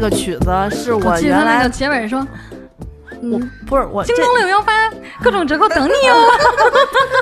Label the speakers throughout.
Speaker 1: 个曲子是
Speaker 2: 我
Speaker 1: 我
Speaker 2: 记得
Speaker 1: 原
Speaker 2: 他那
Speaker 1: 来
Speaker 2: 个结尾说，
Speaker 1: 我
Speaker 2: 嗯，
Speaker 1: 不是我
Speaker 2: 京
Speaker 1: 这
Speaker 2: 东六幺八各种折扣等你 哦。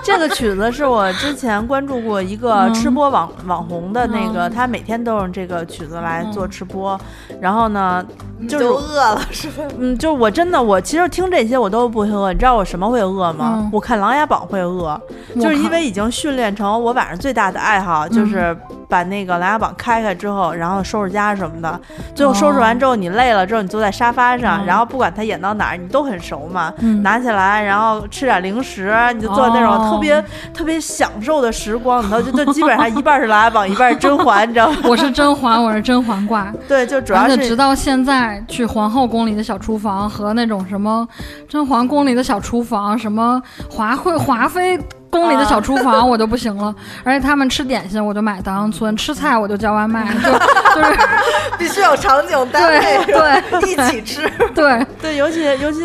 Speaker 1: 这个曲子是我之前关注过一个
Speaker 2: 嗯
Speaker 1: 吃播网、网红的那个，
Speaker 2: 嗯
Speaker 1: 他每天都用这个曲子来做
Speaker 2: 嗯
Speaker 1: 吃播，然后呢，就
Speaker 3: 就是饿了是吧？
Speaker 1: 嗯，就是我真的我其实听这些我都不会饿，你知道我什么会饿吗？
Speaker 2: 嗯
Speaker 1: 我看《琅琊榜》会饿，就是因为已经训练成我晚上最大的爱好，就是
Speaker 2: 嗯
Speaker 1: 把那个琅琊榜开开之后，然后收拾家什么的。最后收拾完之后，你累了之后，你坐在沙发上，
Speaker 2: 哦嗯
Speaker 1: 然后不管他演到哪儿，你都很熟嘛。
Speaker 2: 嗯
Speaker 1: 拿起来，然后吃点零食，你就做那种
Speaker 2: 哦
Speaker 1: 特别、特别享受的时光。你知道，就就基本上一半是琅琊榜，一半是甄嬛，你知道吗？
Speaker 2: 我是甄嬛，我是甄嬛挂。
Speaker 1: 对，就主
Speaker 2: 而
Speaker 1: 要
Speaker 2: 且直
Speaker 1: 是
Speaker 2: 到现在，去皇后宫里的小厨房和那种什么甄嬛宫里的小厨房，什么华贵华妃宫里的小厨房，我都不行了。而且他们吃点心，我就买当村；吃菜，我就叫外卖。就就是
Speaker 3: 必须有场景单位，是吧 一起吃。
Speaker 2: 对，
Speaker 1: 对，尤其尤其。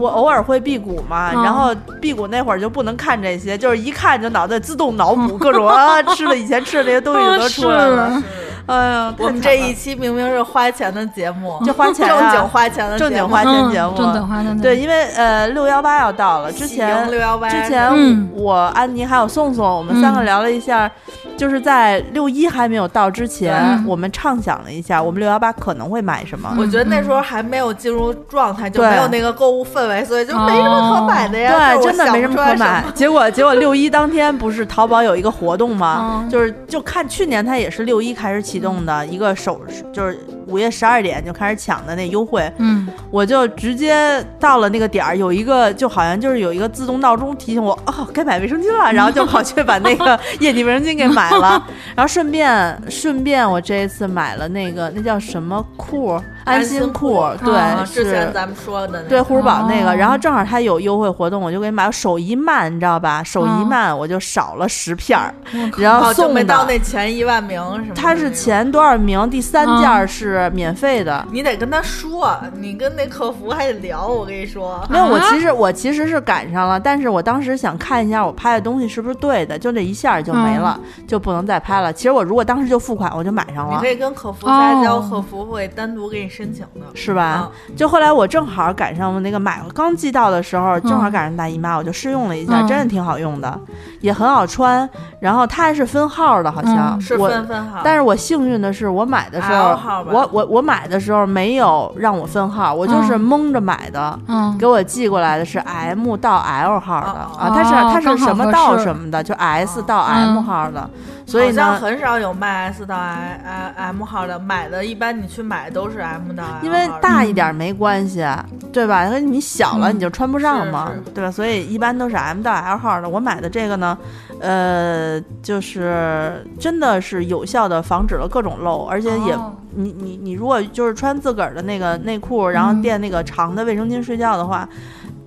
Speaker 1: 我偶尔会辟谷嘛，
Speaker 2: 嗯
Speaker 1: 然后辟谷那会儿就不能看这些，就是一看就脑袋自动脑补各种啊吃的以前吃的这些东西都出来了。
Speaker 2: 啊哦是
Speaker 1: 哎呀，
Speaker 3: 我们
Speaker 1: 太
Speaker 3: 这
Speaker 1: 惨了
Speaker 3: 一期明明是花钱的节目，
Speaker 1: 就花钱
Speaker 3: 正
Speaker 1: 啊
Speaker 3: 经花钱的
Speaker 1: 正经花钱
Speaker 3: 钱。
Speaker 2: 嗯
Speaker 1: 节目，
Speaker 2: 正等花正
Speaker 1: 对，因为呃六幺八要到了，之前
Speaker 3: 六幺八
Speaker 1: 之前
Speaker 2: 嗯
Speaker 1: 我安妮还有宋宋，我们三个
Speaker 2: 嗯
Speaker 1: 聊了一下，就是在六一还没有到之前，
Speaker 2: 嗯
Speaker 1: 我们畅想了一下，我们六幺八可能会买什么。
Speaker 3: 我觉得那时候还没有进入状态，就没有那个购物氛围，所以就没什么可买的呀。
Speaker 1: 哦对，
Speaker 3: 就是我
Speaker 1: 真的
Speaker 3: 想
Speaker 1: 没
Speaker 3: 不
Speaker 1: 什么
Speaker 3: 出来
Speaker 1: 可买。结果，结果六一当天不是淘宝有一个活动吗？
Speaker 2: 嗯
Speaker 1: 就是就看去年它也是六一开始启动的一个首，就是午夜十二点就开始抢的那优惠。
Speaker 2: 嗯，
Speaker 1: 我就直接到了那个点儿，有一个就好像就是有一个自动闹钟提醒我，哦，该买卫生巾了，然后就跑去把那 个液体卫生巾给买了，然后顺便顺便我这一次买了那个那叫什么裤，安心裤，对，
Speaker 3: 啊
Speaker 1: 是
Speaker 3: 之前咱们说的那
Speaker 1: 对
Speaker 3: 个，
Speaker 1: 护肤宝那个，
Speaker 2: 哦
Speaker 1: 然后正好它有优惠活动，我就给买了手一慢，你知道吧？手
Speaker 3: 嗯
Speaker 1: 一慢我就少了十片儿，
Speaker 2: 我靠
Speaker 1: 然后
Speaker 3: 哦就
Speaker 1: 送
Speaker 3: 没
Speaker 1: 的
Speaker 3: 到那前一万名什么的那种。
Speaker 1: 它是前多少名，第三件
Speaker 3: 嗯
Speaker 1: 儿是免费的。
Speaker 3: 你得跟他说，你跟那客服还得聊。我跟你说，
Speaker 1: 没有，我
Speaker 2: 啊
Speaker 1: 其实我其实是赶上了，但是我当时想看一下我拍的东西是不是对的，就这一下就没了，就不能再拍了。其实我如果当时就付款，我就买上
Speaker 3: 嗯你
Speaker 1: 了
Speaker 3: 可，以跟客服撒娇，
Speaker 2: 哦
Speaker 3: 客服会单独给你申请的。
Speaker 1: 是吧
Speaker 3: 啊？
Speaker 1: 就后来我正好赶上我那个买刚寄到的时候，正
Speaker 3: 嗯
Speaker 1: 好赶上大姨妈，我就试用了一下，
Speaker 2: 嗯
Speaker 1: 真的挺好用的，也很好穿。然后它还是分号的，好像
Speaker 2: 嗯
Speaker 3: 是
Speaker 1: 我。
Speaker 3: 分分好，
Speaker 1: 但是我幸运的是，我买的时
Speaker 3: L
Speaker 1: 候
Speaker 3: 号，吧
Speaker 1: 我我我买的时候没有让我分号，我就是蒙着买的。
Speaker 2: 嗯
Speaker 1: 给我寄过来的是 M 到 L 号的
Speaker 3: 哦
Speaker 1: 啊，它是它是
Speaker 2: 刚好
Speaker 1: 什么
Speaker 2: 合
Speaker 1: 到
Speaker 2: 适
Speaker 1: 什么的，就 S 到 M 号的，所以
Speaker 3: 好像
Speaker 1: 呢，
Speaker 3: 很少有卖 S 到 I I M 号的，买的一般你去买都是 M 到 L
Speaker 1: 因为
Speaker 3: 号的
Speaker 1: 大一点没关系，对吧？因为你小了
Speaker 2: 嗯
Speaker 1: 你就穿不上嘛
Speaker 3: 是，
Speaker 1: 对吧？所以一般都是 M 到 L 号的。我买的这个呢，呃，就是真的是有效的防止了各种漏，而且也
Speaker 2: 哦
Speaker 1: 你你你如果就是穿自个儿的那个内裤，然后
Speaker 2: 嗯
Speaker 1: 垫那个长的卫生巾睡觉的话，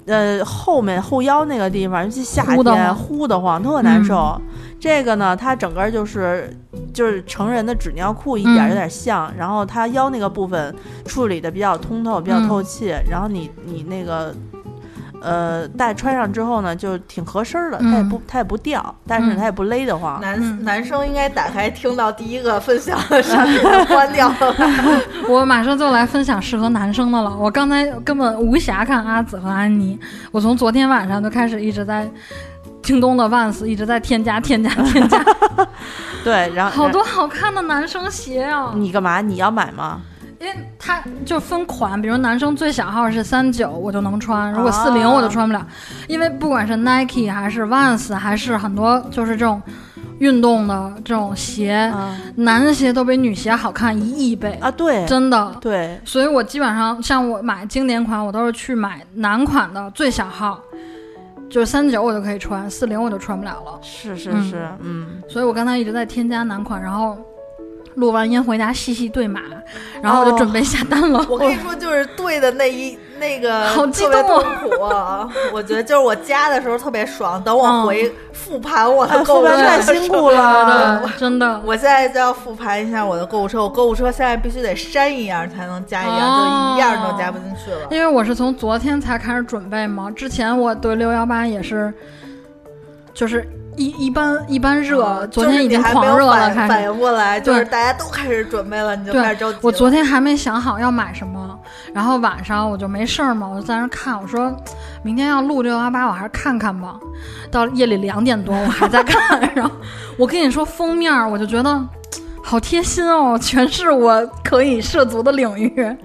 Speaker 1: 呃，后面后腰那个地方，尤其夏
Speaker 2: 呼得
Speaker 1: 天
Speaker 2: 慌嗯
Speaker 1: 呼得慌，特难受。这个呢，它整个就是就是成人的纸尿裤一点儿
Speaker 2: 嗯
Speaker 1: 有点像，然后它腰那个部分处理的比较通透，比较
Speaker 2: 嗯
Speaker 1: 透气，然后你你那个。呃，戴穿上之后呢，就挺合身儿的，它也
Speaker 2: 嗯
Speaker 1: 不它也不掉，但是
Speaker 2: 嗯
Speaker 1: 它也不勒得慌。
Speaker 3: 男男生应该打开听到第一个分享的声音就关掉了 吧。
Speaker 2: 我马上就来分享适合男生的了。我刚才根本无暇看阿紫和安妮，我从昨天晚上就开始一直在京东的 Vans 一直在添加添加添加，
Speaker 1: 对，然后
Speaker 2: 好多好看的男生鞋啊！
Speaker 1: 你干嘛？你要买吗？
Speaker 2: 因为它就分款，比如男生最小号是三九，我就能穿；如果四零
Speaker 1: 啊
Speaker 2: 我就穿不了，因为不管是 Nike 还是 Vans 还是很多就是这种运动的这种鞋，
Speaker 1: 嗯
Speaker 2: 男鞋都比女鞋好看一亿倍，
Speaker 1: 啊，对，
Speaker 2: 真的。
Speaker 1: 对，
Speaker 2: 所以我基本上像我买经典款，我都是去买男款的最小号，就是三九我就可以穿，四零我就穿不了了。
Speaker 1: 是是
Speaker 2: 嗯
Speaker 1: 是，嗯，
Speaker 2: 所以我刚才一直在添加男款，然后录完音回家细细对码，然后我就准备下单了。
Speaker 3: 我跟你说，就是对的那一那个
Speaker 2: 好激
Speaker 3: 特别
Speaker 2: 动
Speaker 3: 痛苦啊、我觉得就是我加的时候特别爽，等我
Speaker 2: 嗯
Speaker 3: 回复盘我的
Speaker 1: 哎
Speaker 3: 购
Speaker 1: 后
Speaker 3: 物
Speaker 1: 边
Speaker 3: 车
Speaker 1: 太
Speaker 3: 的时候，
Speaker 1: 辛苦了。
Speaker 2: 对， 真的。
Speaker 3: 我现在就要复盘一下我的购物车，我购物车现在必须得删一样才能加一样，
Speaker 2: 哦
Speaker 3: 就一样都加不进去了。
Speaker 2: 因为我是从昨天才开始准备嘛，之前我对六幺八也是，就是一一般一般热，
Speaker 1: 嗯
Speaker 2: 昨
Speaker 3: 哦就是
Speaker 2: 天已
Speaker 3: 你
Speaker 2: 经
Speaker 3: 还
Speaker 2: 狂
Speaker 3: 没有
Speaker 2: 热了，
Speaker 3: 反
Speaker 2: 开
Speaker 3: 反
Speaker 2: 始。
Speaker 3: 应过来，就是
Speaker 2: 对
Speaker 3: 大家都开始准备了，你就
Speaker 2: 对
Speaker 3: 开始着急了。
Speaker 2: 我昨天还没想好要买什么，然后晚上我就没事儿嘛，我就在那儿看，我说明天要录六幺八，我还是看看吧。到夜里两点多，我还在看， 然后我跟你说封面儿，我就觉得。好贴心哦，全是我可以涉足的领域。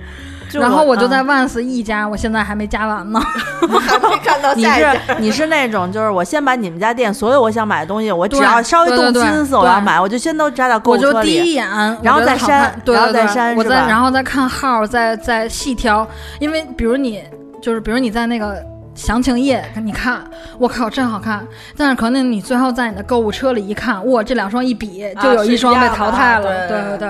Speaker 1: 就
Speaker 2: 然后我就在
Speaker 1: 嗯
Speaker 2: Vans 一家，我现在还没加完呢。
Speaker 3: 还没看到
Speaker 1: 你
Speaker 3: 下一
Speaker 1: 是
Speaker 3: 家，
Speaker 1: 你是那种，就是我先把你们家店所有我想买的东西，我只
Speaker 2: 对
Speaker 1: 要稍微
Speaker 2: 对
Speaker 1: 动
Speaker 2: 对对
Speaker 1: 心思，我
Speaker 2: 对
Speaker 1: 要买，我就先都扎到购
Speaker 2: 我
Speaker 1: 物
Speaker 2: 就
Speaker 1: 车
Speaker 2: 第
Speaker 1: 里。
Speaker 2: 一眼，
Speaker 1: 然后
Speaker 2: 我觉得
Speaker 1: 再
Speaker 2: 好
Speaker 1: 删
Speaker 2: 看对
Speaker 1: 然后
Speaker 2: 对
Speaker 1: 再
Speaker 2: 对
Speaker 1: 删
Speaker 2: 我
Speaker 1: 是
Speaker 2: 再
Speaker 1: 吧
Speaker 2: 然后再看号，再再细挑，因为比如你就是比如你在那个详情页，你看，我靠，真好看，但是可能你最后在你的购物车里一看，哇，这两双一比，就
Speaker 3: 啊
Speaker 2: 有
Speaker 3: 是
Speaker 2: 一
Speaker 3: 一
Speaker 2: 双被
Speaker 3: 样的
Speaker 2: 淘
Speaker 3: 啊
Speaker 2: 汰了，
Speaker 3: 对
Speaker 2: 对对对，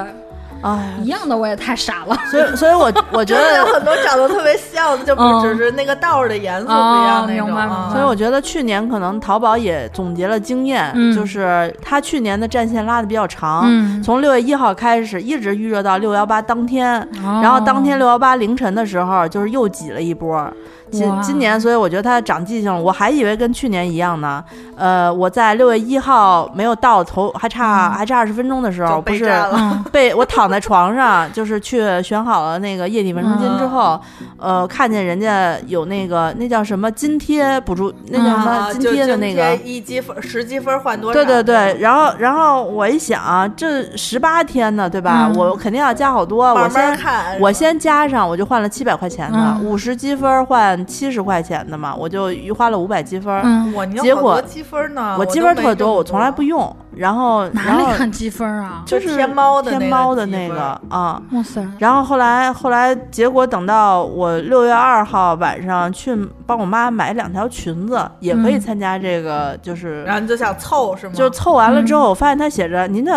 Speaker 1: 哎，
Speaker 2: 一样的我也太傻了，
Speaker 1: 所以所以 我我觉
Speaker 3: 真的有
Speaker 1: 得。
Speaker 3: 很多长得特别像的，就
Speaker 2: 嗯
Speaker 3: 不只是那个道儿的颜色不一样
Speaker 2: 哦
Speaker 3: 那种。
Speaker 2: 明白
Speaker 3: 啊
Speaker 2: 明白
Speaker 1: 所以我觉得去年可能淘宝也总结了经验，
Speaker 2: 嗯
Speaker 1: 就是它去年的战线拉的比较长，
Speaker 2: 嗯，
Speaker 1: 啊从六月一号开始一直预热到六幺八当天，
Speaker 2: 然
Speaker 1: 然后当天六幺八凌晨的时候就是又挤了一波。今
Speaker 2: 哇
Speaker 1: 今年，所以我觉得它长记性了，我还以为跟去年一样呢。呃，我在六月一号没有到头，还差、还差二十分钟的时候，
Speaker 3: 就
Speaker 1: 不
Speaker 3: 被
Speaker 1: 是
Speaker 3: 占了。
Speaker 2: 嗯
Speaker 1: 被我躺在床上，就是去选好了那个液体卫生巾之后，呃，看见人家有那个那叫什么津贴补助，那叫什么
Speaker 3: 啊，
Speaker 1: 津贴的那个。
Speaker 3: 就今天一积分十积分换多少？
Speaker 1: 对对对，，然后然后我一想，啊这十八天呢，对吧？
Speaker 2: 嗯
Speaker 1: 我肯定要加好多，
Speaker 3: 慢慢
Speaker 1: 我先
Speaker 3: 看。嗯
Speaker 1: 我先加上，我就换了七百块钱的，五十、积分换七十块钱的嘛，我就花了五百积分。
Speaker 2: 嗯，
Speaker 3: 我你要
Speaker 1: 结
Speaker 3: 好
Speaker 1: 果
Speaker 3: 多积分呢？
Speaker 1: 我积分特多，我从来不
Speaker 3: 用。
Speaker 1: 用。然后
Speaker 2: 哪
Speaker 1: 然后
Speaker 2: 里看积分啊？
Speaker 1: 就是
Speaker 3: 天猫的那个
Speaker 1: 天猫的那
Speaker 3: 积
Speaker 1: 个
Speaker 3: 分
Speaker 1: 啊。
Speaker 2: 哇塞，
Speaker 1: 然后后来后来，结果等到我六月二号晚上去帮我妈买两条裙子，也可以
Speaker 2: 嗯
Speaker 1: 参加这个，就是、
Speaker 3: 然后你就想凑是吗？
Speaker 1: 就凑完了之
Speaker 3: 嗯
Speaker 1: 后，我发现他写着您的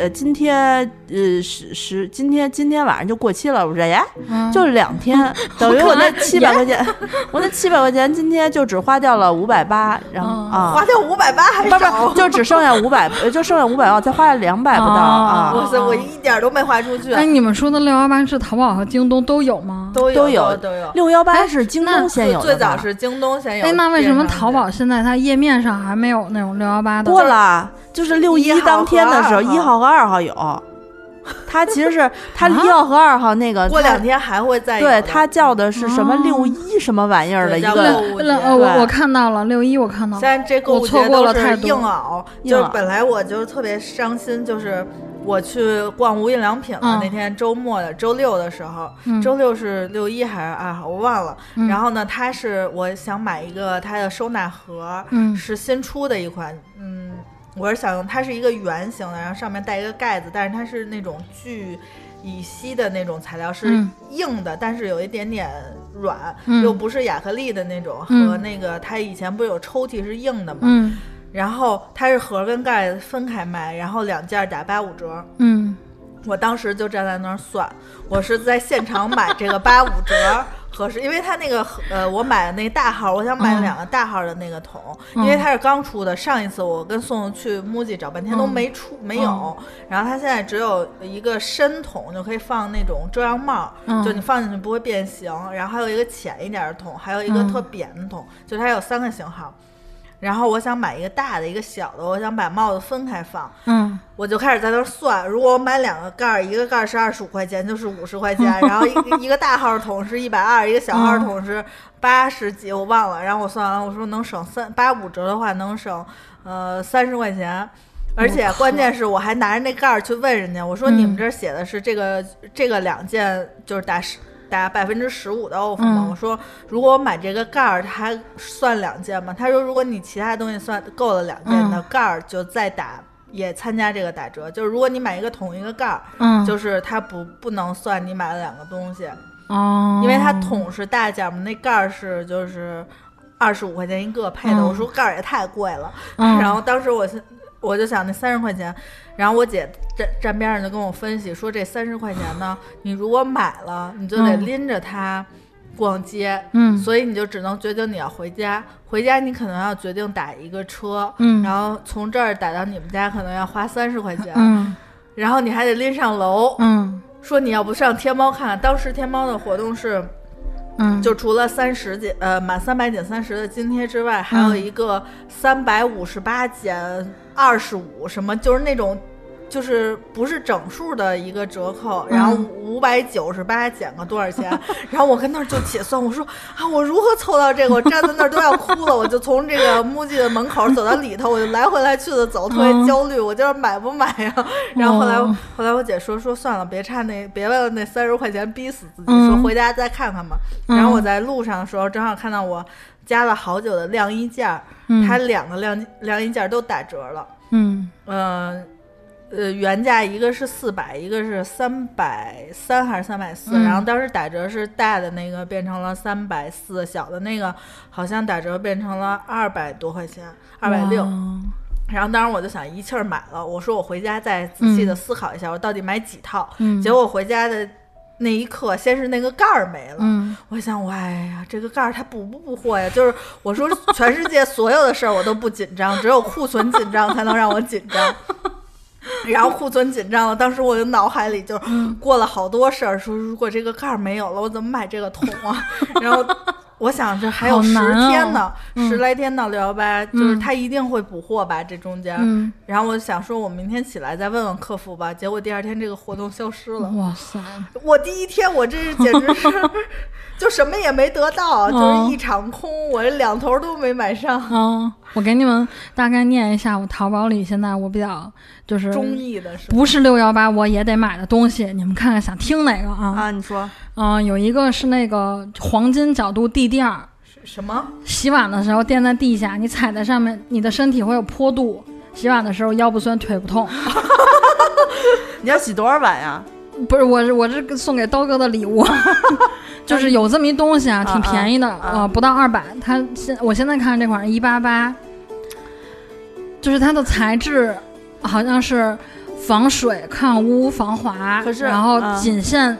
Speaker 1: 呃今天呃十十今天今天晚上就过期了，我说哎，
Speaker 2: 嗯
Speaker 1: 就两天，等于我那
Speaker 2: 好可爱
Speaker 1: 七百块钱， 我那七百块钱今天就只花掉了五百八，然后
Speaker 2: 嗯
Speaker 1: 啊
Speaker 3: 花。掉五百八还
Speaker 1: 不是
Speaker 3: 少哦
Speaker 1: 不是，。就只剩下五百，呃就剩下五百万，再花了两百不到啊！
Speaker 3: 哇塞，我一点都没花出去，
Speaker 2: 哎，你们说的六幺八是淘宝和京东都有吗？
Speaker 3: 都
Speaker 1: 都有
Speaker 3: 有都有。
Speaker 1: 六幺八
Speaker 2: 哎
Speaker 1: 是京
Speaker 2: 那
Speaker 1: 东先有的吧，
Speaker 3: 最早是京东先有。
Speaker 2: 哎，那为什么淘
Speaker 3: 电商
Speaker 2: 宝现在它页面上还没有那种六幺八的？
Speaker 1: 过了，就是六一
Speaker 3: 一号
Speaker 1: 当天的时候，
Speaker 3: 和二号
Speaker 1: 一号和二号有。他其实是他
Speaker 2: 啊
Speaker 1: 一号和二号那个，
Speaker 3: 过两
Speaker 1: 它
Speaker 3: 天还会再有
Speaker 1: 对
Speaker 3: 的
Speaker 1: 他叫的是什么
Speaker 2: 哦
Speaker 1: 六一什么玩意儿的
Speaker 3: 对
Speaker 1: 一
Speaker 3: 叫
Speaker 1: 个
Speaker 3: 六，
Speaker 2: 六
Speaker 3: 五
Speaker 2: 六
Speaker 3: 节
Speaker 2: 呃，我
Speaker 1: 对
Speaker 2: 我看到了六一，我看到
Speaker 3: 现
Speaker 2: 了。
Speaker 3: 在这购
Speaker 2: 我
Speaker 3: 物
Speaker 2: 错
Speaker 3: 节
Speaker 2: 过
Speaker 3: 都
Speaker 2: 了太
Speaker 3: 是
Speaker 2: 多
Speaker 3: 硬熬，
Speaker 1: 硬
Speaker 3: 就是
Speaker 1: 熬
Speaker 3: 本来我就是特别伤心，就是我去逛无印良品了
Speaker 2: 嗯，
Speaker 3: 那天周末的周六的时候，
Speaker 2: 嗯
Speaker 3: 周六是六一还是二号我忘了。
Speaker 2: 嗯
Speaker 3: 然后呢，它是我想买一个它的收纳盒，
Speaker 2: 嗯
Speaker 3: 是新出的一款，嗯，我是想用它是一个圆形的，然后上面带一个盖子，但是它是那种聚乙烯的那种材料，是
Speaker 2: 嗯
Speaker 3: 硬的，但是有一点点软，
Speaker 2: 嗯
Speaker 3: 又不是亚克力的那种，
Speaker 2: 嗯
Speaker 3: 和那个它以前不是有抽屉是硬的嘛，
Speaker 2: 嗯
Speaker 3: 然后它是盒跟盖分开卖，然后两件打八五折。
Speaker 2: 嗯，
Speaker 3: 我当时就站在那儿算，我是在现场买这个八五折合适，因为它那个呃，我买的那个大号，我想买
Speaker 2: 嗯
Speaker 3: 两个大号的那个桶，
Speaker 2: 嗯
Speaker 3: 因为它是刚出的。上一次我跟宋宋去 MUJI 找半天都
Speaker 2: 嗯
Speaker 3: 没出，没有。然后它现在只有一个深桶，就可以放那种遮阳帽，
Speaker 2: 嗯
Speaker 3: 就你放进去不会变形。然后还有一个浅一点的桶，还有一个
Speaker 2: 嗯
Speaker 3: 特扁的桶，就是它有三个型号。然后我想买一个大的，一个小的，我想把帽子分开放。
Speaker 2: 嗯
Speaker 3: 我就开始在那儿算，如果我买两个盖儿，一个盖儿是二十五块钱，就是五 十块钱，然后一个一个大号儿桶是一百二，一个小号
Speaker 2: 嗯
Speaker 3: 儿桶是八十几，我忘了。然后我算完了，我说能省三八五折的话能省呃三十块钱。而且关键是我还拿着那盖儿去问人家，我说
Speaker 2: 嗯
Speaker 3: 你们这儿写的是这个、这个两件就是打十打百分之十五的 off 吗？
Speaker 2: 嗯
Speaker 3: 我说如果我买这个盖儿，它还算两件吗？他说如果你其他东西算够了两件
Speaker 2: 嗯
Speaker 3: 的盖儿，就再打也参加这个打折。就是如果你买一个桶一个盖儿，
Speaker 2: 嗯，
Speaker 3: 就是它不不能算你买了两个东西，
Speaker 2: 哦，
Speaker 3: 因为它桶是大件儿嘛，那盖儿是就是二十五块钱一个配的。
Speaker 2: 嗯
Speaker 3: 我说盖儿也太贵了，
Speaker 2: 嗯，
Speaker 3: 然后当时我是我就想那三十块钱，然后我姐站站边上就跟我分析说，这三十块钱呢，你如果买了，你就得
Speaker 2: 嗯
Speaker 3: 拎着它逛街，
Speaker 2: 嗯
Speaker 3: 所以你就只能决定你要回家，回家你可能要决定打一个车，
Speaker 2: 嗯
Speaker 3: 然后从这儿打到你们家可能要花三十块钱，
Speaker 2: 嗯
Speaker 3: 然后你还得拎上楼，
Speaker 2: 嗯
Speaker 3: 说你要不上天猫看看，当时天猫的活动是。
Speaker 2: 嗯，
Speaker 3: 就除了三十减呃满三百减三十的津贴之外，还有
Speaker 2: 嗯
Speaker 3: 一个三百五十八减二十五，什么就是那种。就是不是整数的一个折扣，然后
Speaker 2: 嗯
Speaker 3: 五百九十八减个多少钱？然后我跟那儿就起算，我说啊，我如何凑到这个？我站在那儿都要哭了。我就从这个 MUJI 的门口走到里头，我就来回来去的走，特别
Speaker 2: 嗯
Speaker 3: 焦虑，我就是买不买呀、然后后来
Speaker 2: 哦
Speaker 3: 后来我姐说说算了，别差那别为了那三十块钱逼死自己，
Speaker 2: 嗯
Speaker 3: 说回家再看看吧。
Speaker 2: 嗯
Speaker 3: 然后我在路上的时候，正好看到我加了好久的晾衣架儿，
Speaker 2: 嗯
Speaker 3: 它两个晾晾衣架儿都打折了。
Speaker 2: 嗯
Speaker 3: 嗯、呃，原价一个是四百，一个是三百三还是三百四，
Speaker 2: 嗯
Speaker 3: 然后当时打折是大的那个变成了三百四，小的那个好像打折变成了二百多块钱，二百六。
Speaker 2: 哇
Speaker 3: 然后当时我就想一气儿买了，我说我回家再仔细的
Speaker 2: 嗯
Speaker 3: 思考一下，我到底买几套。
Speaker 2: 嗯
Speaker 3: 结果回家的那一刻，先是那个盖儿没了，
Speaker 2: 嗯
Speaker 3: 我想我哎呀，这个盖儿它补不补货呀？就是我说全世界所有的事儿我都不紧张，只有库存紧张才能让我紧张。然后库存紧张了，当时我的脑海里就
Speaker 2: 嗯
Speaker 3: 过了好多事儿，说如果这个盖儿没有了，我怎么买这个桶啊？ 然后我想这还有
Speaker 2: 好
Speaker 3: 十
Speaker 2: 难哦
Speaker 3: 天呢，
Speaker 2: 嗯
Speaker 3: 十来天到六幺八，就是
Speaker 2: 嗯
Speaker 3: 它一定会补货吧？这中间，
Speaker 2: 嗯，
Speaker 3: 然后我想说，我明天起来再问问客服吧。结果第二天这个活动消失了。
Speaker 2: 哇塞，
Speaker 3: 我第一天，我这是简直 是就什么也没得到，
Speaker 2: 哦
Speaker 3: 就是一场空，我这两头都没买上。
Speaker 2: 嗯，我给你们大概念一下，我淘宝里现在我比较就是
Speaker 3: 中意的是
Speaker 2: 嗯
Speaker 3: 吧
Speaker 2: 不是六幺八我也得买的东西，你们看看想听哪个啊？
Speaker 1: 啊，你说
Speaker 2: 嗯、有一个是那个黄金角度地垫儿，
Speaker 3: 是什么？
Speaker 2: 洗碗的时候垫在地下，你踩在上面，你的身体会有坡度。洗碗的时候腰不酸腿不痛，
Speaker 1: 你要洗多少碗呀？
Speaker 2: 不是我是我这送给刀哥的礼物， 就是有这么一东西啊，挺便宜的，
Speaker 1: 啊啊
Speaker 2: 呃，不到二百。它现我现在看这款是一八八，就是它的材质好像是防水、抗污、防滑，
Speaker 1: 可是
Speaker 2: 然后
Speaker 1: 嗯
Speaker 2: 仅限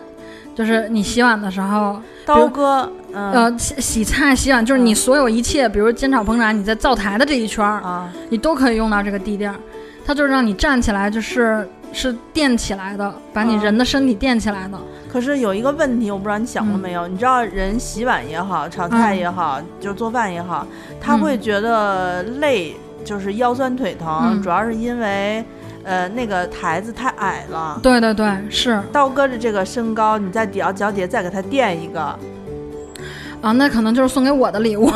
Speaker 2: 就是你洗碗的时候，
Speaker 1: 刀哥，嗯
Speaker 2: 呃，洗洗菜、洗碗，就是你所有一切，比如煎炒烹炸，你在灶台的这一圈儿，
Speaker 1: 啊，
Speaker 2: 你都可以用到这个地垫儿，它就是让你站起来，就是是垫起来的，把你
Speaker 1: 嗯
Speaker 2: 人的身体垫起来的。
Speaker 1: 可是有一个问题，我不知道你想过没有？你知道人洗碗也好，炒菜也好，就做饭也好，他
Speaker 2: 嗯
Speaker 1: 会觉得累，就是腰酸腿疼，
Speaker 2: 嗯
Speaker 1: 主要是因为呃那个台子太矮了。
Speaker 2: 对对对，是
Speaker 1: 刀哥的这个身高，你在底下脚底下再给他垫一个，
Speaker 2: 啊，那可能就是送给我的礼 物。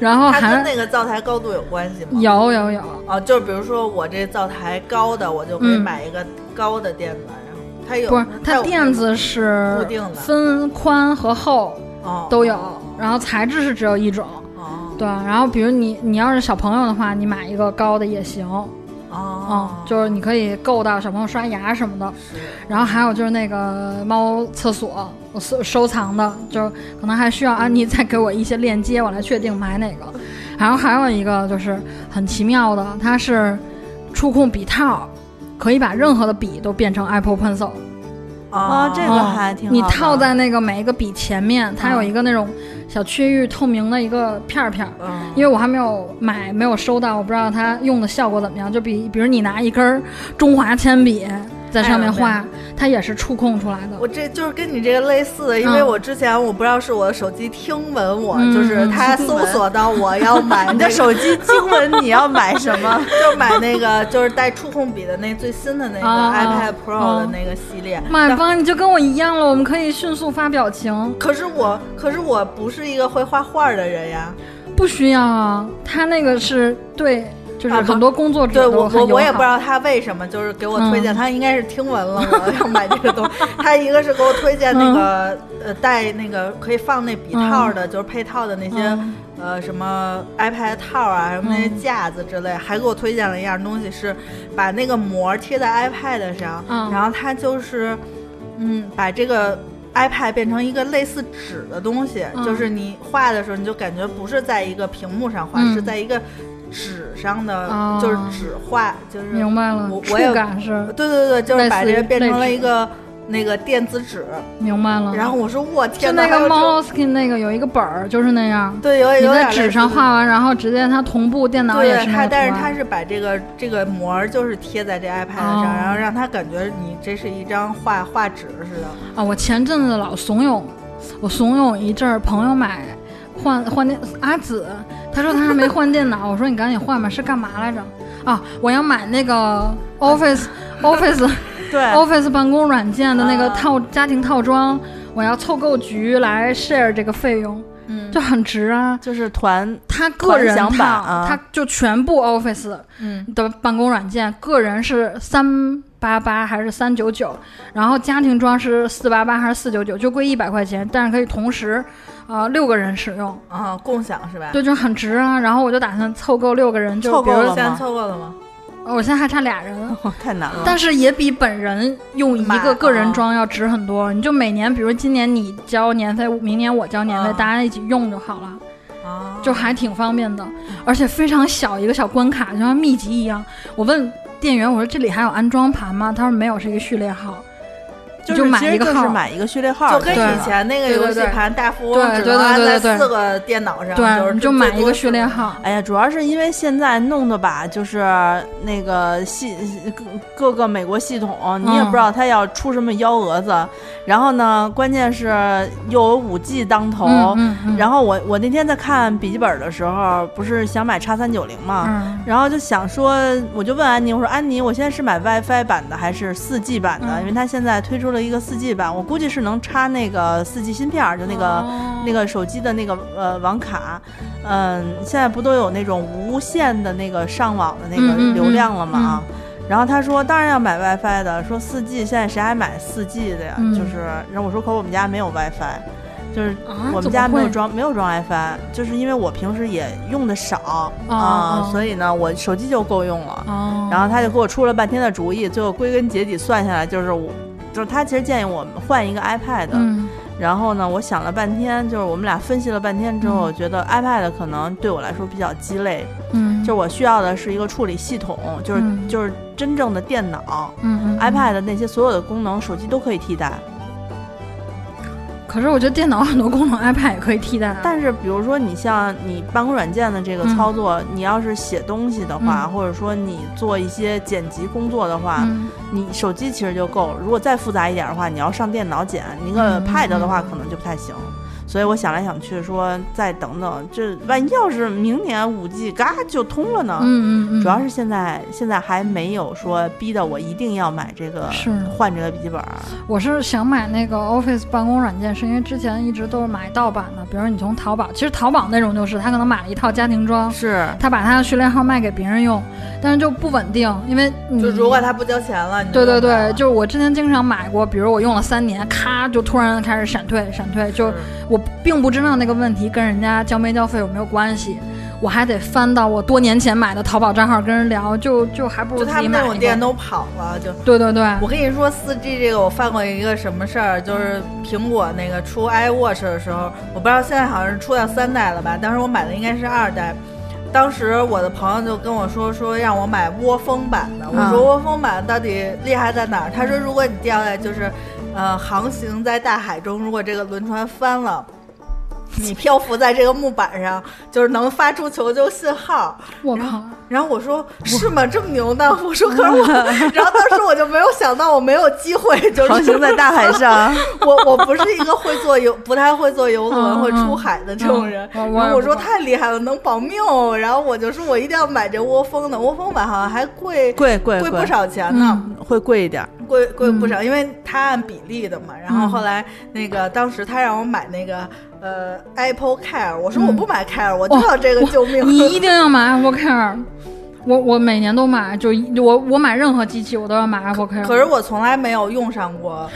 Speaker 2: 然后
Speaker 3: 它跟
Speaker 2: 还
Speaker 3: 那个灶台高度有关系吗？
Speaker 2: 哦有有有，
Speaker 3: 啊，就是比如说我这灶台高的，我就可以
Speaker 2: 嗯
Speaker 3: 买一个高的垫子，然后它有
Speaker 2: 不是
Speaker 3: 它
Speaker 2: 它
Speaker 3: 有
Speaker 2: 垫子是
Speaker 3: 固定的
Speaker 2: 分宽和厚
Speaker 3: 哦
Speaker 2: 都有，然后材质是只有一种。
Speaker 3: 哦
Speaker 2: 对，然后比如你你要是小朋友的话，你买一个高的也行，
Speaker 3: 哦
Speaker 2: 嗯，，就是你可以够到小朋友刷牙什么的。
Speaker 3: 是
Speaker 2: 然后还有就是那个猫厕所，我收收藏的，就是可能还需要安妮再给我一些链接，我来确定买哪个。然后还有一个就是很奇妙的，它是触控笔套，可以把任何的笔都变成 Apple Pencil。
Speaker 1: 啊
Speaker 3: 哦，
Speaker 1: 这个还挺好的
Speaker 2: 你套在那个每一个笔前面，它有一个那种小区域透明的一个片儿片儿。
Speaker 3: 嗯
Speaker 2: 因为我还没有买，没有收到，我不知道它用的效果怎么样。就比比如你拿一根儿中华铅笔在上面
Speaker 3: 哎
Speaker 2: 画，它也是触控出来的。
Speaker 3: 我这就是跟你这个类似的，因为
Speaker 2: 嗯
Speaker 3: 我之前我不知道是我的手机听闻我，
Speaker 2: 嗯
Speaker 3: 就是它
Speaker 1: 听
Speaker 3: 搜
Speaker 1: 闻
Speaker 3: 索到我 要买
Speaker 1: 你
Speaker 3: 那
Speaker 1: 的
Speaker 3: 手，
Speaker 1: 手机经文你要买什 么？
Speaker 3: 就买那个就是带触控笔的那最新的那个
Speaker 2: 啊
Speaker 3: iPad Pro 的
Speaker 2: 啊
Speaker 3: 那个系列。
Speaker 2: 马
Speaker 3: 然后
Speaker 2: 芳，你就跟我一样了，我们可以迅速发表情，
Speaker 3: 可是我，可是我不是一个会画画的人呀。
Speaker 2: 不需要啊。他那个是对，就是
Speaker 3: 啊不
Speaker 2: 很多工作
Speaker 3: 对
Speaker 2: 者
Speaker 3: 我
Speaker 2: 都很友
Speaker 3: 我
Speaker 2: 好。
Speaker 3: 我也不知道他为什么就是给我推
Speaker 2: 嗯
Speaker 3: 荐，他应该是听闻了我要买这个东西。他一个是给我推荐
Speaker 2: 嗯
Speaker 3: 那个、呃带那个可以放那笔套的，就是配套的那些、
Speaker 2: 嗯
Speaker 3: 呃什么 iPad 套啊，什么那些架子之类，还给我推荐了一样东西是把那个膜贴在 iPad 上，
Speaker 2: 嗯
Speaker 3: 然后它就是嗯把这个。iPad 变成一个类似纸的东西，
Speaker 2: 嗯
Speaker 3: 就是你画的时候，你就感觉不是在一个屏幕上画，
Speaker 2: 嗯
Speaker 3: 是在一个纸上的，
Speaker 2: 哦
Speaker 3: 就是纸画，就是
Speaker 2: 明白了
Speaker 3: 我，
Speaker 2: 触
Speaker 3: 我也
Speaker 2: 感是
Speaker 3: 对对对，就是把
Speaker 2: 类似于
Speaker 3: 这变成了
Speaker 2: 类
Speaker 3: 一
Speaker 2: 似
Speaker 3: 个那个电子纸。
Speaker 2: 明白了。
Speaker 3: 然后我说我
Speaker 2: 就
Speaker 3: 天哪，
Speaker 2: 那
Speaker 3: 还
Speaker 2: 个
Speaker 3: 有这
Speaker 2: Moleskine 那个有一个本儿，就是那样，
Speaker 3: 对有
Speaker 2: 你
Speaker 3: 有点
Speaker 2: 在纸上画完，然后直接它同步电脑
Speaker 3: 类
Speaker 2: 也
Speaker 3: 似。
Speaker 2: 是
Speaker 3: 对，
Speaker 2: 那
Speaker 3: 它
Speaker 2: 个
Speaker 3: 但是
Speaker 2: 图案
Speaker 3: 它是把这个这个膜儿就是贴在这 iPad 上，
Speaker 2: 哦
Speaker 3: 然后让它感觉你这是一张画画纸似的。
Speaker 2: 啊，我前阵子老怂恿我怂恿一阵儿朋友买换换电阿紫，他说他还没换电脑，我说你赶紧换吧，是干嘛来着？啊，我要买那个 Office Office
Speaker 1: 对
Speaker 2: Office 办公软件的那个
Speaker 1: 啊
Speaker 2: 套家庭套装，我要凑够局来 share 这个费用，
Speaker 3: 嗯
Speaker 2: 就很值啊。
Speaker 1: 就是团
Speaker 2: 他个
Speaker 1: 团
Speaker 2: 人
Speaker 1: 享
Speaker 2: 套，
Speaker 1: 版啊
Speaker 2: 他就全部 Office
Speaker 3: 嗯
Speaker 2: 的办公软件，个人是三八八还是三九九，然后家庭装是四八八还是四九九，就贵一百块钱，但是可以同时，呃，六个人使用，
Speaker 3: 啊，共享是吧？
Speaker 2: 对，就很值啊。然后我就打算凑够六个人，就
Speaker 1: 凑
Speaker 2: 比如
Speaker 1: 够了
Speaker 3: 现在
Speaker 1: 吗
Speaker 3: 凑够了吗？
Speaker 2: 呃我现在还差俩人。
Speaker 1: 哦太难了。
Speaker 2: 但是也比本人用一个个
Speaker 1: 哦
Speaker 2: 人装要值很多，你就每年，比如今年你交年费，明年我交年
Speaker 1: 嗯
Speaker 2: 费，
Speaker 3: 啊
Speaker 2: 大家一起用就好了。
Speaker 3: 啊，
Speaker 2: 就还挺方便
Speaker 1: 嗯
Speaker 2: 的，而且非常小一个小关卡，就像秘籍一样。我问店员，我说这里还有安装盘吗？他说没有，是一个序列号。
Speaker 1: 就
Speaker 2: 你就是买
Speaker 1: 其实
Speaker 2: 一个
Speaker 1: 就是
Speaker 2: 号
Speaker 1: 买一个序列号
Speaker 3: 就
Speaker 1: 儿，
Speaker 3: 跟
Speaker 2: 对
Speaker 3: 以前那个
Speaker 2: 对对
Speaker 3: 游戏
Speaker 2: 对
Speaker 3: 盘大富翁
Speaker 2: 对
Speaker 3: 只
Speaker 2: 对
Speaker 3: 能安
Speaker 2: 对
Speaker 3: 在
Speaker 2: 对对
Speaker 3: 四个电脑上，
Speaker 2: 对，
Speaker 3: 是
Speaker 2: 你就买一
Speaker 3: 最多
Speaker 2: 个
Speaker 3: 是
Speaker 2: 序列号。
Speaker 1: 哎呀，主要是因为现在弄的吧，就是那个系各各个美国系统，你也
Speaker 2: 嗯
Speaker 1: 不知道它要出什么幺蛾子。然后呢，关键是又有五 G 当头。
Speaker 2: 嗯嗯嗯，
Speaker 1: 然后我我那天在看笔记本的时候，不是想买叉三九零嘛，
Speaker 2: 嗯
Speaker 1: 然后就想说，我就问安妮，我说安妮，我现在是买 WiFi 版的还是 4G 版的？
Speaker 2: 嗯
Speaker 1: 因为它现在推出了一个 4G 版，我估计是能插那个 4G 芯片儿，就那个、
Speaker 2: 哦
Speaker 1: 那个手机的那个呃网卡，嗯，现在不都有那种无线的那个上网的那个
Speaker 2: 嗯嗯嗯
Speaker 1: 流量了吗？然后他说，当然要买 WiFi 的，说 4G 现在谁还买 4G 的呀？
Speaker 2: 嗯
Speaker 1: 就是，然后我说，可我们家没有 WiFi，就是
Speaker 2: 啊
Speaker 1: 我们
Speaker 2: 怎么
Speaker 1: 家没有
Speaker 2: 会
Speaker 1: 装没有装 WiFi，就是因为我平时也用的少
Speaker 2: 哦
Speaker 1: 啊、
Speaker 2: 哦
Speaker 1: 所以呢，我手机就够用了。
Speaker 2: 哦，
Speaker 1: 然后他就给我出了半天的主意，最后归根结底算下来就是我，就是他其实建议我们换一个 iPad，、
Speaker 2: 嗯
Speaker 1: 然后呢，我想了半天，就是我们俩分析了半天之后，我觉得 iPad 可能对我来说比较鸡肋，
Speaker 2: 嗯，
Speaker 1: 就是我需要的是一个处理系统，就是、
Speaker 2: 嗯
Speaker 1: 就是真正的电脑。
Speaker 2: 嗯嗯嗯
Speaker 1: iPad 的那些所有的功能，手机都可以替代。
Speaker 2: 可是我觉得电脑很多功能 iPad 也可以替代啊。
Speaker 1: 但是，比如说你像你办公软件的这个
Speaker 2: 嗯
Speaker 1: 操作，你要是写东西的话，
Speaker 2: 嗯
Speaker 1: 或者说你做一些剪辑工作的话，
Speaker 2: 嗯
Speaker 1: 你手机其实就够了。如果再复杂一点的话，你要上电脑剪，你个
Speaker 2: 嗯
Speaker 1: Pad 的话
Speaker 2: 嗯
Speaker 1: 可能就不太行。所以我想来想去说，再等等，这万一要是明年五 G 嘎就通了呢？
Speaker 2: 嗯嗯嗯，
Speaker 1: 啊主要是现在现在还没有说逼得我一定要买这个
Speaker 2: 是
Speaker 1: 换这个笔记本儿。
Speaker 2: 我是想买那个 Office 办公软件，是因为之前一直都是买盗版的，比如你从淘宝，其实淘宝那种就是他可能买了一套家庭装，
Speaker 1: 是，
Speaker 2: 他把他的序列号卖给别人用，但是就不稳定，因为你
Speaker 3: 就如果他不交钱了，你
Speaker 2: 对对
Speaker 3: 就买
Speaker 2: 对，
Speaker 3: 了
Speaker 2: 就是我之前经常买过，比如我用了三年，咔就突然开始闪退，闪退，就是我并不知道那个问题跟人家交没交费有没有关系，我还得翻到我多年前买的淘宝账号跟人聊，就就还不如
Speaker 3: 就
Speaker 2: 自
Speaker 3: 他
Speaker 2: 己
Speaker 3: 们
Speaker 2: 买
Speaker 3: 那
Speaker 2: 一
Speaker 3: 种
Speaker 2: 个
Speaker 3: 店都跑了，就
Speaker 2: 对对对，
Speaker 3: 我跟你说，四 G 这个我犯过一个什么事儿，就是苹果那个出 iWatch 的时候，我不知道现在好像是出到三代了吧，当时我买的应该是二代。当时我的朋友就跟我说，说让我买窝蜂版的。我说
Speaker 1: 嗯
Speaker 3: 窝蜂版到底厉害在哪儿？他说，如果你掉在就是，呃，航行在大海中，如果这个轮船翻了。你漂浮在这个木板上，就是能发出求救信号。
Speaker 2: 我
Speaker 3: 然
Speaker 2: 靠
Speaker 3: 后，然后我说是吗？这么牛呢？我说可是 我，然后当时我就没有想到我没有机会，就
Speaker 1: 航行
Speaker 3: 是
Speaker 1: 在大海上，
Speaker 3: 我我不是一个会坐游，不太会坐游轮
Speaker 2: 嗯
Speaker 3: 会出海的这种人。
Speaker 2: 嗯我我
Speaker 3: 然后
Speaker 2: 也
Speaker 3: 我
Speaker 2: 不
Speaker 3: 说
Speaker 2: 会
Speaker 3: 太厉害了，能保命哦、然后我就说我一定要买这窝蜂的，窝蜂版好像还贵
Speaker 1: 贵贵
Speaker 3: 贵不，少钱呢。
Speaker 2: 嗯嗯
Speaker 1: 会贵一点儿。
Speaker 3: 贵贵不少，因为它按比例的嘛。然后后来那个当时他让我买那个呃 Apple Care，我
Speaker 2: 嗯
Speaker 3: 说我不买 Care，、我就要这个救 命。
Speaker 2: 你一定要买 Apple Care，我我每年都买，就一我我买任何机器我都要买 Apple Care。
Speaker 3: 可是我从来没有用上过，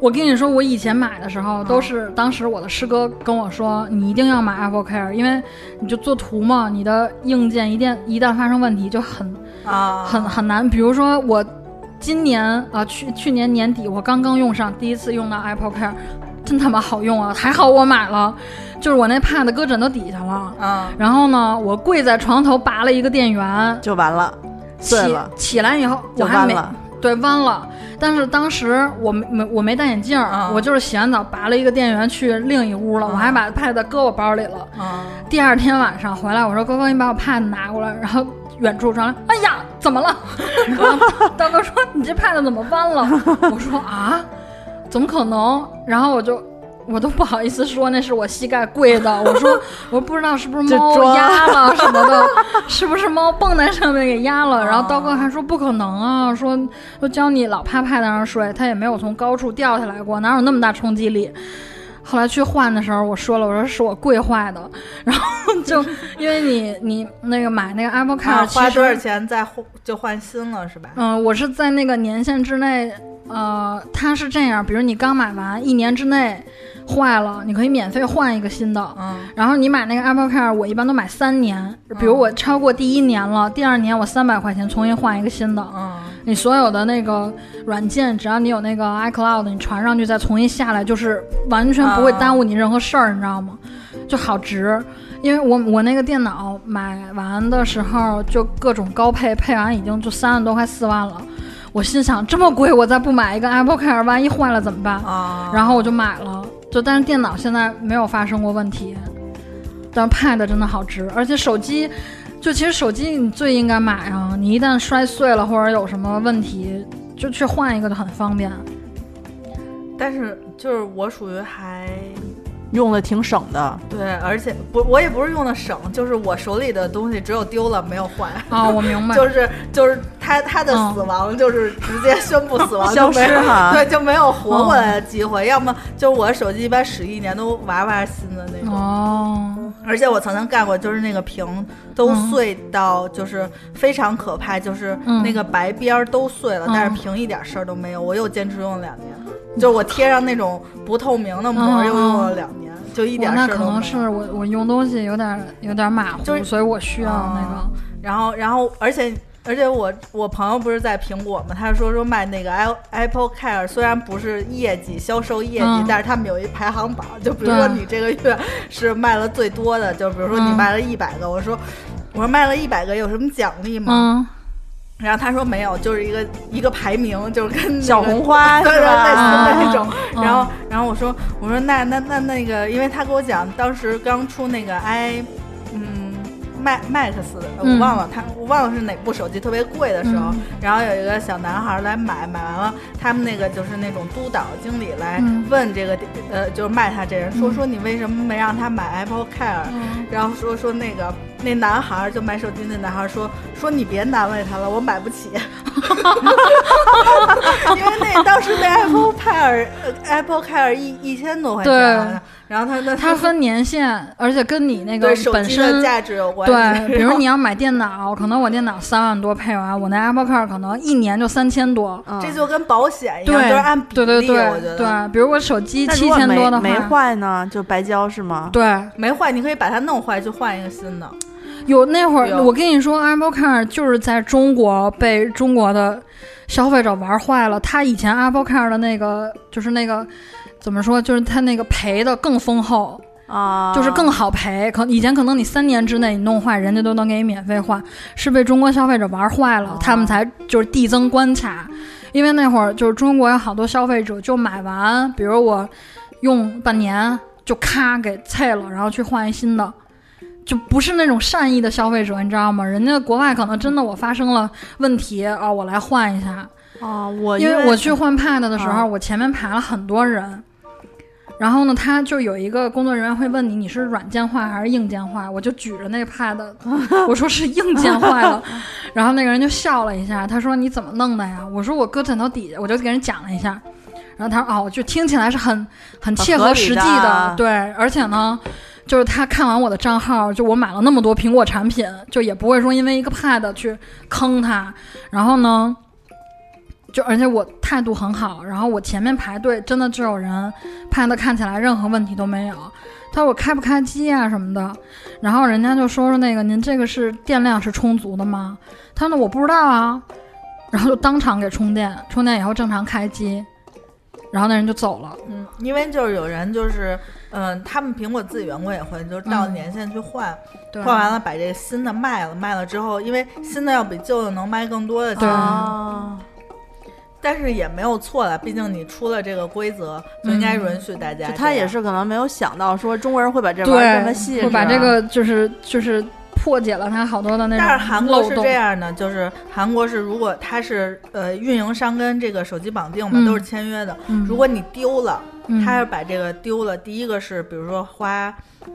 Speaker 2: 我跟你说，我以前买的时
Speaker 1: 嗯
Speaker 2: 候都是当时我的师哥跟我说，你一定要买 Apple Care，因为你就做图嘛，你的硬件一旦一旦发生问题就很
Speaker 3: 啊，
Speaker 2: 很很难。比如说我今年啊、去去年年底我刚刚用上，第一次用到 Apple Care，真他妈好用啊！还好我买了，就是我那 pad 搁枕头底下了。
Speaker 3: 嗯，
Speaker 2: 然后呢，我跪在床头拔了一个电源，
Speaker 1: 就完了，
Speaker 2: 起
Speaker 1: 碎了
Speaker 2: 起来以后我
Speaker 1: 就
Speaker 2: 还
Speaker 1: 完
Speaker 2: 没
Speaker 1: 了。
Speaker 2: 对弯了，但是当时我没没我没戴眼镜儿，
Speaker 3: 啊
Speaker 2: 我就是洗完澡拔了一个电源去另一屋了，我还把 pad 搁我包里了。
Speaker 3: 啊，
Speaker 2: 第二天晚上回来，我说哥哥，你把我 pad 拿过来，然后。远处传来，哎呀，怎么了？然后刀哥说：“ 你这 pad 怎么弯了？”我说：“啊，怎么可能？”然后我就我都不好意思说那是我膝盖跪的，我说我不知道是不 是
Speaker 1: 就
Speaker 2: 猫
Speaker 1: 装
Speaker 2: 压了什么的， 是不是猫蹦在上面给压了？然后刀哥还说不可能啊，说都教你老趴趴在那儿睡，他也没有从高处掉下来过，哪有那么大冲击力？后来去换的时候，我说了，我说是我跪坏的， 然后就因为你你那个买那个 Apple Care，、
Speaker 3: 啊，花
Speaker 2: 其实
Speaker 3: 多少钱再换就换新了是吧？
Speaker 2: 嗯，我是在那个年限之内，呃，它是这样，比如你刚买完一年之内坏了，你可以免费换一个新的。
Speaker 3: 嗯，
Speaker 2: 然后你买那个 Apple Care，我一般都买三年，比如我超过第一年了，第二年我三百块钱重新换一个新的。
Speaker 3: 嗯，
Speaker 2: 你所有的那个软件，只要你有那个 iCloud，你传上去再重新下来，就是完全不会耽误你任何事儿，你知道吗？就好值。因为我我那个电脑买完的时候就各种高配，配完已经就三万多块四万了，我心想这么贵，我再不买一个 Apple Care，万一坏了怎么办？
Speaker 3: 啊，
Speaker 2: 然后我就买了，就但是电脑现在没有发生过问题，但是 Pad 真的好值，而且手机，就其实手机你最应该买啊，你一旦摔碎了或者有什么问题，就去换一个就很方 便。
Speaker 3: 但是就是我属于还
Speaker 1: 用的挺省的，
Speaker 3: 对，而且不，我也不是用的省，就是我手里的东西只有丢了没有换。
Speaker 2: 哦，我明白，
Speaker 3: 就是就是他他的
Speaker 2: 嗯
Speaker 3: 死亡就是直接宣布死亡，
Speaker 1: 消
Speaker 3: 就没
Speaker 1: 失
Speaker 3: 有
Speaker 1: 哈
Speaker 3: 对，就没有活过来的机会。要么就是我的手机一般使一年都娃娃新的那种，
Speaker 2: 哦，
Speaker 3: 而且我曾经干过，就是那个屏都
Speaker 2: 嗯
Speaker 3: 碎到就是非常可怕，就是
Speaker 2: 嗯
Speaker 3: 那个白边儿都碎了，
Speaker 2: 嗯
Speaker 3: 但是屏一点事儿都没有。我又坚持用了两年，就是我贴上那种不透明的膜，
Speaker 2: 嗯
Speaker 3: 又用了两年，就一
Speaker 2: 我
Speaker 3: 点
Speaker 2: 那
Speaker 3: 事儿
Speaker 2: 可
Speaker 3: 都
Speaker 2: 能
Speaker 3: 没有。
Speaker 2: 是我我用东西有点有点马虎，
Speaker 3: 就是
Speaker 2: 所以我需要那个
Speaker 3: 哦，然后，然后，而且。而且我我朋友不是在苹果嘛，他说说卖那个 i Apple Care，虽然不是业绩销售业绩，
Speaker 2: 嗯
Speaker 3: 但是他们有一排行榜，就比如说
Speaker 2: 对
Speaker 3: 你这个月是卖了最多的，就比如说你
Speaker 2: 嗯
Speaker 3: 卖了一百个，我说我说卖了一百个有什么奖励吗？
Speaker 2: 嗯，
Speaker 3: 然后他说没有，就是一个一个排名，就是跟、那个、
Speaker 1: 小红花
Speaker 3: 对
Speaker 1: 是
Speaker 3: 对类似
Speaker 1: 吧？
Speaker 2: 对
Speaker 3: 那种。
Speaker 2: 嗯
Speaker 3: 然后然后我说我说那那那那个，因为他给我讲当时刚出那个 i 嗯 Max Max，我
Speaker 2: 嗯
Speaker 3: 忘了他我忘了是哪部手机特别贵的时候，
Speaker 2: 嗯
Speaker 3: 然后有一个小男孩来买，买完了他们那个就是那种督导经理来
Speaker 2: 嗯
Speaker 3: 问这个、呃就是卖他这人说
Speaker 2: 嗯
Speaker 3: 说你为什么没让他买 Apple Care？、
Speaker 2: 嗯
Speaker 3: 然后说说那个那男孩儿就买手机那男孩儿说说你别难为他了，我买不起， 因为那当时那 Apple Care 呃 Apple Care 一一千多块钱啊，然后他那
Speaker 2: 它分年限，而且跟你那个
Speaker 3: 对手
Speaker 2: 本
Speaker 3: 机
Speaker 2: 身
Speaker 3: 的价值有关系，
Speaker 2: 对， 比如你要买电脑，可能我电脑三万多配完，我那 Apple Care 可能一年就三千多。
Speaker 1: 嗯
Speaker 3: 这就跟保险一样，
Speaker 2: 对，
Speaker 3: 哎就是按比例，
Speaker 2: 对对
Speaker 3: 我
Speaker 2: 对
Speaker 3: 觉得。
Speaker 2: 对，比如我手机
Speaker 1: 那如
Speaker 2: 七
Speaker 1: 果
Speaker 2: 千
Speaker 1: 没
Speaker 2: 多的
Speaker 1: 没
Speaker 2: 话，
Speaker 1: 坏呢，就白交是吗？
Speaker 2: 对，
Speaker 3: 没坏，你可以把它弄坏，就换一个新的。
Speaker 2: 有那会
Speaker 3: 有
Speaker 2: 儿我跟你说，Apple Care 就是在中国被中国的消费者玩坏了。他以前 Apple Care 的那个就是那个怎么说，就是他那个赔的更丰厚，
Speaker 1: 啊，
Speaker 2: 就是更好赔。可以前可能你三年之内你弄坏，人家都能给你免费换，是被中国消费者玩坏了，
Speaker 1: 哦
Speaker 2: 他们才就是递增关卡。因为那会儿就是中国有好多消费者就买完，比如我用半年就咔给碎了，然后去换一新的。就不是那种善意的消费者，你知道吗？人家国外可能真的我发生了问题啊、我来换一下。
Speaker 1: 啊，我
Speaker 2: 因
Speaker 1: 为
Speaker 2: 为嗯我去换 pad 的时候，
Speaker 1: 啊
Speaker 2: 我前面排了很多人，然后呢，他就有一个工作人员会问你你是软件坏还是硬件坏，我就举着那 pad，我说是硬件坏了，然后那个人就笑了一下，他说你怎么弄的呀？我说我搁枕头底下，我就给人讲了一下。然后他说：“哦，就听起来是很很切
Speaker 1: 合
Speaker 2: 合
Speaker 1: 理
Speaker 2: 实际
Speaker 1: 的啊
Speaker 2: 对，而且呢，就是他看完我的账号，就我买了那么多苹果产品，就也不会说因为一个 Pad 去坑他。然后呢，就而且我态度很好，然后我前面排队真的只有人 Pad 看起来任何问题都没有。他说我开不开机啊什么的，然后人家就说说那个您这个是电量是充足的吗？他说我不知道啊，然后就当场给充电，充电以后正常开机，然后那人就走了。
Speaker 3: 嗯，因为就是有人就是，嗯、他们苹果自己员工也会，就是到
Speaker 2: 嗯
Speaker 3: 年限去换。
Speaker 2: 对，啊
Speaker 3: 换完了把这新的卖了，卖了之后，因为新的要比旧的能卖更多的
Speaker 2: 对
Speaker 3: 钱，
Speaker 2: 哦
Speaker 1: 啊，
Speaker 3: 但是也没有错了，毕竟你出了这个规则，就应该允许大家这
Speaker 2: 嗯
Speaker 1: 就
Speaker 3: 样。
Speaker 1: 他也是可能没有想到说中国人会把这玩
Speaker 2: 对
Speaker 1: 儿这么细致，
Speaker 2: 会把这个就是就是破解了他好多的那种
Speaker 3: 但是韩
Speaker 2: 嗯
Speaker 3: 国
Speaker 2: 漏
Speaker 3: 是
Speaker 2: 洞
Speaker 3: 这。样的，就是韩国是如果它是呃运营商跟这个手机绑定嘛，
Speaker 2: 嗯
Speaker 3: 都是签约的，
Speaker 2: 嗯
Speaker 3: 如果你丢了，
Speaker 2: 嗯
Speaker 3: 他要把这个丢了，第一个是比如说花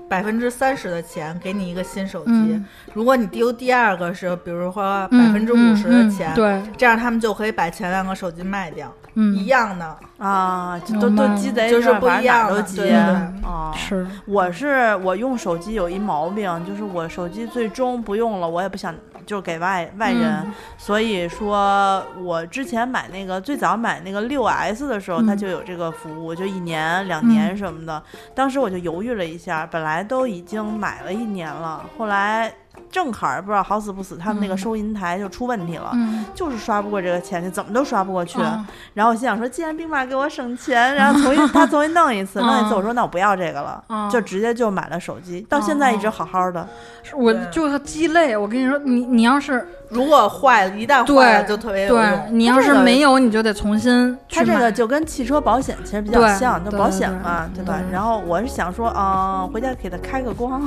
Speaker 3: 百分之三十的钱给你一个新手机，
Speaker 2: 嗯
Speaker 3: 如果你丢第二个是比如花百
Speaker 2: 嗯
Speaker 3: 分之五十
Speaker 2: 嗯
Speaker 3: 的
Speaker 2: 嗯
Speaker 3: 钱，
Speaker 2: 对，
Speaker 3: 这样他们就可以把前两个手机卖掉，一
Speaker 2: 嗯，
Speaker 3: 样的。
Speaker 1: 啊，就都
Speaker 2: 明白
Speaker 1: 都鸡贼，
Speaker 3: 就是不
Speaker 1: 反
Speaker 3: 一
Speaker 1: 正哪
Speaker 3: 样
Speaker 1: 儿都
Speaker 3: 了
Speaker 1: 急
Speaker 3: 对对
Speaker 1: 啊。
Speaker 2: 是，嗯
Speaker 1: 我是我用手机有一毛病，就是我手机最终不用了，我也不想就是给外外人，
Speaker 2: 嗯
Speaker 1: 所以说我之前买那个最早买那个六 S 的时候，
Speaker 2: 嗯
Speaker 1: 它就有这个服务，就一年两年什么的。当时我就犹豫了一下，本来都已经买了一年了，后来正好儿不知道好死不死，他们那个
Speaker 2: 嗯
Speaker 1: 收银台就出问题了。
Speaker 3: 啊
Speaker 2: 嗯，
Speaker 1: 就是刷不过这个钱，就怎么都刷不过去。
Speaker 2: 啊
Speaker 1: 然后我心想说，既然兵马给我省钱，然后重 新他重新弄一次，
Speaker 2: 嗯
Speaker 1: 弄一次我说那我不要这个了，
Speaker 2: 嗯
Speaker 1: 就直接就买了手机，到现在一直好好的。
Speaker 2: 是我
Speaker 3: 对
Speaker 2: 就是鸡肋。我跟你说，你你要是
Speaker 3: 如果坏了，一旦
Speaker 2: 对
Speaker 3: 坏了就特别有
Speaker 2: 对，
Speaker 3: 用。
Speaker 2: 你要
Speaker 1: 这
Speaker 2: 是
Speaker 1: 个
Speaker 2: 没有，你就得重新去
Speaker 1: 它这个
Speaker 2: 买。
Speaker 1: 就跟汽车保险其实比较
Speaker 2: 对
Speaker 1: 像，就
Speaker 2: 对
Speaker 1: 保
Speaker 2: 对
Speaker 1: 险
Speaker 2: 对
Speaker 1: 嘛，对吧
Speaker 2: 对？
Speaker 1: 然后我是想说，嗯，回家给它开个光，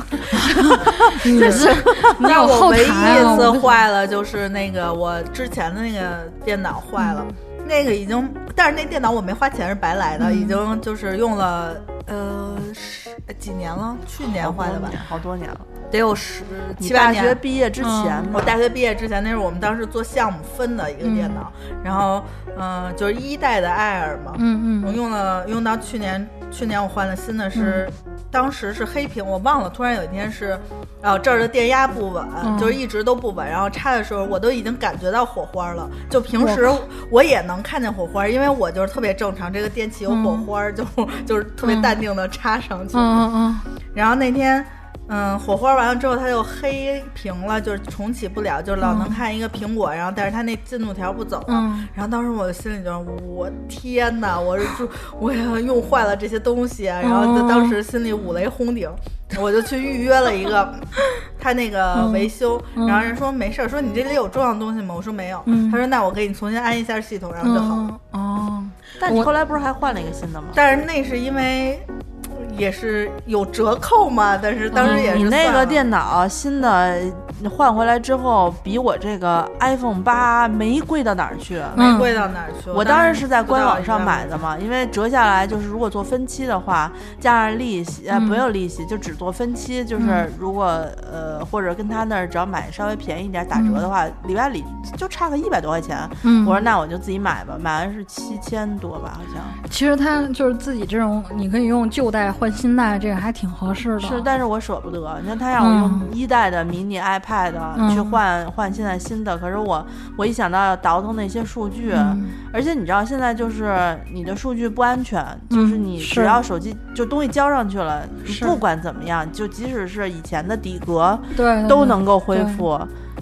Speaker 2: 你是你
Speaker 3: 但
Speaker 2: 有
Speaker 3: 我
Speaker 2: 后
Speaker 3: 唯一
Speaker 2: 台啊
Speaker 3: 一次
Speaker 2: 我
Speaker 3: 坏了就是那个我之前的那个电脑坏了，那个已经，但是那电脑我没花钱是白来的，已经就是用了呃十几年了，去年坏的吧，
Speaker 1: 好多年了。
Speaker 3: 得有十
Speaker 1: 你
Speaker 3: 七八
Speaker 1: 大学
Speaker 3: 年。
Speaker 1: 毕业之前
Speaker 2: 嗯
Speaker 1: 嘛
Speaker 3: 我，大学毕业之前，那是我们当时做项目分的一个电脑，然后嗯、呃就是一代的艾尔嘛，
Speaker 2: 嗯
Speaker 3: 我
Speaker 2: 嗯
Speaker 3: 用了用到去年，去年我换了新的是，
Speaker 2: 嗯
Speaker 3: 当时是黑屏，我忘了，突然有一天是，呃这儿的电压不稳，
Speaker 2: 嗯
Speaker 3: 就是一直都不稳，然后插的时候我都已经感觉到火花了，就平时我也能看见火花，因为我就是特别正常，这个电器有火花，就就是特别淡定的插上去，
Speaker 2: 嗯嗯
Speaker 3: 然后那天。嗯，火花完了之后，它又黑屏了，就是重启不了，就是老能看一个苹果，然后但是它那进度条不走了，
Speaker 2: 嗯
Speaker 3: 然后当时我心里就，我天哪，我是说我要用坏了这些东西啊，然后就当时心里五雷轰顶，我就去预约了一个他那个维修，然后人说没事儿，说你这里有重要的东西吗？我说没有，
Speaker 2: 嗯
Speaker 3: 他说那我给你重新安一下系统，然后就好了。
Speaker 2: 嗯哦，
Speaker 1: 但你
Speaker 2: 我
Speaker 1: 后来不是还换了一个新的吗？
Speaker 3: 但是那是因为也是有折扣嘛，但是当时也
Speaker 1: 嗯
Speaker 3: 是
Speaker 1: 你那
Speaker 3: 算
Speaker 1: 个
Speaker 3: 了
Speaker 1: 电脑新的换回来之后，比我这个 iPhone 八没贵到哪儿去。
Speaker 3: 没贵到哪儿去，
Speaker 1: 我当时是在
Speaker 3: 不到
Speaker 1: 官网上
Speaker 3: 100
Speaker 1: 买的嘛，因为折下来就是如果做分期的话，加上利息，呃，
Speaker 2: 嗯
Speaker 1: 没有利息，就只做分期，就是如果呃或者跟他那儿只要买稍微便宜一点打折的话，里外里就差个一百多块钱。
Speaker 2: 嗯，
Speaker 1: 我说那我就自己买吧，买完是七千多吧，好像
Speaker 2: 其实它就是自己这种，你可以用旧代换新代，这个还挺合适的。
Speaker 1: 是，但是我舍不得。你看他让我用一代的迷你 iPad
Speaker 2: 嗯
Speaker 1: 去换换现在新的，可是我我一想到要倒腾那些数据，
Speaker 2: 嗯
Speaker 1: 而且你知道，现在就是你的数据不安全，就是你
Speaker 2: 嗯是
Speaker 1: 只要手机就东西交上去了，你
Speaker 2: 是
Speaker 1: 不管怎么样，就即使是以前的底格
Speaker 2: 对对嗯对
Speaker 1: 都能够恢复。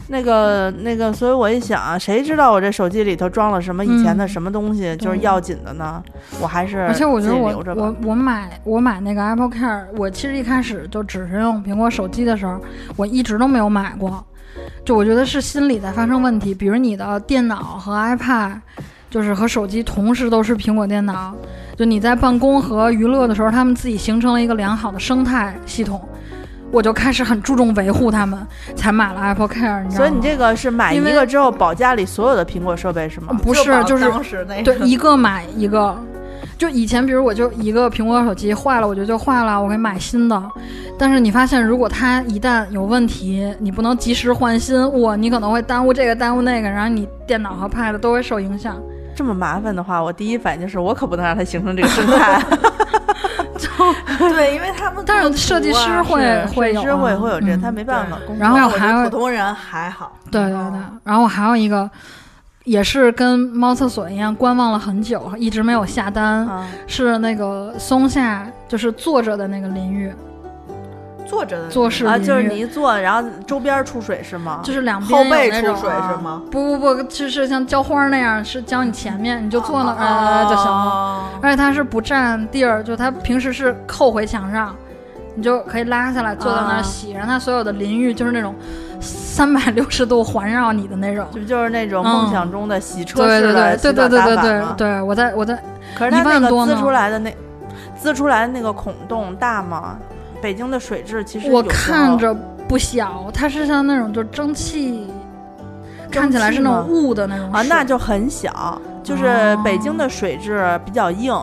Speaker 1: 那个那个，所以我一想，啊谁知道我这手机里头装了什么以前的什么东西，就是要紧的呢？我还是
Speaker 2: 嗯而且我觉得
Speaker 1: 自己
Speaker 2: 我
Speaker 1: 留着吧
Speaker 2: 我我买我买那个 Apple Care，我其实一开始就只是用苹果手机的时候，我一直都没有买过。就我觉得是心理在发生问题，比如你的电脑和 iPad，就是和手机同时都是苹果电脑，就你在办公和娱乐的时候，他们自己形成了一个良好的生态系统，我就开始很注重维护他们，才买了 Apple Care。你知道
Speaker 1: 所
Speaker 2: 吗？
Speaker 1: 以你这个是买一
Speaker 2: 因
Speaker 1: 个
Speaker 2: 为嗯
Speaker 1: 之后保家里所有的苹果设备是吗？
Speaker 2: 不是
Speaker 3: 保
Speaker 2: 就是
Speaker 3: 当时那
Speaker 2: 对
Speaker 3: 个，
Speaker 2: 一个买一个。就以前，比如我就一个苹果手机坏了，我觉得就坏了，我给买新的。但是你发现，如果它一旦有问题，你不能及时换新，哇，你可能会耽误这个耽误那个，然后你电脑和 Pad 都会受影响。
Speaker 1: 这么麻烦的话，我第一反应就是我可不能让它形成这个生态。
Speaker 3: 对，因为他们
Speaker 2: 但
Speaker 3: 做
Speaker 2: 是设计
Speaker 3: 图啊
Speaker 2: 师会 会
Speaker 1: 设
Speaker 2: 有
Speaker 1: 计师
Speaker 2: 啊
Speaker 1: 会会有这，
Speaker 2: 嗯
Speaker 1: 他没办法。
Speaker 3: 对
Speaker 2: 然后
Speaker 3: 那我觉
Speaker 2: 还
Speaker 3: 得
Speaker 2: 有
Speaker 3: 普通哦人还好，
Speaker 2: 对对对，然后我还有一个，也是跟猫厕所一样，观望了很久，一直没有下单，
Speaker 3: 嗯
Speaker 1: 啊，
Speaker 2: 是那个松下，就是坐着的那个淋浴，
Speaker 3: 坐着的
Speaker 2: 坐式
Speaker 1: 啊，
Speaker 2: 淋浴，
Speaker 1: 就是你一坐，然后周边出水是吗？
Speaker 2: 嗯就是两
Speaker 3: 后
Speaker 2: 边
Speaker 3: 背
Speaker 2: 有那
Speaker 3: 出
Speaker 2: 种
Speaker 3: 水
Speaker 1: 啊
Speaker 3: 是吗？
Speaker 2: 不不不，就是像浇花那样，是浇你前面，你就坐那儿、呃就行了。
Speaker 3: 了。
Speaker 2: 而且它是不占地儿，就它平时是扣回墙上，你就可以拉下来坐在那
Speaker 1: 啊
Speaker 2: 儿洗。然后它所有的淋浴就是那种三百六十度环绕你的那种。
Speaker 1: 就就是那种梦想中的洗车
Speaker 2: 嗯对
Speaker 1: 式的
Speaker 2: 对对
Speaker 1: 洗
Speaker 2: 对
Speaker 1: 澡
Speaker 2: 对对
Speaker 1: 大
Speaker 2: 对
Speaker 1: 板
Speaker 2: 对
Speaker 1: 嘛。
Speaker 2: 对，我在我在
Speaker 1: 可是它那
Speaker 2: 一万
Speaker 1: 个
Speaker 2: 多呢
Speaker 1: 滋出来的那滋出来的那个孔洞大吗？北京的水质其实
Speaker 2: 我
Speaker 1: 有时候
Speaker 2: 看着不小，它是像那种就是蒸汽，看起来是那
Speaker 1: 吗
Speaker 2: 种雾的那种
Speaker 1: 啊，
Speaker 2: 水哦
Speaker 1: 那就很小，就是北京的水质比较硬，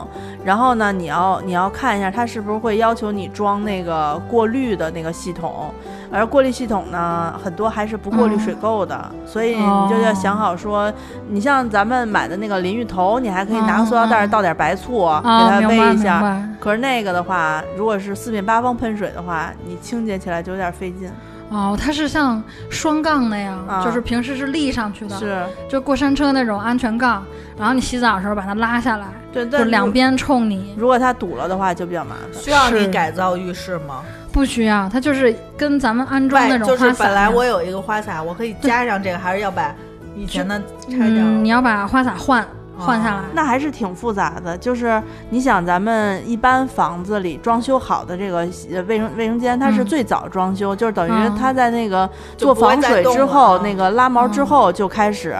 Speaker 1: 然后呢，你要你要看一下它是不是会要求你装那个过滤的那个系统，而过滤系统呢，很多还是不过滤水
Speaker 2: 嗯
Speaker 1: 垢的，所以你就
Speaker 2: 哦
Speaker 1: 要想好说，你像咱们买的那个淋浴头，你还可以拿个塑料袋儿
Speaker 2: 嗯嗯嗯
Speaker 1: 倒点白醋、
Speaker 2: 啊，
Speaker 1: 给它
Speaker 2: 明白
Speaker 1: 煨一
Speaker 2: 明
Speaker 1: 下，
Speaker 2: 白。
Speaker 1: 可是那个的话，如果是四面八方喷水的话，你清洁起来就有点费劲。
Speaker 2: 哦，它是像双杠那样，
Speaker 1: 啊
Speaker 2: 就是平时是立上去的，
Speaker 1: 是，
Speaker 2: 就过山车那种安全杠，然后你洗澡的时候把它拉下来，
Speaker 1: 对，但
Speaker 2: 就两
Speaker 1: 如。
Speaker 2: 边冲你。
Speaker 1: 如果它堵了的话，就比较麻烦。
Speaker 3: 需要你
Speaker 2: 是
Speaker 3: 改造浴室吗？
Speaker 2: 不需要，它就是跟咱们安装那
Speaker 3: 外
Speaker 2: 种
Speaker 3: 就是
Speaker 2: 花洒一
Speaker 3: 本来
Speaker 2: 样。
Speaker 3: 我有一个花洒，我可以加上这个，还是要把以前的拆掉？哦
Speaker 2: 嗯，你要把花洒换换下来。
Speaker 1: 那还是挺复杂的，就是你想，咱们一般房子里装修好的这个呃卫生卫生间，它是
Speaker 2: 嗯
Speaker 1: 最早装修，就是等于
Speaker 2: 嗯
Speaker 1: 它在那个
Speaker 3: 就
Speaker 1: 做
Speaker 3: 不会
Speaker 1: 防
Speaker 3: 再
Speaker 1: 水
Speaker 3: 动
Speaker 1: 之
Speaker 3: 了
Speaker 1: 后，
Speaker 3: 啊
Speaker 1: 那个拉毛之
Speaker 2: 嗯
Speaker 1: 后就开始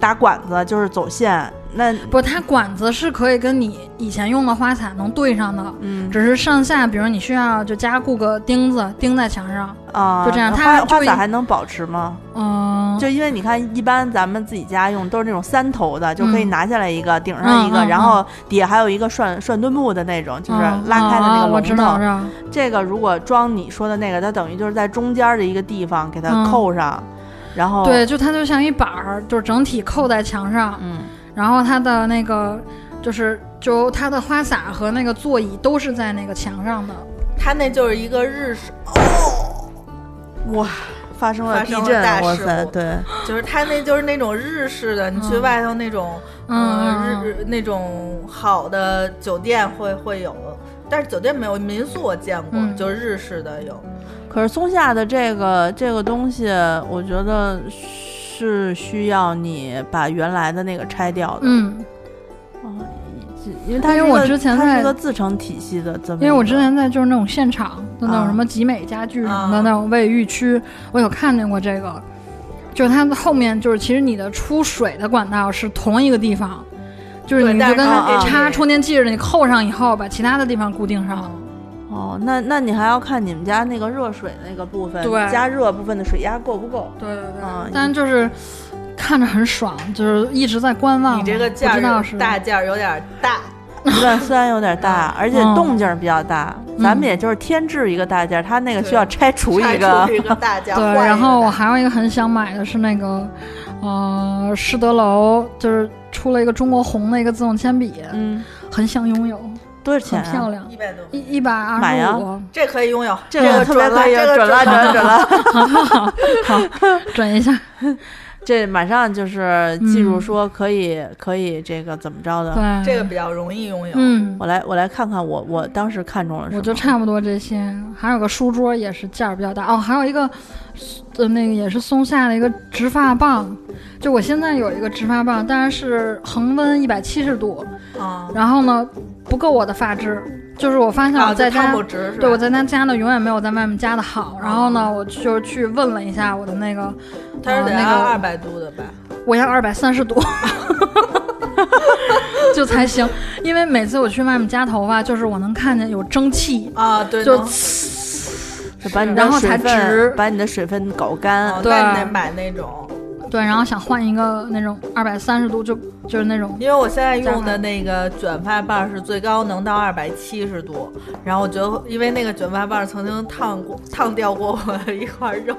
Speaker 1: 打管子，就是走线。那
Speaker 2: 不，它管子是可以跟你以前用的花洒能对上的，
Speaker 1: 嗯
Speaker 2: 只是上下，比如你需要就加固个钉子钉在墙上。
Speaker 1: 啊，
Speaker 2: 就这样它
Speaker 1: 花
Speaker 2: 就
Speaker 1: 花洒
Speaker 2: 一
Speaker 1: 还能保持吗？
Speaker 2: 嗯，
Speaker 1: 就因为你看，一般咱们自己家用都是那种三头的，就可以
Speaker 2: 嗯
Speaker 1: 拿下来一个，顶上一个，
Speaker 2: 嗯嗯
Speaker 1: 然后底下还有一个涮涮墩布的那种，就是拉开的那个
Speaker 2: 啊我
Speaker 1: 笼
Speaker 2: 知
Speaker 1: 头。
Speaker 2: 道，我知道。
Speaker 1: 这个如果装你说的那个，它等于就是在中间的一个地方给它
Speaker 2: 嗯
Speaker 1: 扣上，然后，
Speaker 2: 对，就它就像一板儿，就是整体扣在墙上，
Speaker 1: 嗯，
Speaker 2: 然后它的那个就是就它的花洒和那个座椅都是在那个墙上的。
Speaker 3: 它那就是一个日式，
Speaker 1: 哇，发生了
Speaker 3: 发
Speaker 1: 地
Speaker 3: 生了
Speaker 1: 震，
Speaker 3: 大
Speaker 1: 哇
Speaker 3: 事
Speaker 1: 塞，
Speaker 3: 故
Speaker 1: 对，
Speaker 3: 就是它那就是那种日式的，你去
Speaker 2: 嗯
Speaker 3: 外头那种，
Speaker 2: 嗯，
Speaker 3: 呃日日那种好的酒店会会有，但是酒店没有，民宿我见过，
Speaker 2: 嗯
Speaker 3: 就是日式的有。
Speaker 1: 可是松下的这个这个东西，我觉得是需要你把原来的那个拆掉的，
Speaker 2: 嗯，
Speaker 1: 嗯，因为它
Speaker 2: 因为
Speaker 1: 是
Speaker 2: 我
Speaker 1: 个
Speaker 2: 之前
Speaker 1: 它是
Speaker 2: 在
Speaker 1: 个自成体系的，这么
Speaker 2: 因为
Speaker 1: 一
Speaker 2: 我
Speaker 1: 个
Speaker 2: 之前在就是那种现场的那
Speaker 1: 啊
Speaker 2: 种什么集美家具什么的
Speaker 3: 啊
Speaker 2: 那种卫浴区，我有看见过这个，就是它的后面就是其实你的出水的管道是同一个地方，就是
Speaker 3: 对
Speaker 2: 你
Speaker 3: 但
Speaker 2: 就是跟
Speaker 1: 它
Speaker 2: 它
Speaker 1: 给
Speaker 3: 你
Speaker 2: 插充电器似的，你扣上以后把其他的地方固定上。
Speaker 1: 哦，那那你还要看你们家那个热水那个部分，
Speaker 2: 对
Speaker 1: 加热部分的水压够不够？
Speaker 2: 对对对
Speaker 3: 嗯
Speaker 1: 啊
Speaker 2: 但
Speaker 1: 你
Speaker 2: 就是看着很爽，就是一直在观望嘛。
Speaker 3: 你这个件
Speaker 2: 不知道
Speaker 3: 儿
Speaker 2: 是
Speaker 3: 大件儿有点大，
Speaker 1: 有点虽然有点大，而且
Speaker 2: 嗯
Speaker 1: 动静儿比较大。咱们
Speaker 2: 嗯
Speaker 1: 也就是添置一个大件儿，它那个需
Speaker 3: 对
Speaker 1: 要拆除
Speaker 3: 拆
Speaker 1: 一
Speaker 3: 出
Speaker 1: 个
Speaker 3: 去。一个大件儿，
Speaker 2: 对，
Speaker 3: 换一
Speaker 2: 然
Speaker 3: 个
Speaker 2: 后我
Speaker 3: 大
Speaker 2: 还有一个很想买的是那个，呃，施德楼就是出了一个中国红的一个自动铅笔，
Speaker 1: 嗯，
Speaker 2: 很想拥有，
Speaker 1: 多少
Speaker 2: 很
Speaker 1: 钱
Speaker 2: 漂
Speaker 1: 啊？
Speaker 2: 亮，
Speaker 3: 一百多，
Speaker 2: 一一百
Speaker 1: 买
Speaker 2: 二十
Speaker 1: 呀
Speaker 2: 五，
Speaker 3: 这可以拥有，
Speaker 1: 这
Speaker 3: 个
Speaker 1: 个特别
Speaker 3: 准了
Speaker 1: 可以，
Speaker 3: 这个
Speaker 1: 准了，准了，准 了。
Speaker 2: 好，转一下，
Speaker 1: 这马上就是记住
Speaker 2: 嗯
Speaker 1: 说可以，可以这个怎么着的？
Speaker 2: 对，
Speaker 3: 这个比较容易拥有。
Speaker 2: 嗯
Speaker 1: 我。来，我来看看我我当时看中了什么。
Speaker 2: 我就差不多这些，还有个书桌也是件儿比较大哦，还有一个，呃，那个也是松下的一个直发棒，就我现在有一个直发棒，但是是恒温一百七十度，
Speaker 3: 啊
Speaker 2: 然后呢不够我的发质，就是我发现
Speaker 3: 啊，
Speaker 2: 我在
Speaker 3: 就烫
Speaker 2: 家，
Speaker 3: 不直是
Speaker 2: 对我
Speaker 3: 吧？
Speaker 2: 在家加的永远没有在外面加的好，然后呢我就是去问了一下我的那个，
Speaker 3: 它是
Speaker 2: 啊
Speaker 3: 得
Speaker 2: 那个
Speaker 3: 按二百度的吧？
Speaker 2: 我要二百三十度， 就才行，因为每次我去外面夹头发，就是我能看见有蒸汽，
Speaker 3: 啊，对，
Speaker 2: 就
Speaker 3: 能
Speaker 1: 就把你
Speaker 2: 然
Speaker 1: 的
Speaker 2: 后
Speaker 1: 水
Speaker 2: 才直
Speaker 1: 分，把你的水分搞干
Speaker 3: 哦。
Speaker 2: 对
Speaker 3: 那你得买那种，
Speaker 2: 对，然后想换一个那种二百三十度，就就是那种，
Speaker 3: 因为我现在用的那个卷发棒是最高能到二百七十度，然后我觉得，因为那个卷发棒曾经烫过、烫掉过我的一块肉，